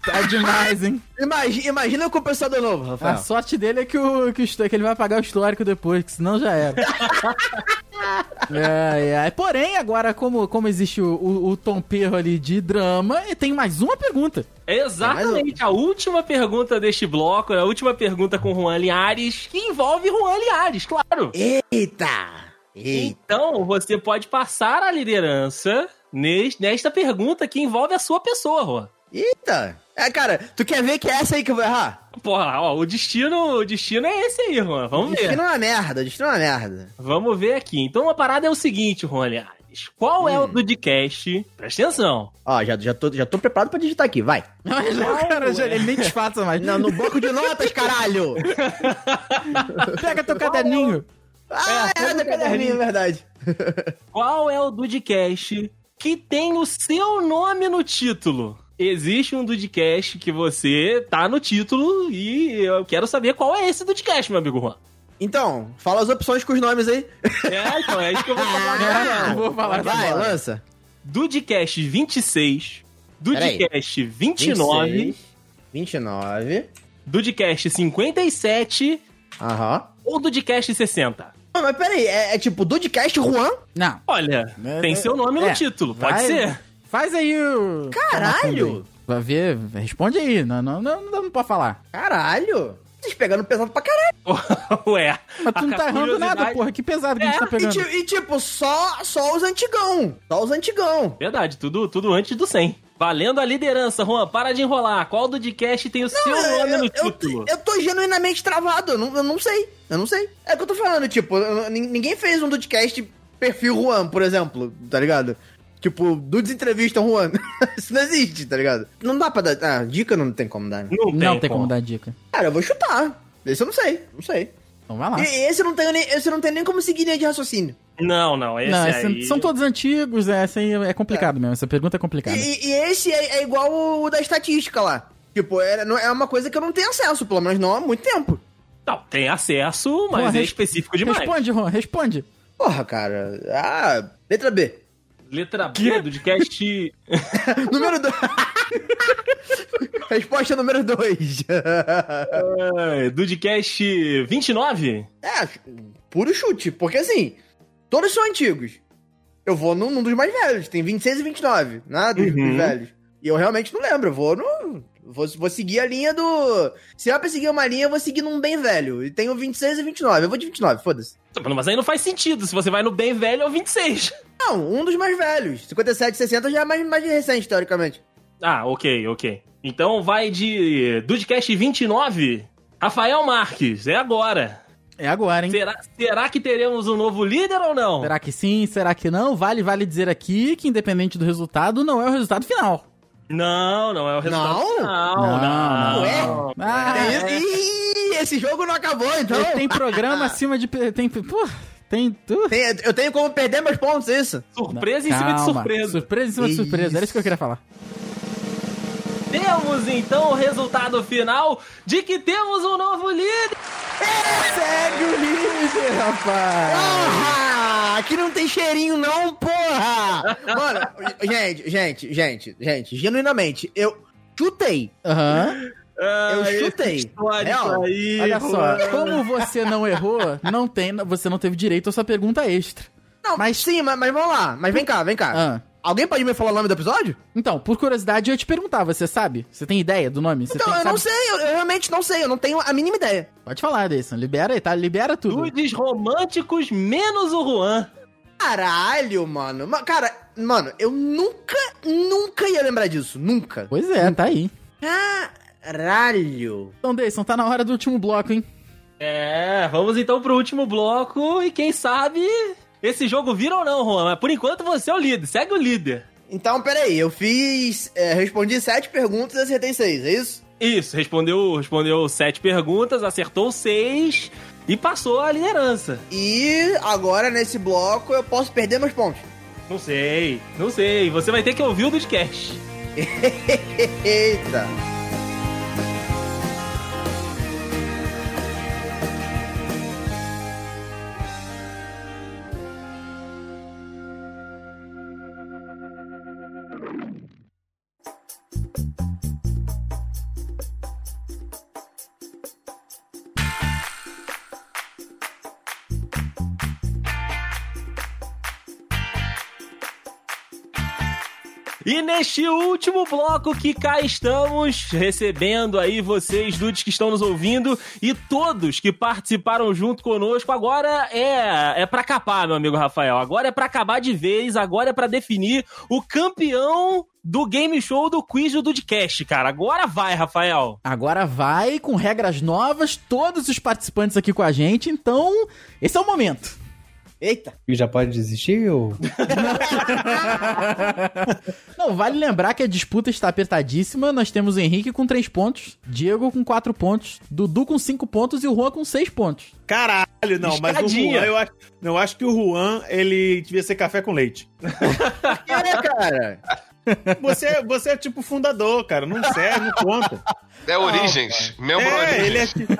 B: Tá demais, hein?
G: Imagina, imagina com o pensador novo,
B: A
G: Rafael.
B: sorte dele é que, o, que, o histó- que ele vai pagar o histórico depois, que senão já era. ai, ai. Porém, agora, como, como existe o, o, o Tom Perro ali de drama, e tem mais uma pergunta.
C: Exatamente. A última pergunta deste bloco é a última pergunta com Juan Linhares, que envolve Juan Linhares, claro.
G: Eita! Eita!
C: Então, você pode passar a liderança nes- nesta pergunta que envolve a sua pessoa, Juan.
G: Eita! É, cara, tu quer ver que é essa aí que eu vou errar?
C: Porra, ó, o destino, o destino é esse aí, Juan. Vamos ver.
G: Destino é uma merda, destino é uma merda.
C: Vamos ver aqui. Então, a parada é o seguinte, Juan Linhares. Qual é o
G: Hum.
C: podcast? Presta atenção.
G: Ó, já, já, tô, já tô preparado pra digitar aqui, vai.
B: Mas, cara, já- ele nem disfarça mais.
G: Não, no banco de notas, caralho!
B: Pega teu caderninho.
G: Ah, é, do caderninho, é verdade.
C: Qual é o Dudcast que tem o seu nome no título? Existe um Dudcast que você tá no título e eu quero saber qual é esse Dudcast, meu amigo Juan.
G: Então, fala as opções com os nomes aí.
C: É, então é isso que eu vou falar agora.
B: Ah, vou falar isso
G: Vai,
B: agora.
G: lança.
C: Dudcast 26,
G: Peraí.
C: Dudcast 29,
G: 29.
C: Dudcast 57
G: Aham.
C: ou Dudcast 60?
G: Não, mas peraí, é, é tipo Dudcast Juan?
B: Não.
C: Olha,
B: Né,
C: tem
B: né,
C: seu nome no
B: é,
C: título, pode
B: vai-
C: ser?
B: Faz aí o.
G: Caralho!
B: Vai ver, responde aí. Não, não, não, não, não pode falar.
G: Caralho! Vocês pegando pesado pra caralho.
C: Ué.
B: Mas tu não
C: a
B: tá errando nada,
C: curiosidade- É,
B: porra. Que pesado que a gente tá
G: E,
B: pegando.
G: ti- e, tipo, só, só os antigão. Só os antigão.
C: Verdade, tudo, tudo antes do 100. Valendo a liderança, Juan, para de enrolar. Qual do podcast tem o seu nome
G: Eu,
C: no
G: eu,
C: título?
G: eu tô genuinamente travado. Eu não, eu não sei. Eu não sei. É o que eu tô falando, tipo, eu- eu- nin- ninguém fez um podcast perfil Juan, por exemplo, tá ligado? Tipo, Dudes Entrevista Juan. Isso não existe, tá ligado? Não dá pra dar. Ah, dica não tem como dar. né?
C: Não
B: não tem como dar dica.
G: Cara, eu vou chutar. Esse eu não sei, não sei.
B: Então vai lá.
G: E esse eu não tenho nem, esse eu não tenho nem como seguir linha de raciocínio.
C: Não, não, esse
B: não, esse-
C: aí...
B: são todos antigos, é, essa aí é complicado mesmo. Essa pergunta é complicada.
G: E, e esse é, é igual o da estatística lá. Tipo, é, não- é uma coisa que eu não tenho acesso, pelo menos não há muito tempo.
C: Não, tem acesso, mas
B: Juan,
C: é
B: res-
C: específico demais.
B: Responde, Juan, responde.
G: Porra, cara. Ah, letra B.
C: Letra B do podcast...
G: Número 2. Resposta número 2.
C: é, Dudcast 29?
G: é, puro chute, porque assim, todos são antigos. Eu vou num, num dos mais velhos, tem 26 e 29, né? Dos,
C: Uhum.
G: dos velhos. E eu realmente não lembro, eu vou no. Vou, vou seguir a linha do. Se eu pra seguir uma linha, eu vou seguir num bem velho. E tem o 26 e 29. Eu vou de 29, foda-se.
C: Tá, Mas aí não faz sentido, se você vai no bem velho é o 26.
G: Não, um dos mais velhos. 57, 60 já é mais, mais recente, teoricamente.
C: Ah, ok, ok. Então vai de Dudcast 29, Rafael Marques, é agora.
B: É agora, hein?
C: Será, será que teremos um novo líder ou não?
B: Será que sim? Será que não? Vale, vale dizer aqui que, independente do resultado, não é o resultado final.
C: Não, não é o resultado.
G: Não?
C: final,
B: Não,
C: não.
G: não é?
B: Ah,
G: É isso? Ih, esse jogo não acabou, então.
B: tem programa acima de. pe- Tem. Pô, tem. tu-
G: Tem- eu tenho como perder meus pontos, é isso.
C: Surpresa em
B: Não,
C: cima de
B: calma.
C: surpresa.
B: Surpresa em cima de
G: Isso.
B: surpresa. Era isso que eu queria falar.
C: Temos então o resultado final de que temos um novo líder.
B: Segue o líder, rapaz!
G: Porra! Aqui não tem cheirinho, não, porra! Mano, gente, gente, gente, gente, genuinamente, eu chutei.
B: Aham.
C: Ah,
G: Eu chutei.
C: esse histórico
G: Real.
C: aí,
B: Olha só,
C: mano.
B: como você não errou, não tem, você não teve direito à sua pergunta extra.
G: Não,
B: Mas-
G: mas sim, mas, mas vamos lá. Mas vem cá, vem cá.
B: Ah.
G: Alguém pode me falar o nome do episódio?
B: Então, por curiosidade, eu ia te perguntar, você sabe? Você tem ideia do nome? Você
G: então,
B: tem,
G: eu não
B: sabe?
G: sei, eu, eu realmente não sei, eu não tenho a mínima ideia.
B: Pode falar, Deisson. Libera aí, tá? Libera tudo.
C: Nudes românticos menos o Juan.
G: Caralho, mano. Ma- Cara, mano, eu nunca, nunca ia lembrar disso. Nunca.
B: Pois é, tá aí.
G: Caralho.
B: Então, Deisson, tá na hora do último bloco, hein?
C: É, vamos então pro último bloco e quem sabe esse jogo vira ou não, Juan. Mas por enquanto você é o líder, segue o líder.
G: Então, peraí, eu fiz. é, respondi sete perguntas e acertei seis, é isso?
C: Isso, respondeu, respondeu sete perguntas, acertou seis e passou a liderança.
G: E agora, nesse bloco, eu posso perder meus pontos.
C: Não sei, não sei. Você vai ter que ouvir o podcast.
G: Eita.
C: E neste último bloco que cá estamos, recebendo aí vocês, dudes que estão nos ouvindo e todos que participaram junto conosco. Agora é é para capar, meu amigo Rafael. Agora é pra acabar de vez, agora é pra definir o campeão do game show do quiz do Dudcast, cara. Agora vai, Rafael.
B: Agora vai com regras novas, todos os participantes aqui com a gente, então esse é o momento.
G: Eita.
E: E já pode desistir? Ou...
B: Não, vale lembrar que a disputa está apertadíssima. Nós temos o Henrique com 3 pontos, Diego com 4 pontos, Dudu com 5 pontos e o Juan com 6 pontos.
D: Caralho, não, mas o
C: Escadinha.
D: Juan, eu acho, eu acho que o Juan, ele devia ser café com leite.
G: É, cara.
D: Você, você é tipo fundador, cara, não serve, não conta.
F: É Origens. Membro
D: É,
F: Origens.
D: ele é tipo,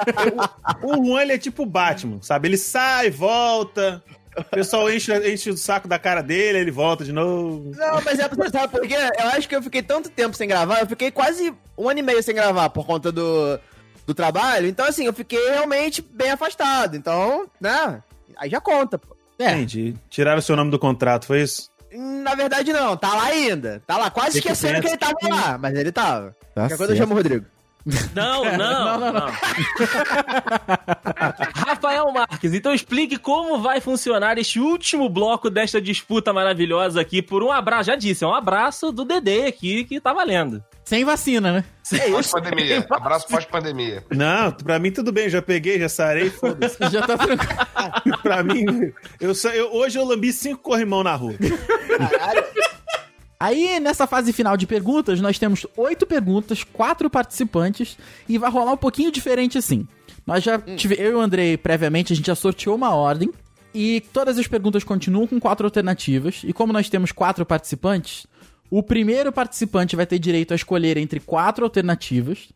D: o, o Juan, ele é tipo o Batman, sabe? Ele sai, volta, o pessoal enche, enche o saco da cara dele, ele volta de novo.
G: Não, mas é pra você sabe por quê? Eu acho que eu fiquei tanto tempo sem gravar, eu fiquei quase um ano e meio sem gravar por conta do, do trabalho. Então, assim, eu fiquei realmente bem afastado. Então, né? Aí já conta, pô.
B: É,
D: Entendi. Tiraram o seu nome do contrato, foi isso?
G: Na verdade, não. Tá lá ainda. Tá lá. Quase
D: Fica
G: esquecendo que ele tava lá. Mas ele tava. Qualquer coisa eu chamo o Rodrigo.
C: Não, não, não. Rafael Marques, então explique como vai funcionar este último bloco desta disputa maravilhosa aqui por um abraço, já disse, é um abraço do Dedê aqui que tá valendo.
B: sem vacina, né?
D: é
F: Pós-pandemia. Abraço pós-pandemia.
D: Não, pra mim tudo bem, já peguei, já sarei, foda-se.
B: Já tá tranquilo.
D: pra mim, eu, só- eu- hoje eu lambi cinco corrimão na rua.
B: Aí, nessa fase final de perguntas, nós temos oito perguntas, quatro participantes, e vai rolar um pouquinho diferente assim. Nós já tive, eu e o Andrei, previamente, a gente já sorteou uma ordem, e todas as perguntas continuam com quatro alternativas, e como nós temos quatro participantes, o primeiro participante vai ter direito a escolher entre quatro alternativas.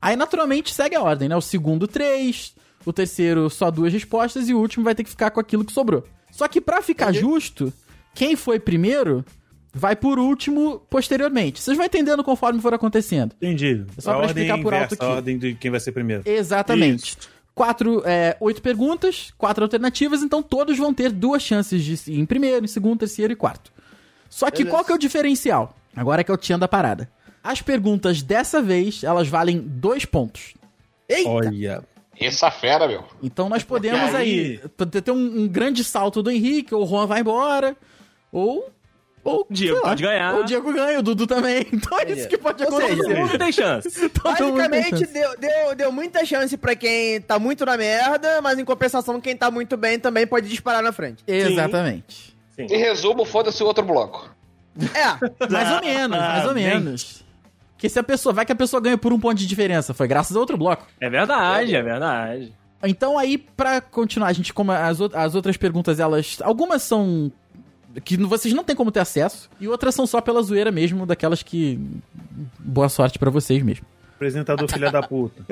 B: Aí, naturalmente, segue a ordem, né? O segundo, três, o terceiro, só duas respostas, e o último vai ter que ficar com aquilo que sobrou. Só que, pra ficar justo, quem foi primeiro vai por último posteriormente. Vocês vão entendendo conforme for acontecendo.
D: Entendi.
B: É só pra explicar por alto
D: inversa,
B: aqui.
D: A ordem de quem vai ser primeiro.
B: Exatamente. Quatro, é, oito perguntas, quatro alternativas, então todos vão ter duas chances de ir em primeiro, em segundo, terceiro e quarto. Só que qual que é o diferencial? Agora que é o tchan da parada. As perguntas dessa vez, elas valem dois pontos.
D: Olha.
F: Essa fera, meu.
B: Então
C: É
B: nós podemos aí, ter um, um grande salto do Henrique, ou o Juan vai embora, ou Ou,
C: O Diego
B: sei lá,
C: pode ganhar.
B: O Diego ganha, o Dudu também. Então é isso que pode
G: Ou seja,
B: acontecer.
C: Todo mundo tem chance.
G: Então,
B: Todo mundo tem
G: Basicamente,
B: Então, chance.
G: deu, deu, deu muita chance pra quem tá muito na merda, mas em compensação, quem tá muito bem também pode disparar na frente.
B: Exatamente.
F: Em resumo, foda-se o outro bloco.
G: É,
B: Mais ou menos, mais ou menos. Porque se a pessoa. Vai que a pessoa ganha por um ponto de diferença. Foi graças a outro bloco.
C: É verdade, é verdade.
B: Então aí, pra continuar, a gente como as, out- as outras perguntas, elas algumas são que n- vocês não têm como ter acesso e outras são só pela zoeira mesmo, daquelas que boa sorte pra vocês mesmo.
D: Apresentador filha da puta.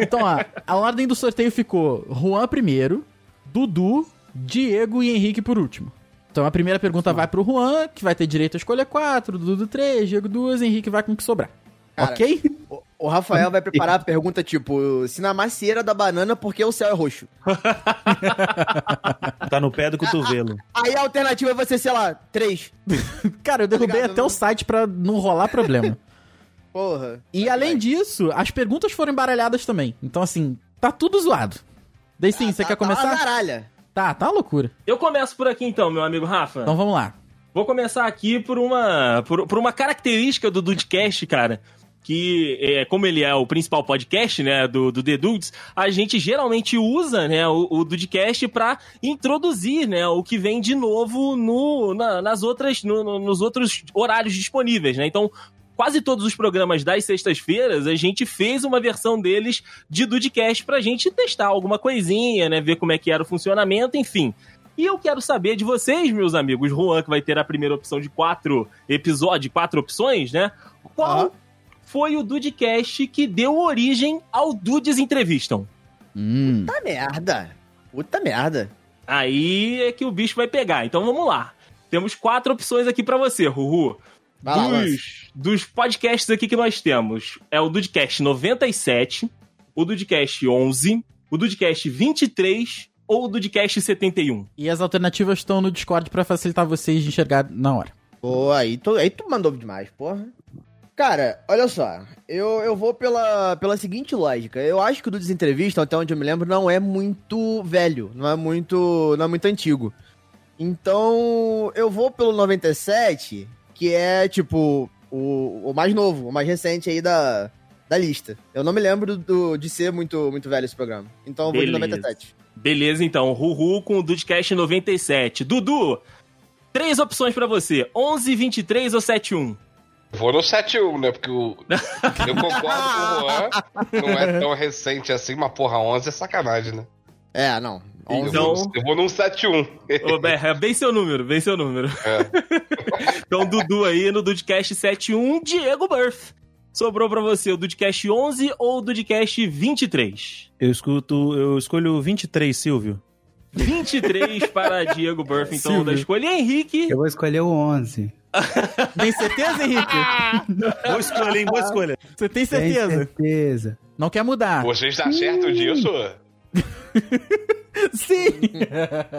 B: Então, ó, a ordem do sorteio ficou Juan primeiro, Dudu, Diego e Henrique por último. Então a primeira pergunta vai pro Juan, que vai ter direito a escolher quatro, Dudu três, Diego duas, Henrique vai com o que sobrar.
G: Cara,
B: ok?
G: o, o Rafael vai preparar a pergunta tipo: se na macieira da banana, por que o céu é roxo?
D: Tá no pé do cotovelo.
G: Aí a alternativa vai ser, sei lá, três.
B: Cara, eu derrubei
G: Obrigado,
B: até o
G: Dudu.
B: site pra não rolar problema.
G: Porra.
B: E além disso, as perguntas foram embaralhadas também. Então, assim, tá tudo zoado. Daí sim, você
G: Tá-
B: quer
G: tá uma
B: começar?
G: zaralha.
B: Tá, tá uma loucura.
C: Eu começo por aqui então, meu amigo Rafa.
B: Então vamos lá.
C: Vou começar aqui por uma, por, por uma característica do Dudecast, cara. Que, é, como ele é o principal podcast, né, do, do The Dudes, a gente geralmente usa, né, o, o Dudecast pra introduzir, né, o que vem de novo no, na- nas outras, no- no- nos outros horários disponíveis, né. Então, quase todos os programas das sextas-feiras, a gente fez uma versão deles de Dudecast pra gente testar alguma coisinha, né, ver como é que era o funcionamento, enfim. E eu quero saber de vocês, meus amigos. Juan, que vai ter a primeira opção de quatro episódios, quatro opções, né? Qual
G: Aham.
C: foi o Dudecast que deu origem ao Dudes Entrevistam?
B: Hum.
G: Puta merda. Puta merda.
C: Aí é que o bicho vai pegar. Então vamos lá. Temos quatro opções aqui pra você, Ruhu.
G: Vai lá, lança.
C: dos, dos podcasts aqui que nós temos é o Dudcast 97, o Dudcast 11, o Dudcast 23 ou o Dudcast 71.
B: E as alternativas estão no Discord pra facilitar vocês de enxergar na hora.
G: Pô, aí tu, aí tu mandou demais, porra. Cara, olha só. Eu, eu vou pela, pela seguinte lógica. Eu acho que o do Desentrevista, até onde eu me lembro, não é muito velho. Não é muito, não é muito antigo. Então, eu vou pelo 97, que é, tipo, o, o mais novo, o mais recente aí da, da lista. Eu não me lembro do- de ser muito, muito velho esse programa. Então, eu vou
C: Beleza.
G: de 97.
C: Beleza, então. Ruhu com o Dudcast 97. Dudu, três opções pra você: 11, 23 ou 71.
F: Vou no 7-1, né? Porque o... eu concordo com o Juan. Não é tão recente assim, mas porra, 11 é sacanagem, né?
G: É, não.
F: Eu
G: 11.
C: Então-
F: vou- Eu vou num 7-1.
C: Ô, Bé, é bem seu número, bem seu número. então, Dudu aí no Dudcast 71, Diego Burff. Sobrou pra você o Dudcast 11 ou o Dudcast 23?
D: Eu escuto, eu escolho o 23, Silvio.
C: 23 para Diego Burff, então,
B: Silvio.
C: da escolha. E Henrique,
E: Eu vou escolher o 11.
B: Tem certeza, Henrique?
D: Boa escolha, hein? Boa escolha.
B: Você tem
E: Tem
B: certeza?
E: certeza.
B: Não quer mudar.
F: Vocês tá certo disso?
B: Sim!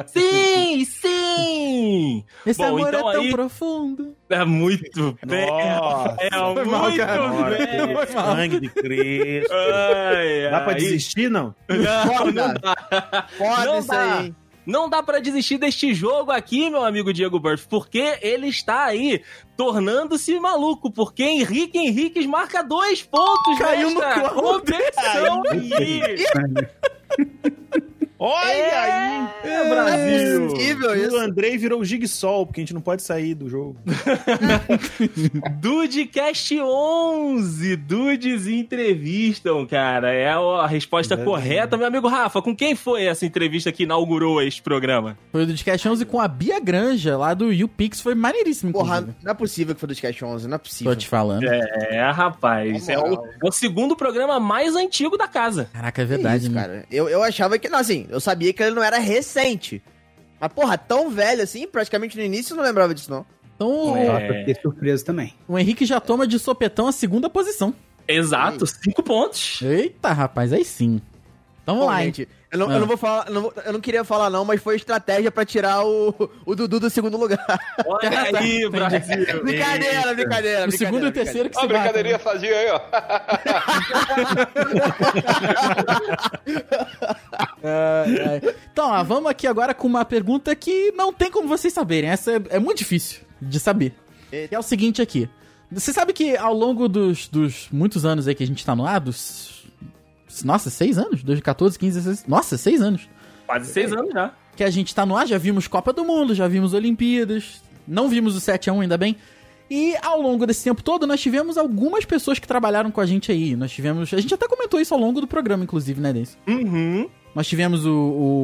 C: sim, sim!
B: Esse
C: Bom,
B: amor
C: então
B: é tão
C: aí-
B: profundo.
C: É muito bem.
D: Nossa.
C: É
B: Foi mal,
C: muito
B: cara.
C: bem.
B: Foi mal.
D: Sangue de Cristo.
C: Ai,
D: Dá pra
C: ai.
D: desistir, não?
C: Não, não
G: Foda. Foda
C: Não
G: isso
C: dá.
G: aí.
C: Não dá pra desistir deste jogo aqui, meu amigo Diego Burff, porque ele está aí tornando-se maluco, porque Henrique Henriques marca dois pontos
B: Caiu no
C: nesta
B: colo
C: competição aí.
D: Olha aí!
C: É, Brasil!
G: Incrível isso.
D: O Andrei virou o Jigsaw, porque a gente não pode sair do jogo.
C: Dudecast 11, Dudes entrevistam, cara. É a resposta
D: Verdade.
C: correta, meu amigo Rafa. Com quem foi essa entrevista que inaugurou este programa?
B: Foi o do Discast 11 com a Bia Granja, lá do YouPix. Foi maneiríssimo,
G: Porra,
B: inclusive.
G: não é possível que foi do Sketch 11, não é
B: Tô
G: possível.
B: te falando.
C: É, rapaz,
G: Na
C: é o,
G: moral.
C: é o segundo programa mais antigo da casa.
B: Caraca, é
G: Que
B: verdade,
G: isso,
B: né?
G: cara. Eu, eu achava que, não, assim, eu sabia que ele não era recente. Mas, porra, tão velho assim, praticamente no início eu não lembrava disso, não.
B: Então o-
C: É.
E: Nossa, eu fiquei surpreso também.
B: o Henrique já toma de sopetão a segunda posição.
C: Exato, cinco pontos.
B: Eita, rapaz, aí sim. Então vamos
G: Pô,
B: lá, hein?
G: gente, eu não,
B: Ah.
G: eu não vou falar, eu não vou- eu não queria falar não, mas foi estratégia pra tirar o, o Dudu do segundo lugar.
C: Olha aí, Brasil.
G: brincadeira, é brincadeira,
B: O segundo e o terceiro que
F: Ó,
B: se né?
F: a brincadeirinha
D: né?
F: fazia aí, ó.
B: batem. Então, ó, vamos aqui agora com uma pergunta que não tem como vocês saberem. Essa é, é muito difícil. de saber. Que é o seguinte aqui. Você sabe que ao longo dos, dos muitos anos aí que a gente tá no ar, dos. Nossa, seis anos? 2014, 15, 16. Nossa, seis anos.
C: Quase seis anos já.
B: que a gente tá no ar, já vimos Copa do Mundo, já vimos Olimpíadas, não vimos o 7x1 ainda bem. E ao longo desse tempo todo, nós tivemos algumas pessoas que trabalharam com a gente aí. Nós tivemos. A gente até comentou isso ao longo do programa, inclusive, né, Denso?
C: Uhum.
B: Nós tivemos o,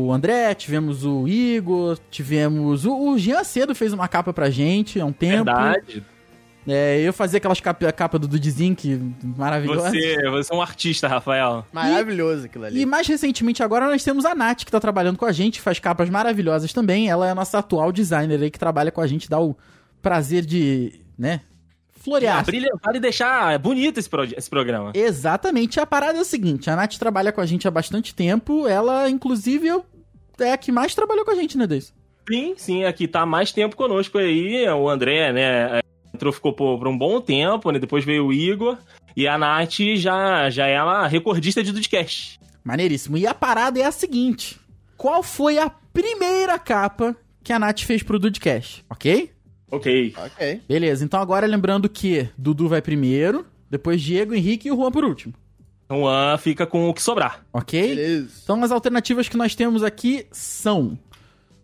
B: o André, tivemos o Igor, tivemos. O, o Jean Cedo fez uma capa pra gente há um tempo.
C: Verdade.
B: É, eu fazia aquelas capa, capa do Dudizinho, que maravilhosa.
C: Você, você é um artista, Rafael.
G: Maravilhoso aquilo
B: E
G: ali.
B: mais recentemente agora nós temos a Nath, que tá trabalhando com a gente, faz capas maravilhosas também. Ela é a nossa atual designer aí, que trabalha com a gente, dá o prazer de, né, florear.
C: Brilha, vale deixar é bonito esse, proje- esse programa.
B: Exatamente. A parada é o seguinte, a Nath trabalha com a gente há bastante tempo. Ela, inclusive, eu- é a que mais trabalhou com a gente, né, Deus?
C: Sim, sim, aqui tá há mais tempo conosco aí. O André, né? Entrou, ficou por, por um bom tempo, né? Depois veio o Igor. E a Nath já, já é ela recordista de Dudcast.
B: Maneiríssimo. E a parada é a seguinte. Qual foi a primeira capa que a Nath fez pro Dudcast, ok?
C: Ok.
G: Ok.
B: Beleza, então agora lembrando que Dudu vai primeiro, depois Diego, Henrique e o Juan por último.
C: Juan fica com Então, o que sobrar.
B: Ok?
G: Beleza.
B: Então as alternativas que nós temos aqui são.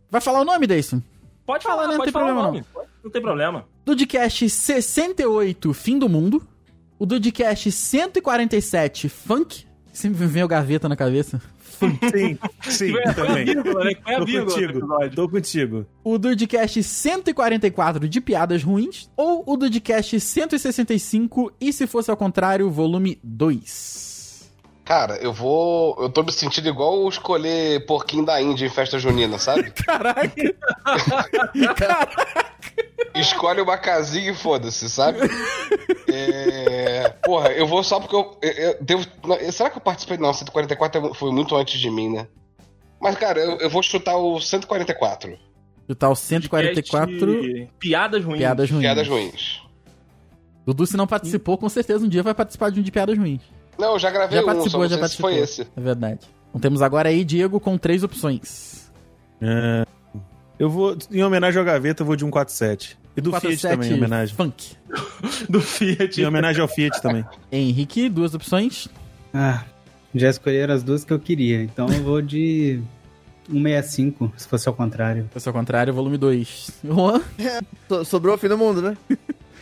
B: Vai falar o nome, Dayson?
C: Pode
B: Fala,
C: falar,
B: não tem
C: pode falar
B: problema,
C: o nome. Pode- Não. tem problema.
B: Dudcast 68, Fim do Mundo. O Dudcast 147, Funk. Sempre vem o gaveta na cabeça.
D: Sim, sim,
C: Foi a
D: também.
C: vírgula, né? Foi a
D: Tô
C: vírgula do
D: contigo,
C: episódio.
D: tô contigo.
B: O Dudcast 144, De Piadas Ruins. Ou o Dudcast 165, E Se Fosse Ao Contrário, volume 2.
F: Cara, eu vou. Eu tô me sentindo igual escolher porquinho da Índia em festa junina, sabe?
B: Caraca! Caraca!
F: Escolhe uma casinha e foda-se, sabe? É... Porra, eu vou só porque eu. eu- eu devo... não, Será que eu participei? Não, 144 é mu- foi muito antes de mim, né? Mas, cara, eu, eu vou chutar o 144.
B: Tá o 144,
C: Podcast, Piadas ruins.
B: Piadas Ruins.
F: Piadas é ruins.
B: Dudu, se não participou, com certeza um dia vai participar de um de Piadas Ruins.
F: Não, eu já gravei
B: Já
F: um, só
B: participou,
F: não
B: já
F: sei se
B: participou.
F: foi esse.
B: É verdade. Então temos agora aí Diego com três opções.
D: Eu vou, em homenagem ao Gaveta, eu vou de 147. E do
B: Quatro,
D: Fiat
B: sete,
D: também, em homenagem.
B: Funk.
C: Do
D: Em
C: Fiat.
D: homenagem ao Fiat também.
B: Henrique, duas opções.
E: Ah, já escolheram as duas que eu queria, então eu vou de 165, se fosse ao contrário.
B: Fosse ao contrário, volume 2. Juan,
G: So- sobrou o fim do mundo, né?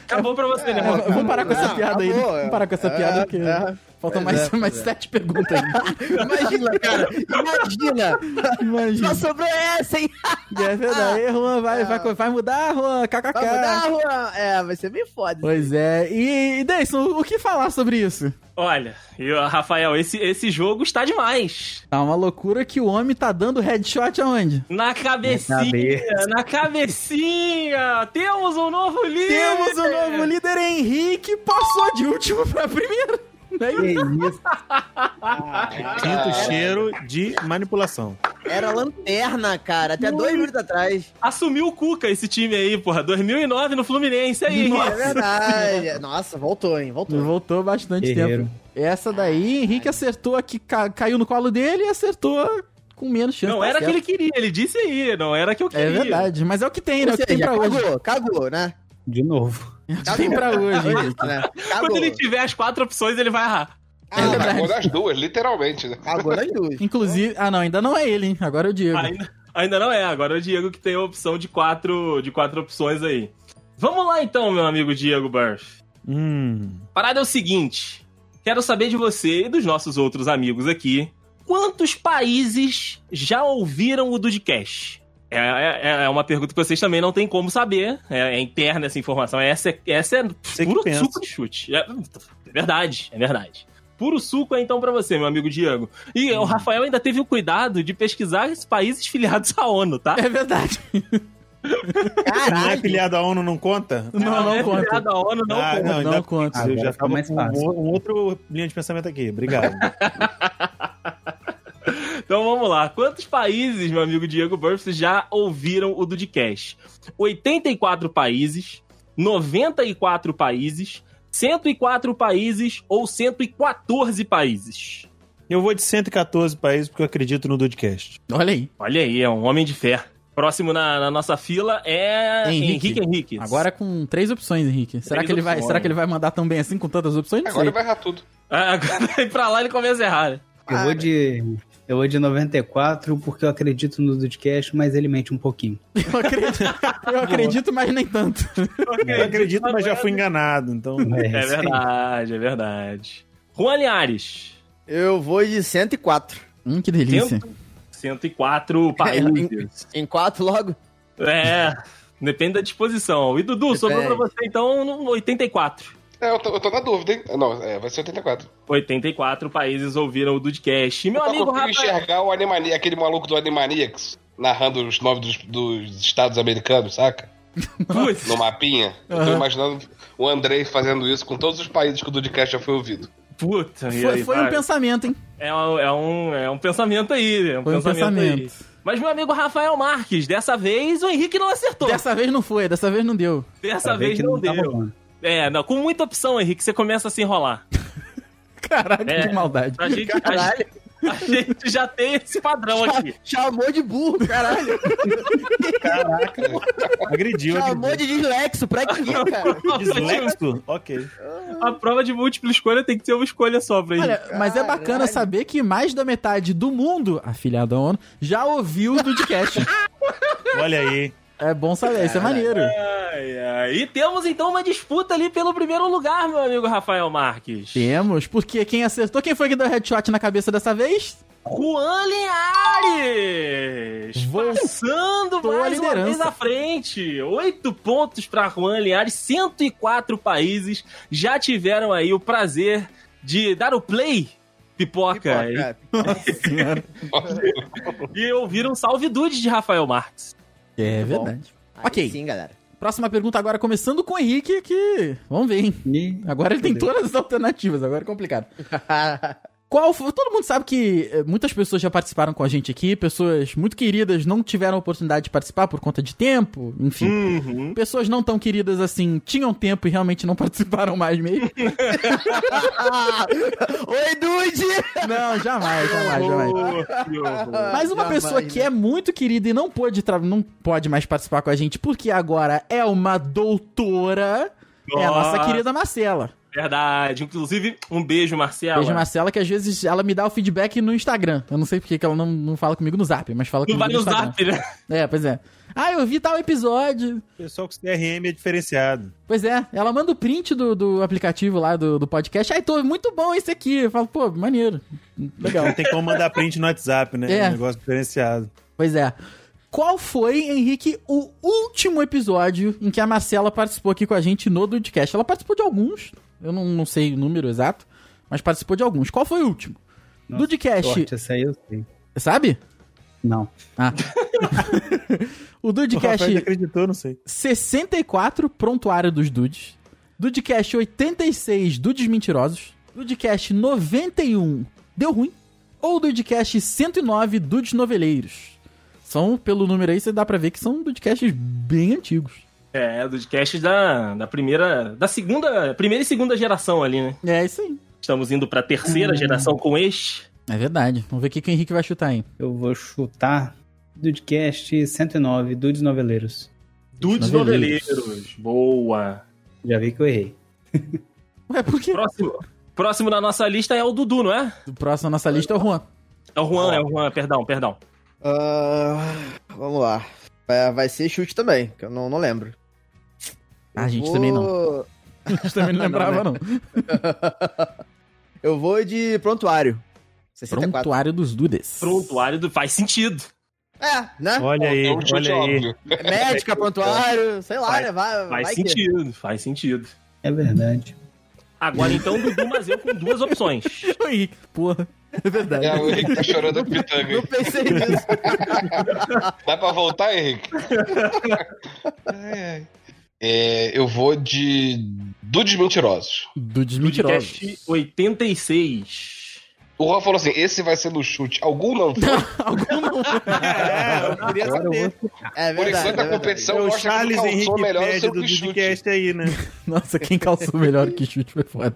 C: Acabou pra você, né, Rafael?
B: É, eu vou parar com essa
G: Ah,
B: piada aí. né?
G: acabou.
B: Vamos parar com essa
G: É,
B: piada, né? porque
G: é.
B: faltam
G: Pois
B: mais,
G: é,
B: mais sete perguntas ainda.
G: Imagina, cara. Imagina. Só
B: Imagina.
G: sobrou essa, hein?
B: É verdade. Aí, Juan,
F: É.
B: vai, vai, vai mudar, Juan. KKK.
G: Vai mudar, Juan? É, vai ser bem foda.
B: Pois é. E, e Deison, o que falar sobre isso?
C: Olha, e, ó, Rafael, esse, esse jogo está demais.
B: Tá uma loucura que o homem tá dando headshot aonde?
C: Na cabecinha,
E: cabeça.
C: na cabecinha! Temos um novo líder!
B: Temos o novo líder Henrique, passou de último pra primeiro. Né?
E: Que isso?
D: Quinto
F: Cara.
D: cheiro de manipulação.
G: Era lanterna, cara, até dois minutos atrás.
C: Assumiu o Cuca esse time aí, porra. 2009 no Fluminense aí,
G: É
C: Henrique.
G: verdade. Nossa, voltou, hein? Voltou.
B: Voltou bastante
E: Guerreiro.
B: tempo. Essa daí, Henrique acertou aqui, ca- caiu no colo dele e acertou com menos chance.
C: Não
B: tá
C: era
B: certo.
C: que ele queria, ele disse aí, não era que eu queria.
B: É verdade, mas é o que tem, né? É
G: Ou
B: o que tem
G: seja,
B: pra hoje.
G: cagou, cagou, né?
E: De novo.
B: É o que tem pra hoje, Henrique.
G: Né?
C: Quando
G: Cagou.
B: Tá
C: ele tiver as quatro opções, ele vai errar.
F: Ah,
B: É verdade.
F: cagou nas duas, literalmente, né?
G: Cagou nas duas.
B: Inclusive, ah não, ainda não é ele, hein? Agora é o Diego.
C: Ainda, ainda não é, agora é o Diego que tem a opção de quatro, de quatro opções aí. Vamos lá então, meu amigo Diego Burff.
D: Hum.
C: Parada é o seguinte: quero saber de você e dos nossos outros amigos aqui. Quantos países já ouviram o Dudcast? É, é- é uma pergunta que vocês também não têm como saber. É, é interna essa informação. Essa é, essa é
D: Você que
C: puro
D: pensa.
C: suco de chute. É, é verdade, é verdade. Puro suco é então pra você, meu amigo Diego. E o Rafael ainda teve o cuidado de pesquisar os países filiados à ONU, tá?
B: É verdade.
D: Não é
G: Caralho.
D: filiado à ONU, não conta?
B: Não, não
C: é
B: conta.
C: filiado à ONU, não
D: Ah,
C: conta.
D: não,
B: Não
D: ainda-
B: conta.
D: Eu
E: Agora
D: já
E: fica
D: tava
E: mais
D: com um,
E: fácil.
D: um outro linha de pensamento aqui. Obrigado.
C: Então vamos lá. Quantos países, meu amigo Diego Burfs, já ouviram o Dudcast? 84 países, 94 países, 104 países ou 114 países?
D: Eu vou de 114 países porque eu acredito no Dudcast.
B: Olha aí.
C: Olha aí, é um homem de fé. Próximo na, na nossa fila é
B: Henrique.
C: Henrique Henrique.
B: Agora é com três opções, Henrique. Será
C: Três
B: que ele vai,
C: opções.
B: será que ele vai mandar também assim com tantas opções? Não
F: Agora
B: sei.
F: ele vai errar tudo.
C: Ah, agora vai pra lá ele começa a errar. né?
E: Eu vou de. Eu vou de 94 porque eu acredito no Dudcast, mas ele mente um pouquinho.
B: Eu acredito, eu acredito, mas nem tanto.
D: Eu acredito, mas já fui enganado, então.
C: É verdade, é verdade. Juan Linhares.
G: Eu vou de 104.
B: Hum, que delícia. É,
C: 104 Parúzios.
G: Em 4 logo?
C: é, depende da disposição. E Dudu, sobrou pra
G: Depende.
C: você então no 84.
F: É, eu tô, eu tô na dúvida, hein? Não, é, vai ser 84.
C: 84 países ouviram o Dudcast. E Meu
F: Eu só
C: amigo
F: consigo
C: Rafael.
F: enxergar o Animania, aquele maluco do Animaniacs narrando os nomes dos, dos estados americanos, saca?
C: Putz,
F: No mapinha. Eu tô
B: Aham.
F: imaginando o Andrei fazendo isso com todos os países que o Dudcast já foi ouvido.
C: Puta, e
B: Foi,
C: aí,
B: foi um
C: vai?
B: pensamento, hein?
C: é, um, é, um, é um pensamento aí. É um
B: Foi um
C: pensamento,
B: pensamento.
C: aí. Mas meu amigo Rafael Marques, dessa vez o Henrique não acertou. Dessa,
B: Dessa vez não foi, dessa vez não deu.
C: vez
E: que
C: não,
E: tá
C: deu.
E: rolando.
C: é, não, com muita opção, Henrique, você começa a se enrolar.
B: Caraca,
C: É.
B: que maldade.
C: A gente, a gente- a gente já tem esse padrão aqui.
G: Chamou de burro, caralho.
D: Agrediu,
G: Chamou
D: agrediu.
G: de dislexo, pra quê, cara?
D: Dislexo? Ok.
C: A prova de múltipla escolha tem que ser uma escolha só pra gente.
B: Olha, mas é bacana saber que mais da metade do mundo, afiliado à ONU, já ouviu o Dudcast.
D: Olha aí.
B: é bom saber, isso é maneiro.
C: Ai, ai. E temos então uma disputa ali pelo primeiro lugar, meu amigo Rafael Marques.
B: Temos, porque quem acertou, quem foi que deu headshot na cabeça dessa vez?
C: Juan Linhares!
B: Voltou
C: Passando
B: a
C: mais uma
B: liderança.
C: vez à frente. Oito pontos para Juan Linhares. 104 países já tiveram aí o prazer de dar o play pipoca,
G: Pipoca.
C: e ouvir um salve dude de Rafael Marques.
B: É
G: Muito bom.
B: verdade.
G: Aí
B: Ok.
G: Sim, galera.
B: Próxima pergunta agora, começando com o Henrique, que... Vamos ver, hein?
E: E
B: Agora ele tem todas as alternativas, agora é complicado. Qual foi? Todo mundo sabe que eh, muitas pessoas já participaram com a gente aqui, pessoas muito queridas não tiveram a oportunidade de participar por conta de tempo, enfim.
C: Uhum.
B: Pessoas não tão queridas assim tinham tempo e realmente não participaram mais mesmo.
G: Ah! Oi, Dude!
B: Não, jamais, jamais, jamais. Mas uma
G: Jamais,
B: pessoa
G: né?
B: que é muito querida e não pôde tra- não pode mais participar com a gente porque agora é uma doutora, é a nossa querida Marcela.
C: Verdade. Inclusive, um beijo, Marcela.
B: Beijo, Marcela, que às vezes ela me dá o feedback no Instagram. Eu não sei porque que ela não, não fala comigo no Zap, mas fala
C: Tu
B: comigo
C: vai no
B: Instagram.
C: zap, né?
B: É, pois é. Ah, eu vi tal episódio.
D: Pessoal com CRM é diferenciado.
B: Pois é, ela manda o print do, do aplicativo lá do, do podcast. Ai, tô muito bom esse aqui. Eu falo, pô, maneiro. Legal.
D: Não tem como mandar print no WhatsApp, né?
B: É.
D: É um negócio diferenciado.
B: pois é. Qual foi, Henrique, o último episódio em que a Marcela participou aqui com a gente no podcast? Ela participou de alguns. Eu não, não sei o número exato, mas participou de alguns. Qual foi o último?
E: Nossa,
B: Dudcast,
E: sorte, essa aí eu sei.
B: sabe?
E: Não.
B: O
D: O Rafael já
B: Dudcast
D: acreditou, não sei.
B: 64, prontuário dos dudes. Dudcast 86, dudes mentirosos. Dudcast 91, deu ruim. Ou Dudcast 109, dudes noveleiros. São, pelo número aí, você dá pra ver que são Dudcasts bem antigos.
C: É, do podcast da, da primeira. Da segunda. Primeira e segunda geração ali, né?
B: É isso aí.
C: Estamos indo pra terceira geração com este.
B: É verdade. Vamos ver o que, que o Henrique vai chutar aí.
E: Eu vou chutar Dudcast 109, Dudes Noveleiros.
C: Dudes
B: Noveleiros.
C: Noveleiros. Boa.
E: Já vi que eu errei.
B: Ué, por quê?
C: Próximo. Próximo na nossa lista é o Dudu, não é?
B: O próximo na nossa lista é o Juan.
C: É o Juan, é o Juan, perdão, perdão.
G: Ah, vamos lá. Vai, vai ser chute também, que eu não, não lembro.
B: Ah,
G: Eu
B: gente, também não. A gente também não né? lembrava, não.
G: Eu vou de prontuário. 64.
B: Prontuário dos dudes.
C: Prontuário do. Faz sentido.
G: É, né?
D: Olha aí,
F: É um chute
D: olha aí.
F: óbvio.
G: Médica, prontuário, sei lá,
C: Faz-
G: né? Vai,
C: Faz
G: vai que-
C: sentido, faz sentido.
E: É verdade.
C: Agora então, Dudu, mas eu com duas opções.
B: O Henrique, porra. É verdade.
F: É, o Henrique tá chorando a pitanga.
G: Não
F: aí.
G: pensei nisso.
F: Dá pra voltar, Henrique? Ai, ai. É, eu vou de Dudes Mentirosos.
B: Dudes mentirosos.
C: Podcast 86.
F: O Juan falou assim, esse vai ser no chute. Algum não foi.
B: Algum não.
D: É, eu queria
E: Agora eu
D: saber.
E: vou
G: É verdade.
F: Por enquanto,
G: é
F: a
G: verdade.
F: competição
D: É o
F: mostra
D: Charles
F: que
D: Henrique
F: calçou melhor no
D: Pede
F: seu
D: do
F: que chute.
D: podcast aí, né?
B: Nossa, quem calçou melhor que chute foi foda.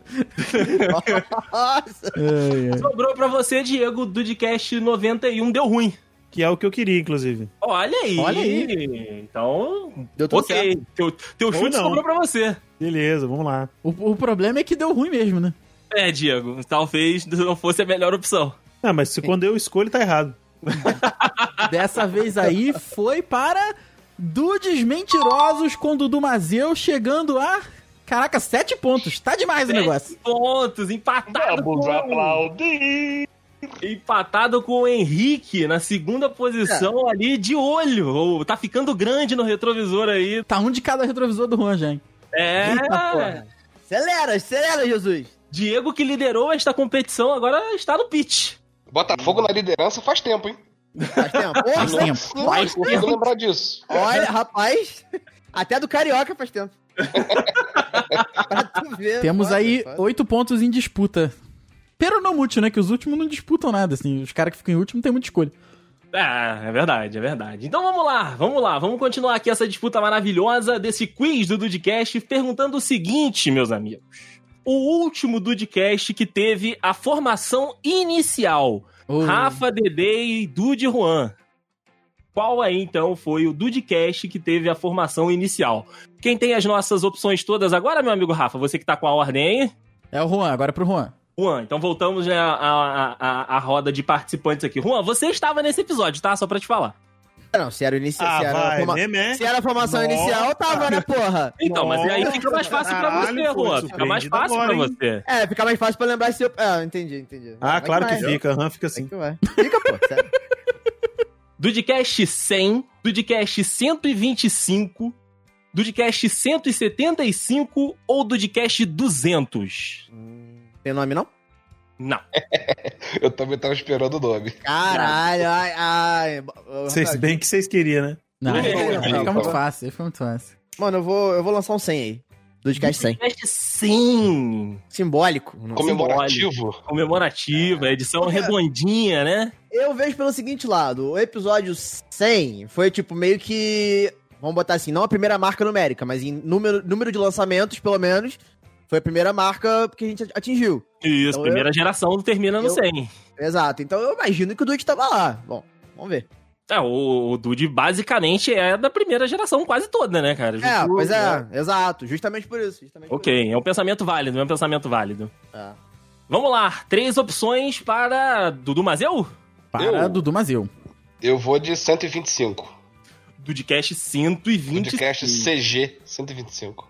G: Nossa.
B: Ai, ai.
C: Sobrou pra você, Diego, do podcast 91. Deu ruim.
D: que é o que eu queria, inclusive.
C: Olha aí.
B: Olha
C: Então,
G: Deu tudo certo.
C: ok. Teu, teu
D: Ou
C: chute
D: não.
C: sobrou pra você.
D: Beleza, vamos lá.
B: O, o problema é que deu ruim mesmo, né?
C: É, Diego, talvez não fosse a melhor opção.
D: Não, Ah, mas se quando eu escolho, tá errado.
B: Dessa vez aí foi para Dudes Mentirosos com Dudu Mazeu, chegando a. Caraca, sete pontos. Tá demais o negócio.
C: Pontos, empatado,
H: Vamos aplaudir.
C: empatado com o Henrique na segunda
G: É.
C: posição ali de olho. Ou tá ficando grande no retrovisor aí.
B: Tá um de cada retrovisor do Juan já, hein?
C: É.
G: Eita, porra. Acelera, acelera, Jesus.
C: Diego que liderou esta competição agora está no pit.
F: Botafogo na liderança faz tempo, hein?
G: Faz tempo.
B: Faz
G: Porra,
B: tempo.
F: Não consigo lembrar disso.
G: Olha, rapaz, até do Carioca faz tempo. pra tu ver.
B: Temos
G: foda,
B: aí
G: foda.
B: oito pontos em disputa. Pero não mute, né? Que os últimos não disputam nada, assim. Os caras que ficam em último não tem muita escolha.
C: É, é verdade, é verdade. Então vamos lá, vamos lá, vamos continuar aqui essa disputa maravilhosa desse quiz do Dudcast, perguntando o seguinte, meus amigos. O último Dudcast que teve a formação inicial,
B: Ô,
C: Rafa, Dede e Dude Juan. Qual aí, então, foi o Dudcast que teve a formação inicial? Quem tem as nossas opções todas agora, meu amigo Rafa? Você que tá com a ordem aí?
B: É o Juan, agora é pro Juan.
C: Juan, então voltamos né, à, à, à- à roda de participantes aqui. Juan, você estava nesse episódio, tá? Só pra te falar.
G: Não, se era o início,
D: Ah,
G: se, era a
D: vai,
G: forma-
D: né, né?
G: se era a formação
D: Nossa.
G: inicial, tava, né, porra?
C: Então, mas aí fica mais fácil pra
D: caralho,
C: você,
D: foi
C: Juan. Fica mais
D: surpreendido
C: fácil
D: agora,
C: pra você.
G: É, fica mais fácil pra lembrar se eu. Ah, entendi, entendi.
D: Ah,
G: Vai
D: claro que
G: vai.
D: fica, aham, fica
G: Vai
D: assim.
G: É que vai. Fica, pô, sério.
C: Dudcast 100, Dudcast 125, Dudcast 175 ou Dudcast 200?
G: Tem nome não?
C: Não.
F: Eu também tava esperando o nome.
G: Caralho, ai, ai. Ô,
D: Vocês
G: Rafael,
D: bem que vocês queriam, né?
B: Não,
C: Ui,
B: aí
C: ui,
B: fica
F: ui,
B: muito
F: ui.
B: fácil, aí fica muito fácil.
G: Mano, eu vou, eu vou lançar um 100 aí. Dudcast 100.
C: Dudcast 100,
G: Simbólico.
F: Comemorativo.
C: comemorativa, edição redondinha, né?
G: Eu vejo pelo seguinte lado, o episódio 100 foi tipo meio que, vamos botar assim, não a primeira marca numérica, mas em número, número de lançamentos, pelo menos, foi a primeira marca que a gente atingiu.
C: Isso,
G: Então eu-
C: primeira geração termina no
G: eu-
C: 100.
G: Exato, então eu imagino que o Dude tava lá. Bom, vamos ver.
C: É, o, o Dude basicamente é da primeira geração quase toda, né, cara?
G: É,
C: Juju,
G: pois
C: né?
G: é, exato, justamente por isso. Justamente por
C: Ok, é um pensamento válido, é um pensamento válido.
G: isso. É.
C: Vamos lá, três opções para Dudu Mazeu?
B: Para
F: Eu?
B: Dudu Mazeu.
F: Eu vou de 125.
C: Dudcast 120.
F: Podcast CG 125.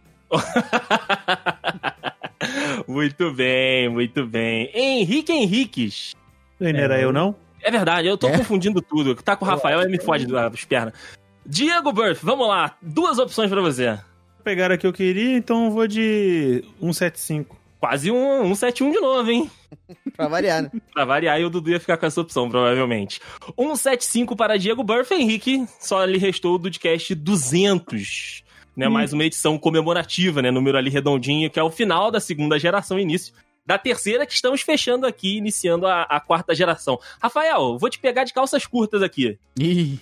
C: muito bem, muito bem. Henrique Henriques.
D: Não era eu, não?
C: É verdade, eu tô
B: É?
C: confundindo tudo. Tá com o Rafael e me fode as pernas. Diego Burff, vamos lá. Duas opções pra você.
D: Pegaram a que eu queria, então eu vou de 175.
C: Quase um, um 7-1 de novo, hein?
G: Pra variar, né?
C: Pra variar, e o Dudu ia ficar com essa opção, provavelmente. 175 para Diego Burff, Henrique. Só lhe restou o Dudcast 200. Né? Mais uma edição comemorativa, né? Número ali redondinho, que é o final da segunda geração, início da terceira, que estamos fechando aqui, iniciando a, a quarta geração. Rafael, vou te pegar de calças curtas aqui.
B: Ih,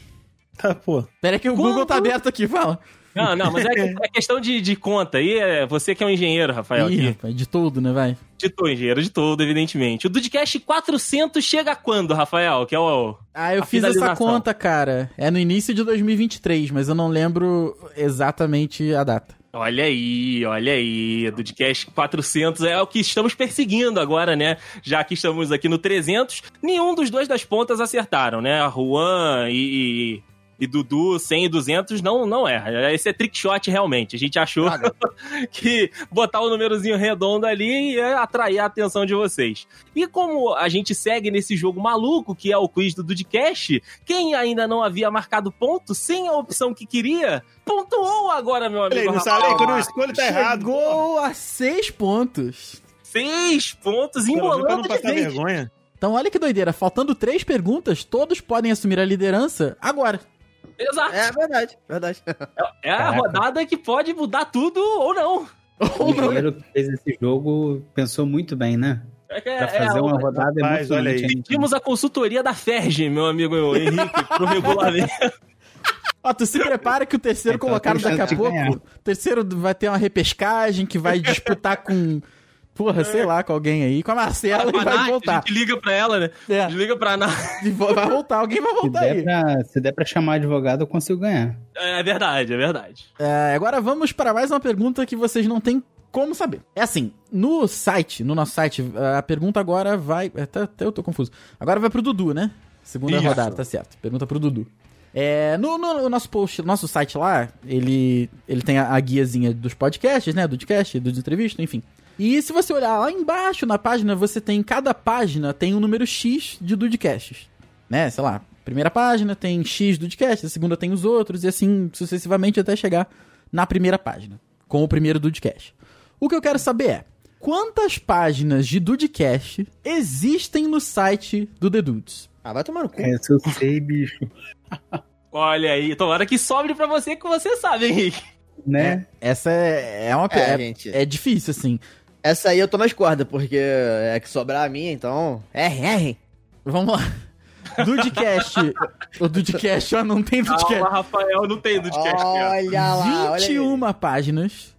D: Tá, pô.
B: pera que o
C: Quando-
B: Google tá aberto aqui, fala.
C: Não, não, mas é, que- é questão de, de conta aí. É você que é um engenheiro, Rafael.
B: Ih,
C: aqui.
B: rapaz, de tudo, né, vai?
C: Ditou, engenheiro de todo, evidentemente. O Dudcast 400 chega quando, Rafael? Que é o...
B: Ah, eu
C: A
B: fiz essa
C: finalização.
B: conta, cara. É no início de 2023, mas eu não lembro exatamente a data.
C: Olha aí, olha aí, Dudcast 400 é o que estamos perseguindo agora, né? Já que estamos aqui no 300, nenhum dos dois das pontas acertaram, né? A Juan e, e, e Dudu, 100 e 200, não, não é. Esse é trick shot realmente. A gente achou que botar o númerozinho redondo ali ia atrair a atenção de vocês. E como a gente segue nesse jogo maluco, que é o quiz do Dudcast, quem ainda não havia marcado ponto sem a opção que queria, pontuou agora, meu amigo.
D: Ele não sabe,
C: Rafael
D: quando eu
C: Marques.
D: escolho, tá errado.
B: Chegou a seis pontos.
C: Seis pontos
D: Pelo menos pra
C: embolando
D: não
C: de
D: passar
C: vez.
D: vergonha.
B: Então olha que doideira, faltando três perguntas, todos podem assumir a liderança agora.
C: Exato.
G: É verdade, verdade.
C: É a
E: Caraca.
C: rodada que pode mudar tudo ou não.
E: O engenheiro que fez esse jogo pensou muito bem, né?
C: É que é-
E: Pra
C: é
E: fazer
C: a-
E: uma rodada
D: Rapaz,
E: emocionante.
D: olha aí.
E: hein?
C: Tínhamos a consultoria da Ferge, meu amigo Henrique, pro regulamento.
B: Ó, tu se prepara que o terceiro
E: Então,
B: colocado
E: tem
B: daqui a
E: chance de
B: pouco.
E: ganhar.
B: O terceiro vai ter uma repescagem que vai disputar com. porra, sei lá, com alguém aí, com a Marcela e
C: Fala com a Nath,
B: vai
C: A
B: voltar.
C: gente liga pra ela, né?
B: É,
C: A gente liga pra Nath.
B: de vo- vai voltar, alguém vai
E: Se
B: voltar
E: der,
B: aí.
E: pra, se der pra chamar advogado, eu consigo ganhar.
C: É verdade, é verdade.
B: É, agora vamos para mais uma pergunta que vocês não têm como saber. É assim, no site, no nosso site, a pergunta agora vai. Até, até eu tô confuso. Agora vai pro Dudu, né? Segunda
C: Isso.
B: rodada, tá certo. Pergunta pro Dudu. É, no, no- no nosso post, nosso site lá, ele, ele tem a, a guiazinha dos podcasts, né? Do podcast, do de entrevista, enfim. E se você olhar lá embaixo na página, você tem cada página tem um número X de Dudcasts. Né? Sei lá, primeira página tem X Dudcast, a segunda tem os outros, e assim sucessivamente até chegar na primeira página, com o primeiro Dudcast. O que eu quero saber é: quantas páginas de Dudcast existem no site do The Dudes?
G: Ah, vai tomar no cu.
E: Essa É, eu sei, bicho.
C: Olha aí, tomara que sobre pra você que você sabe, Henrique.
E: Né?
B: Essa é, é uma
G: É,
B: é,
G: gente.
B: é difícil, assim.
G: Essa aí eu tô nas cordas, porque é que sobrar a minha, então. R, R.
B: Vamos lá. Dudcast. o Dudcast, ó, não tem Dudcast.
C: Calma, Rafael, não tem Dudcast.
E: Ah,
C: cara.
G: Olha lá, olha aí.
B: 21 páginas,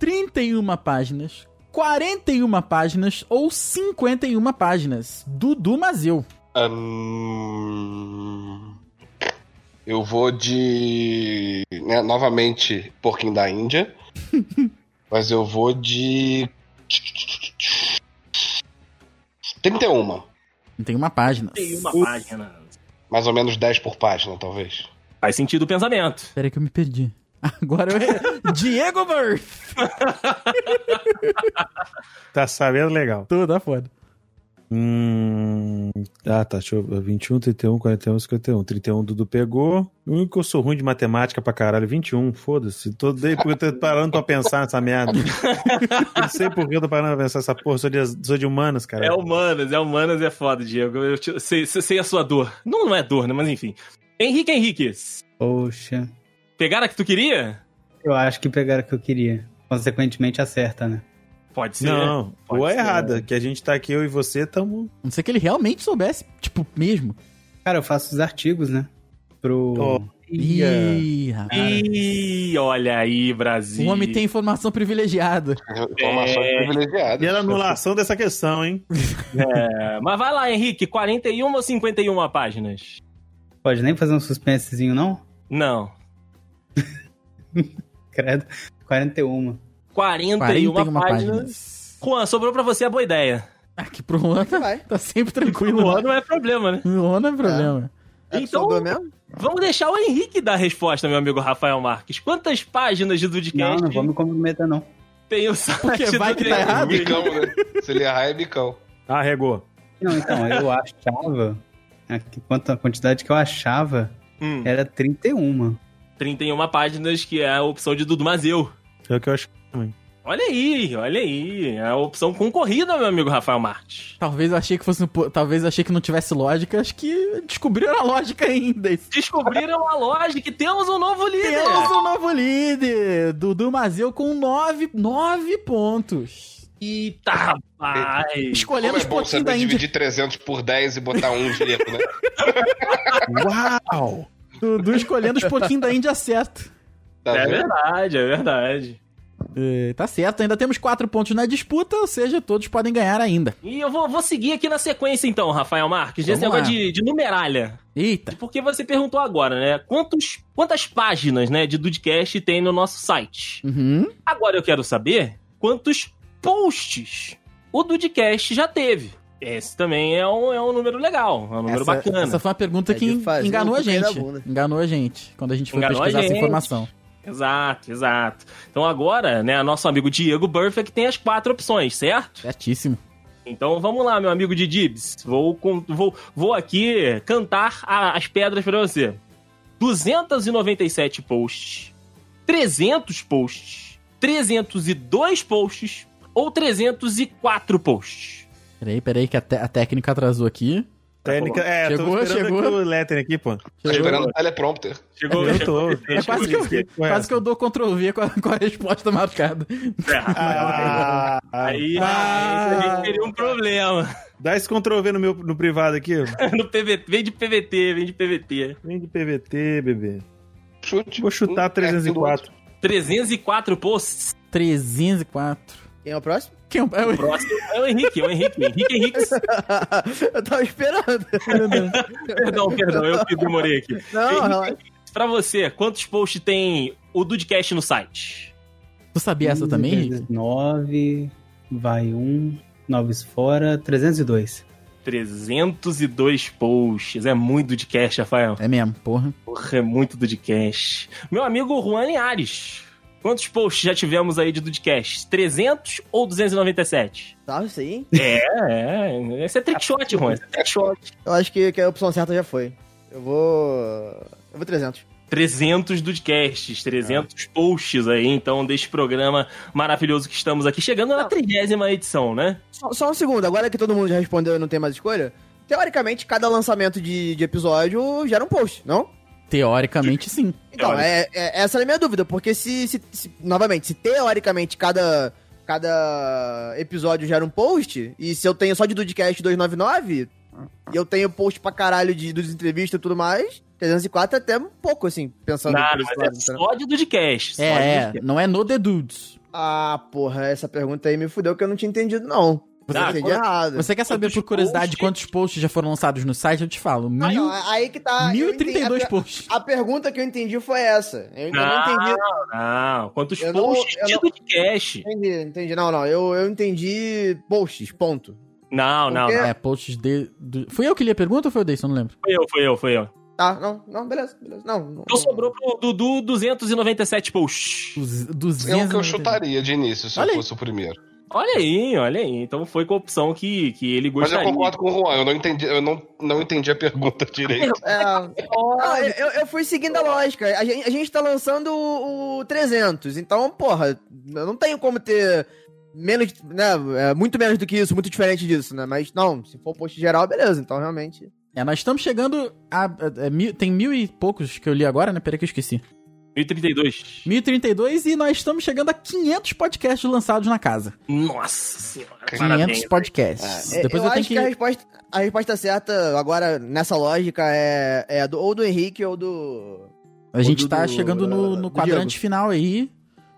B: 31 páginas, 41 páginas ou 51 páginas. Dudu Mazeu.
F: Ahn, eu vou de. né, novamente, Porquinho da Índia. mas eu vou de. 31.
B: Não tem uma página.
C: Tem uma página.
F: Mais ou menos 10 por página, talvez.
C: Faz sentido o pensamento.
B: Peraí que eu me perdi. Agora eu errei. Diego Birth.
D: Tá sabendo legal.
B: Toda foda.
D: Hum. Ah, tá. Deixa eu. 21, 31, 41, 51. 31, Dudu pegou. O único que eu sou ruim de matemática pra caralho, 21. Foda-se. Tô daí porque eu tô parando pra pensar nessa merda. Não sei por que eu tô parando pra pensar essa porra. Sou de, sou de humanas, cara.
C: É humanas, é humanas, é foda, Diego. Eu te- sei, sei- sei a sua dor. Não, não é dor, né? Mas enfim. Henrique Henriquez,
E: Poxa.
C: pegaram a que tu queria?
E: Eu acho que pegaram o que eu queria. Consequentemente, acerta, né?
C: Pode ser.
D: Não,
C: Pode
D: ou é
C: ser.
D: errada, que a gente tá aqui, eu e você, tamo.
B: A Não ser que ele realmente soubesse, tipo, mesmo.
E: Cara, eu faço os artigos, né? Pro.
D: Oh.
B: Ih, rapaz.
C: Ih, olha aí, Brasil.
B: O homem tem informação privilegiada.
F: Informações privilegiadas.
D: E era anulação dessa questão, hein?
C: É, mas vai lá, Henrique, 41 ou 51 páginas?
E: Pode nem fazer um suspensezinho, não?
C: Não.
E: Credo. 41.
B: 41
C: 41, páginas.
B: páginas.
C: Juan, sobrou pra você a boa ideia.
B: Aqui pro Luan tá,
G: Vai. É
B: tá sempre
C: O
B: tranquilo.
C: Juan não é problema, né?
B: Luan não é problema.
G: É que
C: Então-
G: sobrou mesmo?
C: Vamos deixar o Henrique dar a resposta, meu amigo Rafael Marques. Quantas páginas de
E: Não,
C: Dudcast
E: não vou me comprometer, não.
C: tem o site
B: Porque
C: do
B: vai que tá
C: The
B: errado?
C: Dudes?
F: Bicão, né? Se ele errar, é bicão.
D: Ah, regou.
E: Não, então, eu achava. a que- Quanto a quantidade que eu achava
C: Hum,
E: era 31.
C: 31 páginas, que é a opção de Dudu Mazeu.
D: É o que eu acho.
C: Olha aí, olha aí. É a opção concorrida, meu amigo Rafael Marques.
B: Talvez eu achei que fosse. um po- Talvez eu achei que não tivesse lógica. Acho que descobriram a lógica ainda.
C: Descobriram a lógica e temos um novo líder.
F: é.
B: Temos um novo líder! Dudu Mazeu com nove, nove pontos.
C: Eita, tá, rapaz.
F: Como
B: Escolhemos
F: é bom
B: um pouquinho
F: saber
B: da Índia.
F: dividir 300 por 10 e botar um de erro, né?
D: Uau!
B: Dudu escolhendo os pouquinho da Índia certo.
F: Tá
C: É
D: né?
F: vendo?
C: verdade, é verdade.
B: É, tá certo, ainda temos quatro pontos na disputa, ou seja, todos podem ganhar ainda.
C: E eu vou, vou seguir aqui na sequência, então, Rafael Marques, desse
B: Vamos
C: negócio de, de numeralha.
B: Eita!
C: Porque você perguntou agora, né? Quantos, quantas páginas né, de Dudcast tem no nosso site?
B: Uhum.
C: Agora eu quero saber quantos posts o Dudcast já teve. Esse também é um, é um número legal, é um número
B: essa,
C: bacana.
B: essa foi uma pergunta
G: É
B: que
G: de fazer
B: enganou
G: o
B: a
G: que cai da
B: gente.
G: bunda.
B: Enganou a gente quando a gente foi
C: Enganou a
B: pesquisar essa
C: gente.
B: informação.
C: Exato, exato. Então agora, né, nosso amigo Diego Burfer que tem as quatro opções, certo?
B: Certíssimo.
C: Então vamos lá, meu amigo de Dibs. Vou, com- vou, vou aqui cantar a- as pedras pra você. 297 posts, 300 posts, 302 posts ou 304 posts.
B: Peraí, peraí, que a, te- a técnica atrasou aqui.
D: Técnica. É,
B: Chegou,
D: tô esperando
B: chegou.
D: aqui o letter aqui, pô.
F: Tô Tá esperando o teleprompter.
C: Chegou,
D: Eu tô.
B: É quase que eu, quase que eu dou Ctrl V com a, com a resposta marcada.
C: É,
D: Ah,
C: Aí
B: Ah.
C: realmente a gente teria um problema.
D: dá esse Ctrl V no, meu, no privado aqui. ó.
C: No PVT, vem de PVT, vem de PVT.
D: Vem de PVT, bebê.
F: Chute. Hum, é,
D: Vou chutar
F: Um perto do outro.
D: 304.
C: 304 posts.
B: 304.
G: Quem é o próximo?
B: Quem é o- é o-
C: Próximo é o Henrique, é o Henrique. Henrique Henrique.
G: eu tava esperando.
C: Perdão, perdão, eu que demorei aqui.
G: Não, relaxa.
C: Pra você, quantos posts tem o Dudcast no site?
B: Tu sabia essa também, Henrique?
E: 9, vai 1, 9 fora, 302.
C: 302 posts. É muito Dudcast, Rafael.
B: É mesmo, porra.
C: Porra, é muito Dudcast. Meu amigo Juan Linhares. Quantos posts já tivemos aí de Dudcast? 300 ou 297?
G: Tá, isso aí.
C: É, é. Esse é trickshot, Juan. Esse é trickshot.
G: Eu acho que, que a opção certa já foi. Eu vou. Eu vou 300.
C: 300 Dudcasts, 300 posts aí, então, deste programa maravilhoso que estamos aqui. Chegando na
G: Não.
C: trigésima edição, né?
G: Só, só um segundo, agora que todo mundo já respondeu e não tem mais escolha. Teoricamente, cada lançamento de, de episódio gera um post, não?
B: Teoricamente, sim.
G: Então, é, é- essa é a minha dúvida, porque se, se- se- novamente, se teoricamente cada, cada episódio gera um post, e se eu tenho só de Dudcast 299, e eu tenho post pra caralho de, dos entrevistas e tudo mais, 304 é até um pouco, assim, pensando...
C: Nada,
G: por esse
C: mas é
G: lado, entendeu?
C: só de Dudcast. só de
B: É, é,
C: Dudcast.
B: não é no The Dudes.
G: Ah, porra, essa pergunta aí me fudeu que eu não tinha entendido, não. Você
C: Ah,
G: entendeu
C: quando-
G: errado.
B: Você quer saber,
C: Quantos
B: por curiosidade,
C: posts?
B: quantos posts já foram lançados no site? Eu te falo.
G: Ah,
B: Mil,
G: não, aí que tá... eu entendi-
B: 1032
G: a, per-
B: posts.
G: a pergunta que eu entendi foi essa. Eu ainda não
C: Não,
G: entendi
C: não. Quantos
G: Eu não-
C: posts
G: eu
C: de
G: não-
C: Dudcast?
G: Entendi, entendi. Não, não, eu, eu entendi posts, ponto.
C: Não, não,
G: Porque-
C: não.
B: É, posts de... do- Fui eu que li a pergunta ou foi o Deison? Não lembro.
C: Foi eu, foi eu, foi eu.
G: Tá, não, não, beleza, beleza. Não, não.
C: Então sobrou pro Dudu 297 posts.
B: Duz-
F: É o que eu
B: 290.
F: chutaria de início, se
B: Olha
F: eu
B: aí.
F: fosse o primeiro.
C: Olha aí, olha aí. Então foi com a opção que, que ele
F: Mas eu
C: gostaria.
F: concordo com o Juan, eu não entendi, eu não, não entendi a pergunta direito.
G: É, não, eu, eu fui seguindo a lógica. A gente, a gente tá lançando o, o 300, então, porra, eu não tenho como ter menos, né, é, muito menos do que isso, muito diferente disso, né? Mas não, se for post geral, beleza, então realmente.
B: É, nós estamos chegando a... a- a mil- tem mil e poucos que eu li agora, né? Peraí que eu esqueci.
C: 1032.
B: 1032 e nós estamos chegando a 500 podcasts lançados na casa.
C: Nossa senhora.
B: 500
C: Parabéns.
B: podcasts.
G: É,
B: Depois
G: eu,
B: eu, tenho
G: acho
B: que...
G: que, a, resposta, a resposta certa agora, nessa lógica, é, é do- ou do Henrique ou do.
B: A gente
G: do-
B: tá
G: do-
B: chegando
C: eh,
B: no, no
G: do
B: quadrante
G: Diego.
B: final aí,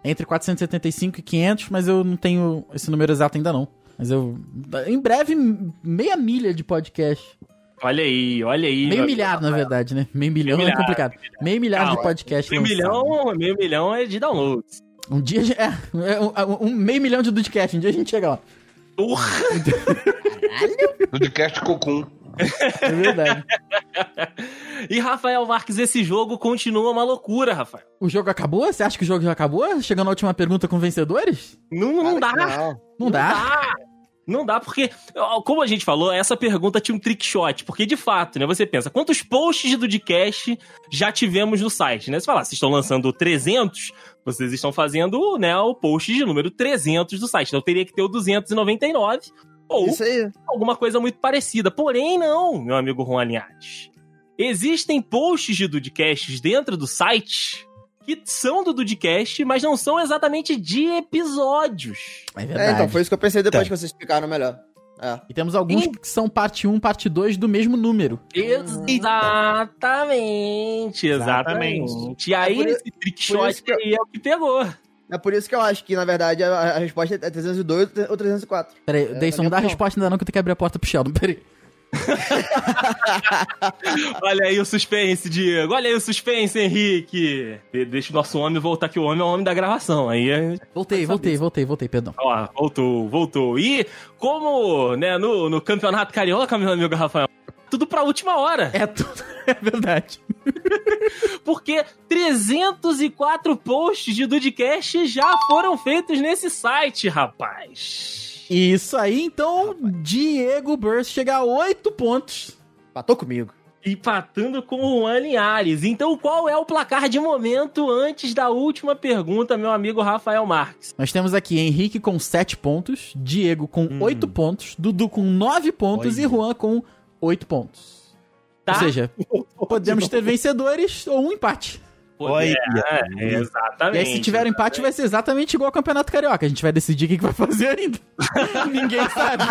B: entre 475 e 500, mas eu não tenho esse número exato ainda não. Mas eu... Em breve, meia milha de podcast.
C: Olha aí, olha aí.
B: Meio
C: meu
B: milhar, na verdade, né? Meio milhão
C: milhar,
B: é complicado. Meio milhar de
C: Calma,
B: podcast
C: Meio
B: lançado.
C: milhão, meio milhão é de download.
B: Um dia... a gente- É, é, um, um meio milhão de podcast. Um dia a gente chega lá.
C: Porra!
F: Podcast Cocum.
B: É verdade.
C: E Rafael Marques, esse jogo continua uma loucura, Rafael.
B: o jogo acabou? Você acha que o jogo já acabou? Chegando à última pergunta com vencedores?
C: Não, não dá,
G: Cara, tá
C: não,
G: não.
B: Não dá.
C: dá. Não dá, porque, ó, como a gente falou, essa pergunta tinha um trick shot. Porque, de fato, né? Você pensa, quantos posts do Dcast já tivemos no site, né? Você fala, ah, vocês estão lançando 300, vocês estão fazendo né, o post de número 300 do site. Então teria que ter o 299 ou
G: Isso
B: É
G: aí. É, então,
C: alguma coisa muito parecida. Porém, não, meu amigo Juan Linhares. Existem posts de Dudcasts dentro do site que são do Dudcast, mas não são exatamente de episódios.
B: É
G: É,
B: verdade.
G: então, foi isso que eu pensei depois
D: Tá.
G: que vocês explicaram melhor. É.
B: E temos alguns que são parte 1, parte 2 do mesmo número.
C: Hum. Exatamente, exatamente. E aí,
G: É por-
C: esse trick
G: por
C: shot
G: isso que eu-
C: aí é o que pegou.
G: É por isso que eu acho que, na verdade, a, a resposta é 302 ou 304.
B: Peraí, é, Deison,
G: minha
B: não dá a
G: opinião.
B: resposta ainda não, que eu tenho que abrir a porta pro Sheldon. Peraí.
C: Olha aí o suspense, Diego. Olha aí o suspense, Henrique. De- Deixa o nosso homem voltar, que o homem é o homem da gravação. Aí é
B: Voltei, voltei, voltei, voltei, perdão.
C: Ó, voltou, voltou. E como, né, no, no Campeonato Carioca, meu amigo Rafael, tudo pra última hora.
B: É tudo, é verdade.
C: Porque 304 posts de Dudcast já foram feitos nesse site, rapaz.
B: Isso aí, então, Diego Burst chega a 8 pontos.
G: Patou comigo.
C: Empatando com o Juan Linhares. Então, qual é o placar de momento antes da última pergunta, meu amigo Rafael Marques?
B: Nós temos aqui Henrique com 7 pontos, Diego com
D: Hum.
B: 8 pontos, Dudu com 9 pontos
D: Olha.
B: e Juan com 8 pontos.
C: Tá?
B: Ou seja, podemos ter vencedores ou um empate.
D: Olha,
C: É, exatamente.
B: E aí, se tiver um empate, vai ser exatamente igual ao Campeonato Carioca. A gente vai decidir o que que vai fazer ainda. Ninguém sabe.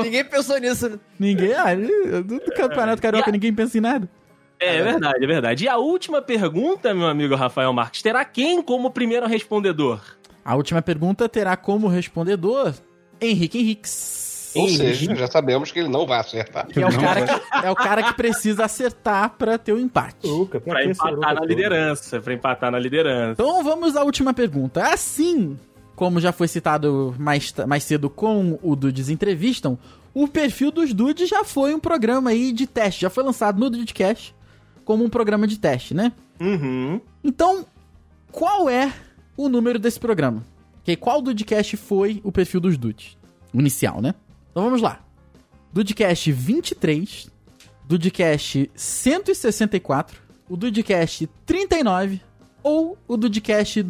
G: Ninguém pensou nisso. né?
B: Ninguém. Ah, do do Campeonato Carioca, ninguém pensa em nada.
C: É, é verdade, é verdade. E a última pergunta, meu amigo Rafael Marques, terá quem como primeiro respondedor?
B: A última pergunta terá como respondedor Henrique Henriques.
F: Ou seja, já sabemos que ele não vai acertar.
B: Que é, o cara que, é o cara que precisa acertar pra ter o empate.
D: Luca, pra
C: Pra
D: é que esse
C: empatar
D: Europa
C: na
D: todo?
C: liderança. Pra empatar na liderança.
B: Então vamos à última pergunta. Assim como já foi citado mais, ta- mais cedo com o Dudes Entrevistam, o perfil dos Dudes já foi um programa aí de teste, já foi lançado no Dudecast como um programa de teste, né?
C: Uhum.
B: Então, qual é o número desse programa? Que qual Dudecast foi o perfil dos Dudes? O Inicial, né? Então vamos lá. Dudecast 23, Dudecast 164, o Dudecast 39 ou o Dudecast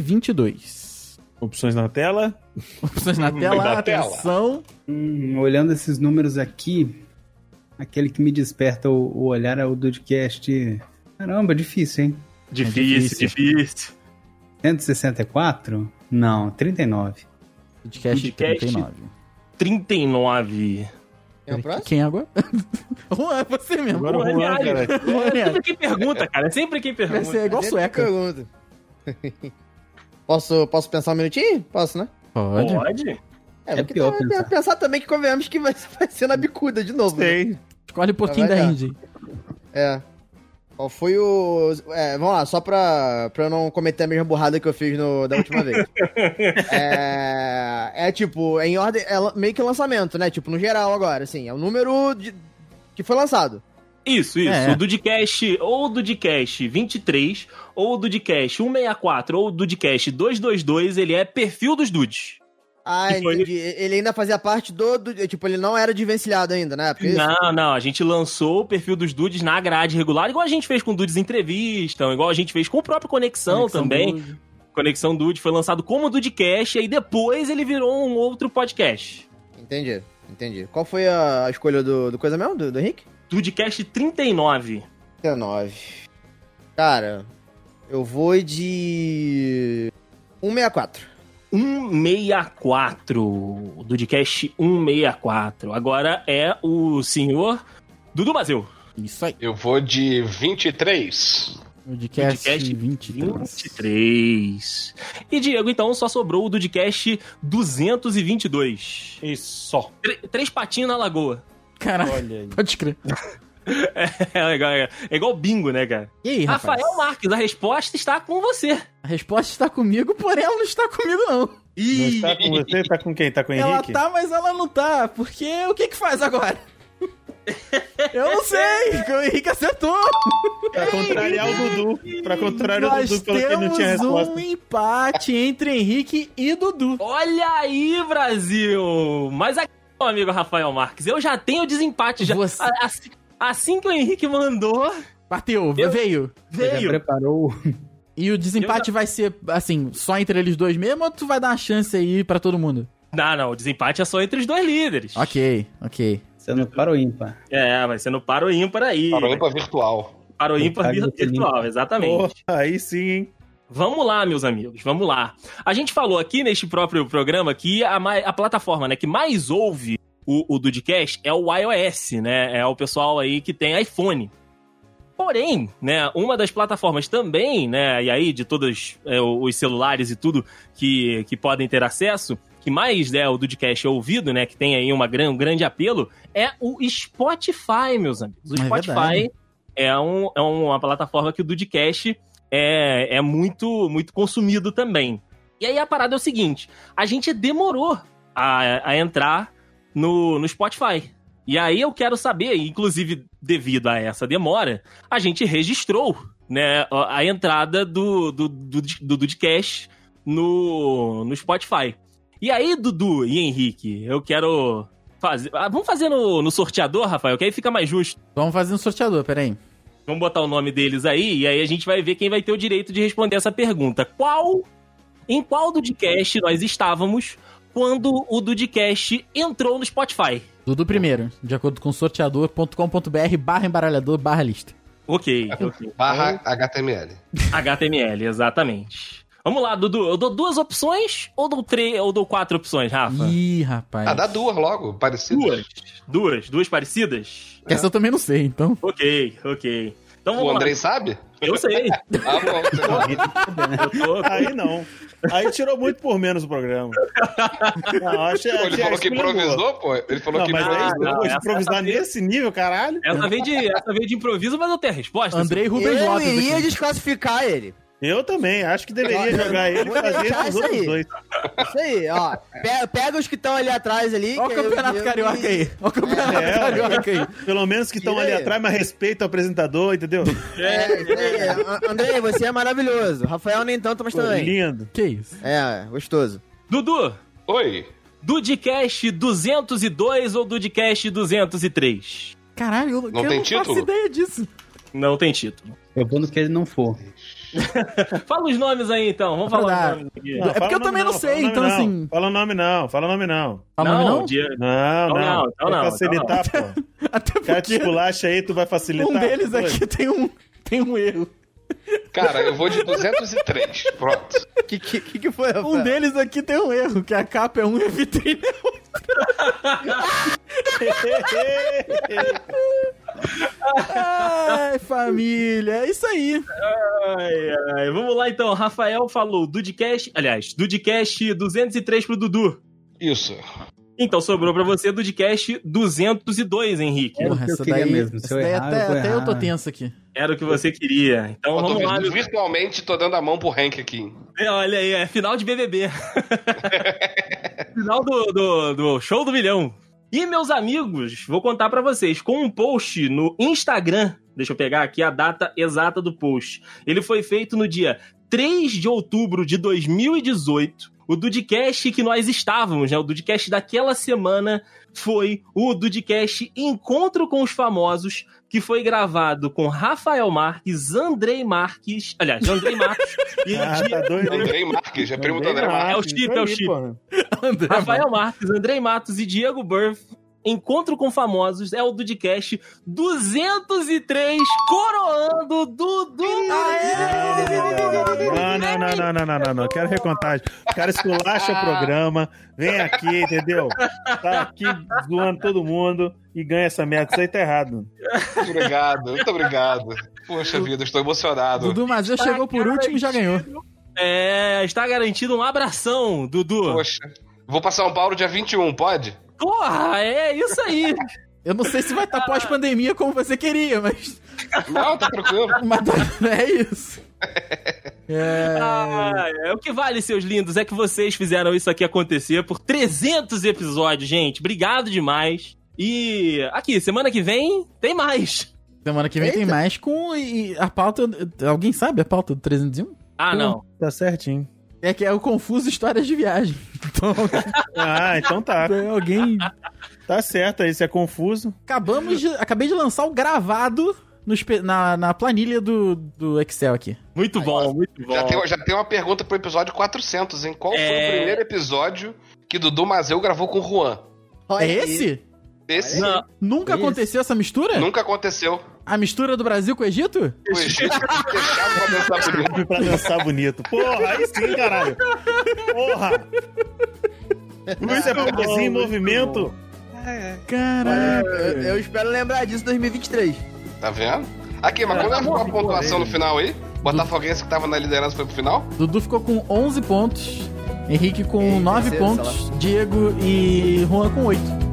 B: 222.
D: Opções na tela.
B: Opções na tela,
H: Na tela.
B: atenção.
E: Hum, olhando esses números aqui, aquele que me desperta o, o olhar é o Dudcast. Caramba, difícil, hein?
C: Difícil,
B: É difícil.
C: difícil.
E: 164? Não, 39.
B: Dudecast
C: Dudecast.
B: 39.
C: 39.
G: É o próximo?
B: Quem é agora? Juan, é você mesmo.
D: Agora o
C: Porra,
D: Juan,
C: aliás.
D: cara.
B: Juan,
C: É
B: é.
C: sempre quem pergunta, cara. É sempre quem
B: Vai
C: pergunta.
B: ser igual sueca.
G: Pergunta. posso, posso pensar um minutinho? Posso, né?
B: Pode.
C: Pode?
G: É,
E: É
G: porque
E: pior
G: tá-
E: pensar.
G: pensar também que convenhamos que vai, vai ser na bicuda de novo. né?
D: Sei.
B: Escolhe um pouquinho
G: Vai
B: da
G: dar.
B: Indy.
G: É. Qual foi o. É, vamos lá, só pra, pra eu não cometer a mesma burrada que eu fiz no, da última vez. é, é tipo, é em ordem. É la- meio que lançamento, né? Tipo, no geral agora, assim. É o número de- que foi lançado.
C: Isso, isso.
B: É.
C: O Dudcast ou o Dudcast 23, ou o Dudcast 164, ou o Dudcast 222, ele é perfil dos dudes.
G: Ah,
C: Que foi-
G: entendi. Ele ainda fazia parte do, do- Tipo, ele não era desvencilhado ainda, né? Porque isso-
C: Não, não, a gente lançou o perfil dos dudes na grade regular, igual a gente fez com o Dudes Entrevistam, igual a gente fez com o próprio Conexão,
B: Conexão
C: Então também.
B: Dude.
C: Conexão Dude foi lançado como Dudcast, aí depois ele virou um outro podcast.
G: Entendi, entendi. Qual foi a a escolha do, do coisa mesmo? Do, do Rick?
C: Dudcast 39.
G: 19. Cara, eu vou de. 164.
C: 164. O Dudcast 164. Agora é o senhor Dudu Mazeu.
B: Isso aí.
F: Eu vou de 23.
B: Podcast,
C: Podcast
B: 23.
C: 23. E Diego, então, só sobrou o Dudcast 222.
D: Isso. só.
C: Tre- três patinhos na lagoa.
B: Caralho,
D: Olha aí.
B: pode crer.
C: É, legal, é, é igual bingo, né, cara?
B: E aí, rapaz?
C: Rafael Marques, a resposta está com você.
B: A resposta está comigo, porém ela não está comigo, não.
D: Não está com você, tá com quem? Tá com o
B: Ela
D: Henrique?
B: tá, mas ela não tá. Porque o que que faz agora? Eu não sei, porque o Henrique acertou.
D: Pra contrariar o Dudu. Pra contrariar o
B: Nós
D: Dudu, pelo que ele não tinha
B: temos
D: resposta.
B: um empate entre Henrique e Dudu.
C: Olha aí, Brasil! Mas aqui, meu amigo Rafael Marques, eu já tenho desempate. Já.
B: Você-
C: A- Assim, assim que o Henrique mandou,
B: Bateu,
C: Eu-
B: veio.
E: Você já
C: veio.
E: preparou?
B: E o desempate vai ser, assim, só entre eles dois mesmo ou tu vai dar uma chance aí pra todo mundo?
C: Não, não, o desempate é só entre os dois líderes.
B: Ok, ok.
E: Você não parou ímpar.
C: É, vai ser no paro ímpar aí.
F: Parou ímpar virtual.
C: Para o
E: No
C: ímpar
E: caso do
C: virtual,
D: Porra,
C: exatamente.
D: aí sim, hein?
C: Vamos lá, meus amigos, vamos lá. A gente falou aqui neste próprio programa que a, mai- a plataforma né, que mais ouve o, o Dudcast é o iOS, né? É o pessoal aí que tem iPhone. Porém, né, uma das plataformas também, né, e aí de todos é, o- os celulares e tudo que, que podem ter acesso, que mais né, o Dudcast é ouvido, né, que tem aí uma gran, um grande apelo, é o Spotify, meus amigos. O
B: É
C: Spotify
B: verdade.
C: é, um, é uma plataforma que o Dudcast é, é muito, muito consumido também. E aí a parada é o seguinte: a gente demorou a, a entrar no, no Spotify. E aí eu quero saber, inclusive devido a essa demora, a gente registrou né, a a entrada do, do, do, do Dudcast no, no Spotify. E aí, Dudu e Henrique, eu quero fazer. ah, vamos fazer no, no sorteador, Rafael, que aí fica mais justo.
B: Vamos fazer um sorteador, peraí.
C: Vamos botar o nome deles aí e aí a gente vai ver quem vai ter o direito de responder essa pergunta. Qual em qual Dudcast nós estávamos quando o Dudcast entrou no Spotify?
B: Dudu primeiro, de acordo com sorteador.com.br barra embaralhador barra lista.
C: OK, ok.
F: Barra HTML.
C: HTML, exatamente. Vamos lá, Dudu. Eu dou duas opções ou dou três ou dou quatro opções, Rafa?
B: Ih, rapaz.
F: Ah, dá duas logo, parecido.
C: Duas. Duas, duas parecidas?
F: né?
B: Essa eu também não sei, então.
C: Ok, ok. Então
F: O
C: vamos lá.
F: Andrei sabe?
C: Eu sei.
F: Ah, bom. então-
C: Eu tô-
D: Aí não. Aí tirou muito por menos o programa. Não, achei,
F: Pô,
D: achei,
F: Ele falou que
D: explicou.
F: improvisou, pô. Ele falou
D: Não,
F: que
D: mas aí,
F: improvisou.
C: não,
D: pô,
C: essa
D: improvisar
C: tá bem.
D: nesse nível, caralho.
C: Essa veio, de, essa veio de improviso, mas eu tenho a resposta.
B: Andrei Rubens
G: Eu
B: Lopes.
G: iria
B: aqui.
G: desclassificar ele.
D: Eu também, acho que deveria jogar ele e
G: Vou
D: fazer
G: deixar
D: esses
G: isso
D: outros
G: aí.
D: dois.
G: Isso aí, ó. Pe- Pega, os que estão ali atrás ali.
B: Olha
G: que
B: o
G: eu-
B: campeonato
G: eu-
B: carioca aí. Olha o campeonato
D: É, ó.
B: carioca aí.
D: Pelo menos que estão
G: Tira
D: ali
G: ele.
D: atrás, mas respeita o apresentador, entendeu?
G: É, isso aí. A- Andrei, você é maravilhoso. Rafael nem tanto, mas
D: Pô,
G: também.
D: lindo.
B: Que isso?
G: É, gostoso.
C: Dudu,
F: Oi.
C: Dudcast 202 ou Dudcast 203?
B: Caralho, eu
F: Não
B: eu
F: tem
B: não faço
F: título?
B: ideia disso.
C: Não tem título.
E: Eu vou no que ele não for.
C: Fala os nomes aí, então. Vamos
B: Vou
C: falar
B: dar.
C: os nomes aqui.
B: É porque
D: fala o
B: eu
D: nome
B: também não sei,
D: fala o nome
B: então,
D: não.
B: assim-
D: Fala o nome não, fala o nome não.
B: Fala o nome não?
C: de-
D: Não,
C: Não,
D: não.
C: Então não, não,
D: Vai
C: não.
D: facilitar, pô.
B: Até
D: O cara tipo, tá, te
B: porque
D: esculacha aí, tu vai facilitar.
B: um deles
D: Pô,
B: aqui tem um, tem um erro.
F: Cara, eu vou de 203. Pronto.
G: O que, que, que que foi, Rafael?
B: Um deles aqui tem um erro, que a capa é um e a vitrine é outra. Ai, família, é isso aí.
C: Ai, ai. Vamos lá, então. Rafael falou Dudcast... Aliás, Dudcast 203 pro Dudu.
F: Isso.
C: Então, sobrou pra você Dudcast 202, Henrique.
E: Era o que eu queria mesmo. Se
B: essa
E: eu
B: daí
E: errar, eu
B: até,
E: vou
B: até
E: errar.
B: eu tô tenso aqui.
C: Era o que você queria. Então,
F: Eu tô
C: vamos lá.
F: vir- virtualmente tô dando a mão pro Hank aqui.
C: É, Olha aí, é final de BBB. final do, do, do show do milhão. E, meus amigos, vou contar pra vocês. Com um post no Instagram, deixa eu pegar aqui a data exata do post. Ele foi feito no dia 3 de outubro de 2018. O Dudcast que nós estávamos, né? O Dudcast daquela semana foi o Dudcast Encontro com os Famosos, que foi gravado com Rafael Marques, Andrei Marques... Aliás, Andrei Marques e...
D: Ah, tá doido, hein?
F: Andrei Marques, é primo do
D: Andrei
F: André Marques.
C: É o
D: Marques,
C: chip,
D: isso
C: é o
D: aí,
C: chip.
D: pô.
B: André,
C: Rafael Marques, Andrei Matos e Diego Burff. Encontro com famosos é o Dudcast 203, coroando Dudu.
D: Não, não, não, não, não, não, não, não. Quero recontagem. O cara esculacha o programa, vem aqui, entendeu? Tá aqui zoando todo mundo e ganha essa merda. Isso aí tá errado.
F: Muito obrigado, muito obrigado. Poxa vida, estou emocionado.
B: Dudu Mazeu chegou por último e já ganhou.
C: É, está garantido um abração, Dudu.
F: Poxa. Vou pra São Paulo dia 21, pode?
C: Porra, é isso aí.
B: Eu não sei se vai estar pós-pandemia como você queria, mas.
F: Não, tá tranquilo.
B: mas tá- é isso. É.
C: Ah, é o que vale, seus lindos, é que vocês fizeram isso aqui acontecer por 300 episódios, gente. Obrigado demais. E aqui, semana que vem tem mais.
B: Semana que vem tem
G: Eita.
B: mais com. E a pauta. Alguém sabe a pauta do 301?
C: Ah,
F: Hum.
C: não.
D: Tá certinho.
B: É que é o Confuso Histórias de Viagem. Então,
D: Ah, então tá.
B: alguém.
D: Tá certo aí, isso é confuso.
B: Acabamos de. Acabei de lançar o gravado no espe- na, na planilha do, do Excel aqui.
C: Muito bom, muito bom.
F: Já tem, já tem uma pergunta pro episódio 400, hein? Qual foi
C: É.
F: o primeiro episódio que Dudu Mazeu gravou com o Juan?
G: Olha
B: é
G: aí. É
B: esse?
F: Esse
C: Não,
B: Nunca
G: Esse.
B: aconteceu essa mistura?
F: nunca aconteceu.
B: A mistura do Brasil com o Egito?
F: O Egito deixava pra dançar por
D: Clube pra dançar bonito. Porra, aí sim, caralho. Porra. Isso é poesia em movimento. É,
B: Caraca.
G: Eu, eu espero lembrar disso em 2023.
F: Tá vendo? Aqui, mas quando ficou a pontuação no final aí? Botafoguense que tava na liderança foi pro final?
B: Dudu ficou com 11 pontos. Henrique com
G: Ei,
B: 9
G: terceiro,
B: pontos. Diego e Juan com 8.